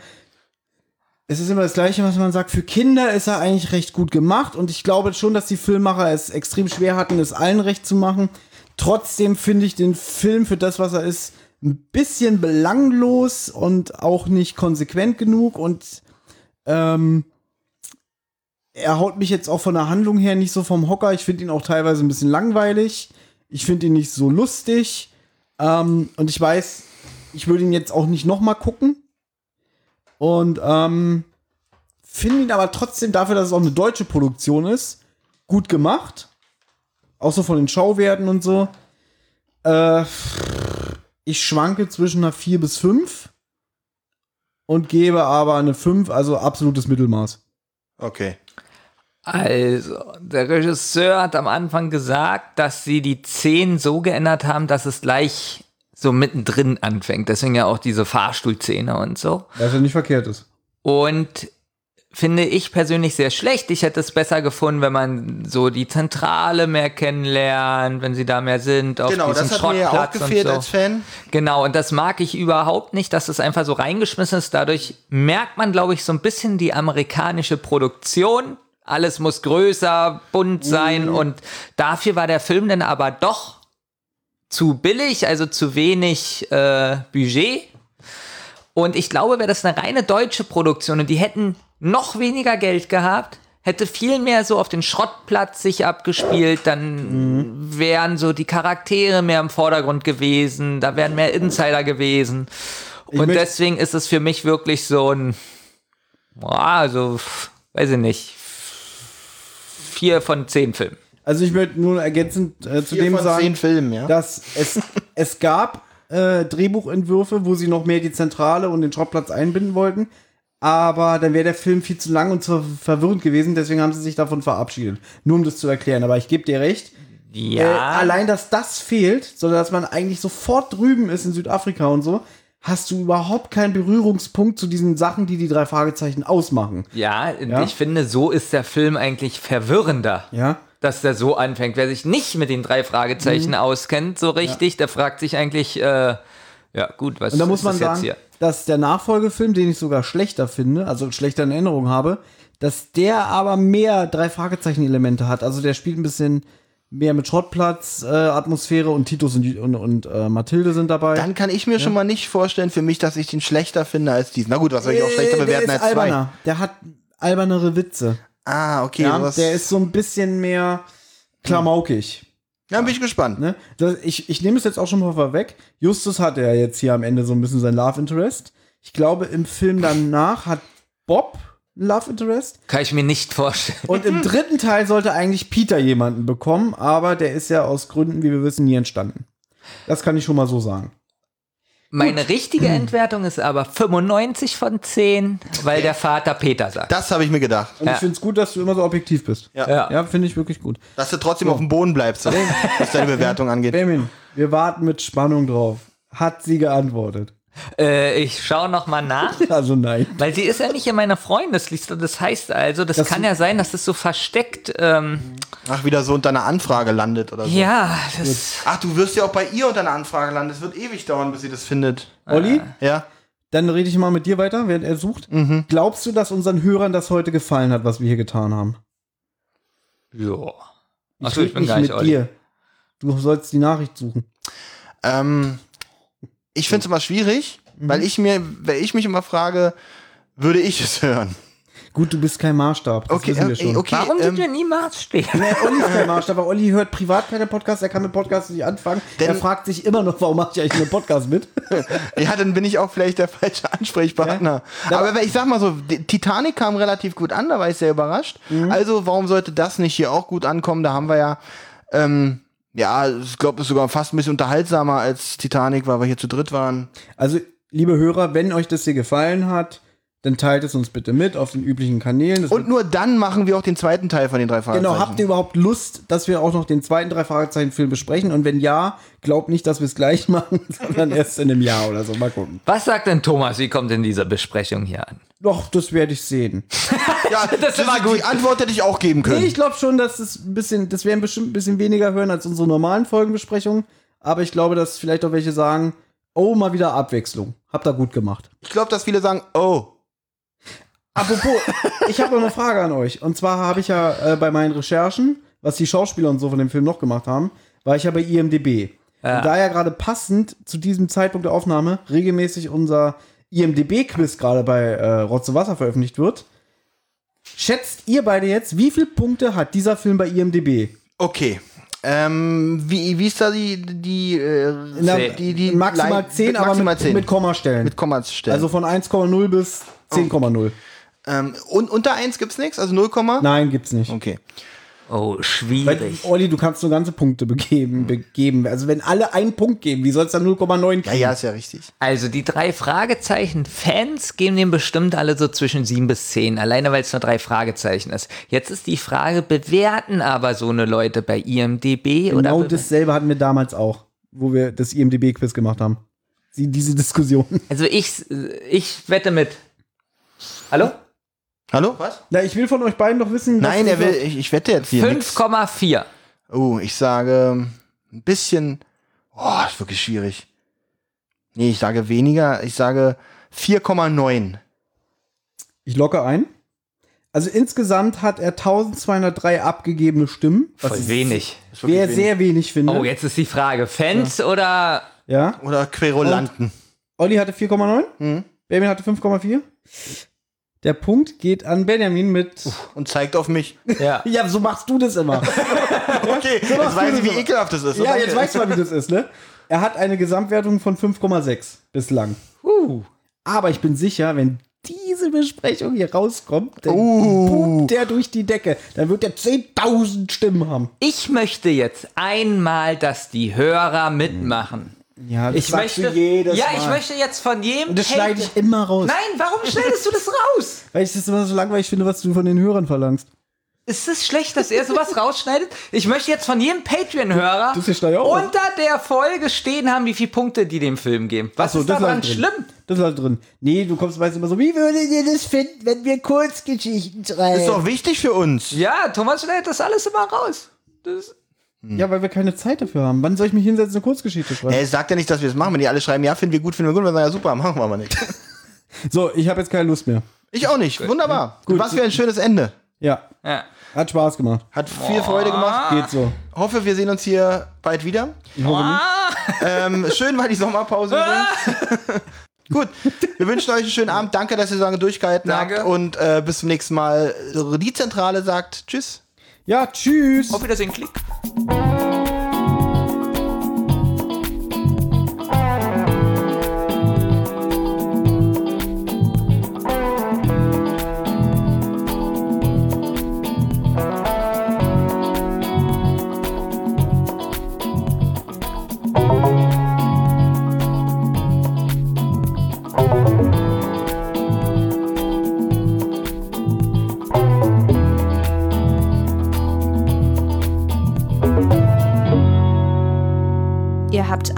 S2: es ist immer das Gleiche, was man sagt. Für Kinder ist er eigentlich recht gut gemacht. Und ich glaube schon, dass die Filmmacher es extrem schwer hatten, es allen recht zu machen. Trotzdem finde ich den Film für das, was er ist, ein bisschen belanglos und auch nicht konsequent genug. Und ähm, er haut mich jetzt auch von der Handlung her nicht so vom Hocker. Ich finde ihn auch teilweise ein bisschen langweilig. Ich finde ihn nicht so lustig. Ähm, und ich weiß, ich würde ihn jetzt auch nicht nochmal gucken. Und ähm, finde ihn aber trotzdem dafür, dass es auch eine deutsche Produktion ist, gut gemacht. Auch so von den Schauwerten und so. Äh, ich schwanke zwischen einer 4 bis 5 und gebe aber eine 5, also absolutes Mittelmaß.
S3: Okay.
S4: Also, der Regisseur hat am Anfang gesagt, dass sie die 10 so geändert haben, dass es gleich so mittendrin anfängt. Deswegen ja auch diese Fahrstuhlszene und so.
S2: Was ja nicht verkehrt ist.
S4: Und finde ich persönlich sehr schlecht. Ich hätte es besser gefunden, wenn man so die Zentrale mehr kennenlernt, wenn sie da mehr sind, auf
S3: Genau,
S4: diesem
S3: das hat mir ja auch
S4: Schrottplatz und
S3: gefehlt
S4: so.
S3: als Fan.
S4: Genau, und das mag ich überhaupt nicht, dass das einfach so reingeschmissen ist. Dadurch merkt man, glaube ich, so ein bisschen die amerikanische Produktion. Alles muss größer, bunt sein
S3: Mhm.
S4: und dafür war der Film dann aber doch zu billig, also zu wenig äh, Budget. Und ich glaube, wäre das eine reine deutsche Produktion und die hätten noch weniger Geld gehabt, hätte viel mehr so auf den Schrottplatz sich abgespielt, dann wären so die Charaktere mehr im Vordergrund gewesen, da wären mehr Insider gewesen. Und
S2: möcht-
S4: deswegen ist es für mich wirklich so ein, boah, so, pff, weiß ich nicht, vier von zehn Filmen.
S2: Also ich möchte nur ergänzend äh, zu dem
S3: Vier von
S2: sagen.
S3: zehn Filmen, ja.
S2: dass es, es gab äh, Drehbuchentwürfe, wo sie noch mehr die Zentrale und den Schrottplatz einbinden wollten. Aber dann wäre der Film viel zu lang und zu verwirrend gewesen, deswegen haben sie sich davon verabschiedet. Nur um das zu erklären, aber ich gebe dir recht. Äh,
S4: Ja,
S2: allein, dass das fehlt, sondern dass man eigentlich sofort drüben ist in Südafrika und so, hast du überhaupt keinen Berührungspunkt zu diesen Sachen, die die drei Fragezeichen ausmachen.
S4: ja,
S2: Ja?
S4: ich finde, so ist der Film eigentlich verwirrender.
S2: Ja? Mhm.
S4: dass der so anfängt. Wer sich nicht mit den drei Fragezeichen auskennt, so richtig, der fragt sich eigentlich, äh, ja gut, was
S2: Und da muss
S4: ist
S2: man
S4: das jetzt
S2: sagen,
S4: hier?
S2: dass der Nachfolgefilm, den ich sogar schlechter finde, also schlechter in Erinnerung habe, dass der aber mehr drei Fragezeichen-Elemente hat. Also der spielt ein bisschen mehr mit Schrottplatz, äh, Atmosphäre und Titus und, und, und äh, Mathilde sind dabei.
S3: Dann kann ich mir schon mal nicht vorstellen für mich, dass ich den schlechter finde als diesen. Na gut, was soll ich auch schlechter
S2: Äh, der
S3: bewerten
S2: ist
S3: als zwei?
S2: alberner. Der hat albernere Witze.
S3: Ah, okay.
S2: Ja,
S3: sowas-
S2: der ist so ein bisschen mehr klamaukig.
S3: ja, bin ich gespannt.
S2: Ne? Das, ich ich nehme es jetzt auch schon mal vorweg. Justus hat ja jetzt hier am Ende so ein bisschen sein Love Interest. Ich glaube, im Film danach hat Bob ein Love Interest.
S4: Kann ich mir nicht vorstellen.
S2: Und im dritten Teil sollte eigentlich Peter jemanden bekommen, aber der ist ja aus Gründen, wie wir wissen, nie entstanden. Das kann ich schon mal so sagen. [clears throat]
S4: Meine richtige Endwertung ist aber 95 von 10, weil der Vater Peter sagt.
S3: Das habe ich mir gedacht.
S2: Und
S4: Ja.
S2: ich finde es gut, dass du immer so objektiv bist.
S3: Ja.
S4: Ja.
S2: ja finde ich wirklich gut.
S3: Dass du trotzdem auf dem Boden bleibst, was deine Bewertung angeht.
S2: Benjamin, wir warten mit Spannung drauf. Hat sie geantwortet? [laughs]
S4: Äh, ich schaue nochmal nach.
S2: Also nein.
S4: Weil sie ist ja nicht in meiner Freundesliste. Das heißt also, das, kann ja sein, dass das so versteckt. Ähm,
S3: Ach, wieder so unter einer Anfrage landet oder so.
S4: ja, das,
S3: Ach, du wirst ja auch bei ihr unter einer Anfrage landen. Es wird ewig dauern, bis sie das findet.
S2: Olli,
S3: Ja.
S2: dann rede ich mal mit dir weiter, während er sucht.
S3: Mhm.
S2: Glaubst du, dass unseren Hörern das heute gefallen hat, was wir hier getan haben?
S4: ja.
S2: Ich
S4: Achso, ich
S2: red
S4: bin
S2: nicht
S4: gar nicht
S2: mit
S4: Olli.
S2: dir. Du sollst die Nachricht suchen.
S3: Ähm, ich finde es immer schwierig, weil ich mir, weil ich mich immer frage, würde ich es hören?
S2: Gut, du bist kein Maßstab. Das
S3: Okay,
S2: wissen wir
S3: äh,
S2: schon.
S3: okay.
S4: Warum
S3: ähm,
S4: sind wir nie Maßstäbe?
S2: [laughs] Nee, Olli ist kein Maßstab, weil Olli hört privat keine Podcasts, er kann mit Podcasts nicht anfangen.
S3: Denn-
S2: er fragt sich immer noch, warum mache ich eigentlich einen Podcast mit?
S3: Ja, dann bin ich auch vielleicht der [laughs] falsche Ansprechpartner. Aber ich sag mal so, die- Titanic kam relativ gut an, da war ich sehr überrascht.
S2: Mhm.
S3: Also warum sollte das nicht hier auch gut ankommen? Da haben wir ja, ähm, ja, ich glaube, es ist sogar fast ein bisschen unterhaltsamer als Titanic, weil wir hier zu dritt waren.
S2: Also, liebe Hörer, wenn euch das hier gefallen hat, dann teilt es uns bitte mit auf den üblichen Kanälen. Das
S3: Und
S2: wird-
S3: nur dann machen wir auch den zweiten Teil von den drei Fragezeichen.
S2: genau, habt ihr überhaupt Lust, dass wir auch noch den zweiten drei Fragezeichen Film besprechen? Und wenn ja, glaubt nicht, dass wir es gleich [laughs] machen, sondern erst in einem Jahr oder so. Mal gucken.
S4: Was sagt denn Thomas? Wie kommt denn diese Besprechung hier an?
S2: Doch, das werde ich sehen. [laughs]
S3: ja,
S4: das war
S3: ist
S4: gut.
S3: Die Antwort hätte ich auch geben können.
S2: Nee, ich glaube schon, dass es ein bisschen, das werden bestimmt ein bisschen weniger hören als unsere normalen Folgenbesprechungen. Aber ich glaube, dass vielleicht auch welche sagen, oh, mal wieder Abwechslung. Habt ihr gut gemacht.
S3: ich glaube, dass viele sagen, oh,
S2: Apropos, ich habe noch eine Frage an euch. Und zwar habe ich ja äh, bei meinen Recherchen, was die Schauspieler und so von dem Film noch gemacht haben, war ich ja bei IMDB. Und da ja gerade passend zu diesem Zeitpunkt der Aufnahme regelmäßig unser IMDB-Quiz gerade bei äh, Rotze Wasser veröffentlicht wird, schätzt ihr beide jetzt, wie viele Punkte hat dieser Film bei IMDB?
S3: okay. Ähm, wie, wie ist da die, die, äh,
S2: Na,
S3: die, die
S2: maximal
S3: Lei-
S2: 10, aber
S3: maximal
S2: mit,
S3: 10.
S2: mit Kommastellen.
S3: mit Kommastellen.
S2: also von 1,0 bis 10,0.
S3: Ähm, und unter 1 gibt's nichts, also 0,
S2: Nein, gibt's nicht.
S3: okay.
S4: Oh,
S2: Weil,
S4: schwierig.
S2: Olli, du kannst nur ganze Punkte begeben, begeben. Also wenn alle einen Punkt geben, wie soll es dann 0,9
S3: Ja,
S2: kriegen?
S3: ja, ist ja richtig.
S4: Also die drei Fragezeichen-Fans geben dem bestimmt alle so zwischen sieben bis zehn, alleine weil es nur drei Fragezeichen ist. Jetzt ist die Frage, bewerten aber so eine Leute bei IMDB oder
S2: genau
S4: be-
S2: dasselbe hatten wir damals auch, wo wir das IMDB-Quiz gemacht haben. Sie, diese Diskussion.
S4: Also ich, ich wette mit. Hallo?
S3: Hallo? Was?
S2: [laughs] Na, ich will von euch beiden doch wissen. was
S3: Nein, er
S2: dieser-
S3: will, ich, ich wette jetzt hier nix.
S4: 5,4.
S3: Oh, ich sage ein bisschen, oh, ist wirklich schwierig. Nee, ich sage weniger, ich sage 4,9.
S2: Ich locke ein. Also insgesamt hat er 1203 abgegebene Stimmen. Was
S4: Voll
S2: ich
S4: wenig.
S3: Ist wirklich
S2: Sehr,
S3: wenig.
S2: sehr wenig finde.
S4: Oh, jetzt ist die Frage, Fans oder
S2: Ja.
S3: Oder Querulanten.
S2: Olli hatte 4,9. Benjamin hatte 5,4. Der Punkt geht an Benjamin mit.
S3: Und zeigt auf mich.
S4: ja.
S2: Ja, so machst du das [laughs] immer.
S3: [laughs] Okay, jetzt weiß ich, wie ekelhaft das ist.
S2: ja,
S3: Danke.
S2: jetzt weißt du mal, wie das ist, ne? Er hat eine Gesamtwertung von 5,6 bislang.
S4: Uh.
S2: Aber ich bin sicher, wenn diese Besprechung hier rauskommt, dann
S3: Uh.
S2: bubt der durch die Decke. Dann wird er 10.000 Stimmen haben.
S4: [laughs] Ich möchte jetzt einmal, dass die Hörer mitmachen.
S2: Ja, das
S4: Ich möchte, ja, ich möchte jetzt von jedem.
S2: Das
S4: Hate-
S2: schneide ich immer raus.
S4: Nein, warum schneidest du das raus?
S2: Weil ich das immer so langweilig finde, was du von den Hörern verlangst.
S4: [laughs] Ist es schlecht, dass er sowas rausschneidet? Ich möchte jetzt von jedem Patreon-Hörer
S2: Das hier schneide ich auch raus.
S4: unter der Folge stehen haben, wie viele Punkte die dem Film geben. Was
S2: Achso,
S4: ist daran
S2: lass ich
S4: schlimm?
S2: drin. Das war drin. Nee, du kommst meistens immer so, wie würdet ihr das finden, wenn wir Kurzgeschichten schreiben?
S3: Ist doch wichtig für uns.
S4: Ja, Thomas schneidet das alles immer raus. Das,
S2: Ja, weil wir keine Zeit dafür haben. Wann soll ich mich hinsetzen, eine Kurzgeschichte schreiben?
S3: Ey, sagt ja nicht, dass wir es machen. Wenn die alle schreiben, ja, finden wir gut, finden wir gut, dann sagen ja super, machen wir aber nicht.
S2: So, ich habe jetzt keine Lust mehr.
S3: Ich auch nicht. Wunderbar. Was für ein schönes Ende.
S2: Ja,
S4: ja.
S2: hat Spaß gemacht.
S3: Hat viel Freude gemacht.
S2: Geht so.
S3: hoffe, wir sehen uns hier bald wieder. ähm, schön war die Sommerpause übrigens. [laughs] Gut, wir wünschen euch einen schönen Abend. Danke, dass ihr so lange durchgehalten
S4: Danke.
S3: habt. Und äh, bis zum nächsten Mal. Die Zentrale sagt Tschüss.
S2: Ja, tschüss.
S4: Auf Wiedersehen, Klick.
S1: habt